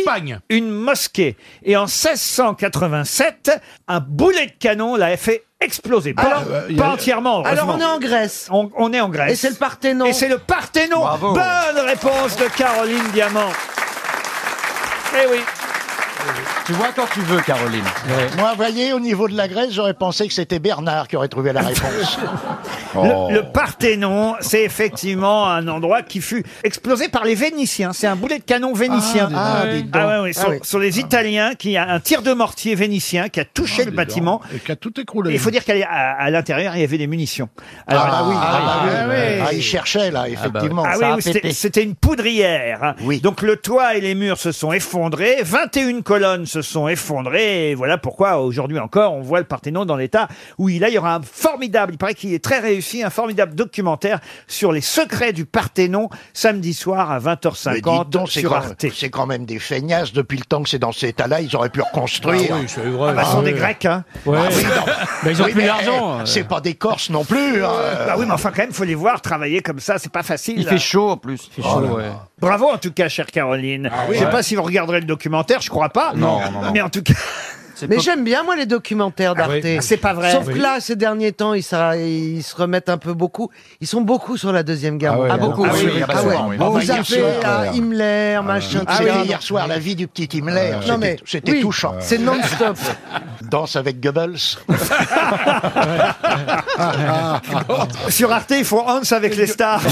S4: une mosquée. Et en 1687, un boulet de canon l'a fait exploser. Pas,
S26: Alors-
S4: pas entièrement,
S26: Alors, on est en
S4: Grèce. On, on est en Grèce.
S26: Et c'est le Parthénon.
S4: Et c'est le Parthénon. Bonne réponse de Caroline Diamant. Eh oui.
S17: Tu vois quand tu veux, Caroline.
S1: Moi, voyez, au niveau de la Grèce, j'aurais pensé que c'était Bernard qui aurait trouvé la réponse.
S4: Le, le Parthénon, c'est effectivement un endroit qui fut explosé par les Vénitiens. C'est un boulet de canon vénitien.
S9: Ah, dis donc.
S4: Ah ouais, ouais,
S9: Ah
S4: sur,
S9: oui.
S4: sur les Italiens, qui a un tir de mortier vénitien qui a touché le bâtiment.
S9: Ah, Et qui a tout écroulé.
S4: Il faut dire qu'à à, à l'intérieur, il y avait des munitions.
S9: Ah bah oui, ah bah oui.
S1: Ah, il cherchait, là, effectivement.
S4: Ah oui,
S1: Ça a
S4: oui, c'était-
S1: pété.
S4: c'était une poudrière. hein. Donc le toit et les murs se sont effondrés, 21 colonnes se sont effondrées, et voilà pourquoi aujourd'hui encore, on voit le Parthénon dans l'état où il a. Il y aura un formidable, il paraît qu'il est très réussi, un formidable documentaire sur les secrets du Parthénon, samedi soir à
S1: Mais dites
S4: 20h50
S1: donc, c'est
S4: sur
S1: quand,
S4: Arte.
S1: c'est quand même des feignasses. Depuis le temps que c'est dans cet état-là, ils auraient pu reconstruire.
S4: Ah oui, c'est vrai. Ah bah, ce sont des Grecs, hein. Ouais.
S1: Ah
S4: Mais ils ont plus
S1: mais,
S4: d'argent,
S1: eh,
S4: euh.
S1: C'est pas des Corses non plus. hein.
S4: Bah oui, mais enfin quand même, faut les voir travailler comme ça, c'est pas facile.
S17: Il fait chaud en plus. Oh Il fait chaud,
S4: là
S17: ouais.
S4: Bravo en tout cas, chère Caroline.
S17: oui.
S4: je sais
S17: Ouais.
S4: pas si vous regarderez le documentaire, je crois pas.
S17: Non, non, non.
S4: Mais en tout cas. Ah,
S26: Mais j'aime bien, moi, les documentaires d'Arte.
S4: C'est pas vrai.
S26: Sauf
S4: Oui.
S26: que là, ces derniers temps, ils, se- ils se remettent un peu beaucoup. Ils sont beaucoup sur la Deuxième Guerre
S1: Ah ouais,
S26: mondiale.
S1: ah beaucoup, Ah oui, oui, oui,
S26: Ah ouais.
S1: absolument, oui.
S26: On
S1: Ah bah,
S26: Vous
S1: hier
S26: avez
S1: soir,
S26: là,
S1: ouais.
S26: Himmler, machin,
S1: Ah
S26: etc.
S1: oui, hier soir, la vie du petit Himmler,
S26: Non,
S1: c'était-
S26: mais-
S1: c'était
S26: oui,
S1: touchant.
S26: c'est non-stop.
S1: Danse avec Goebbels.
S4: Sur Arte, ils font Hans avec les stars.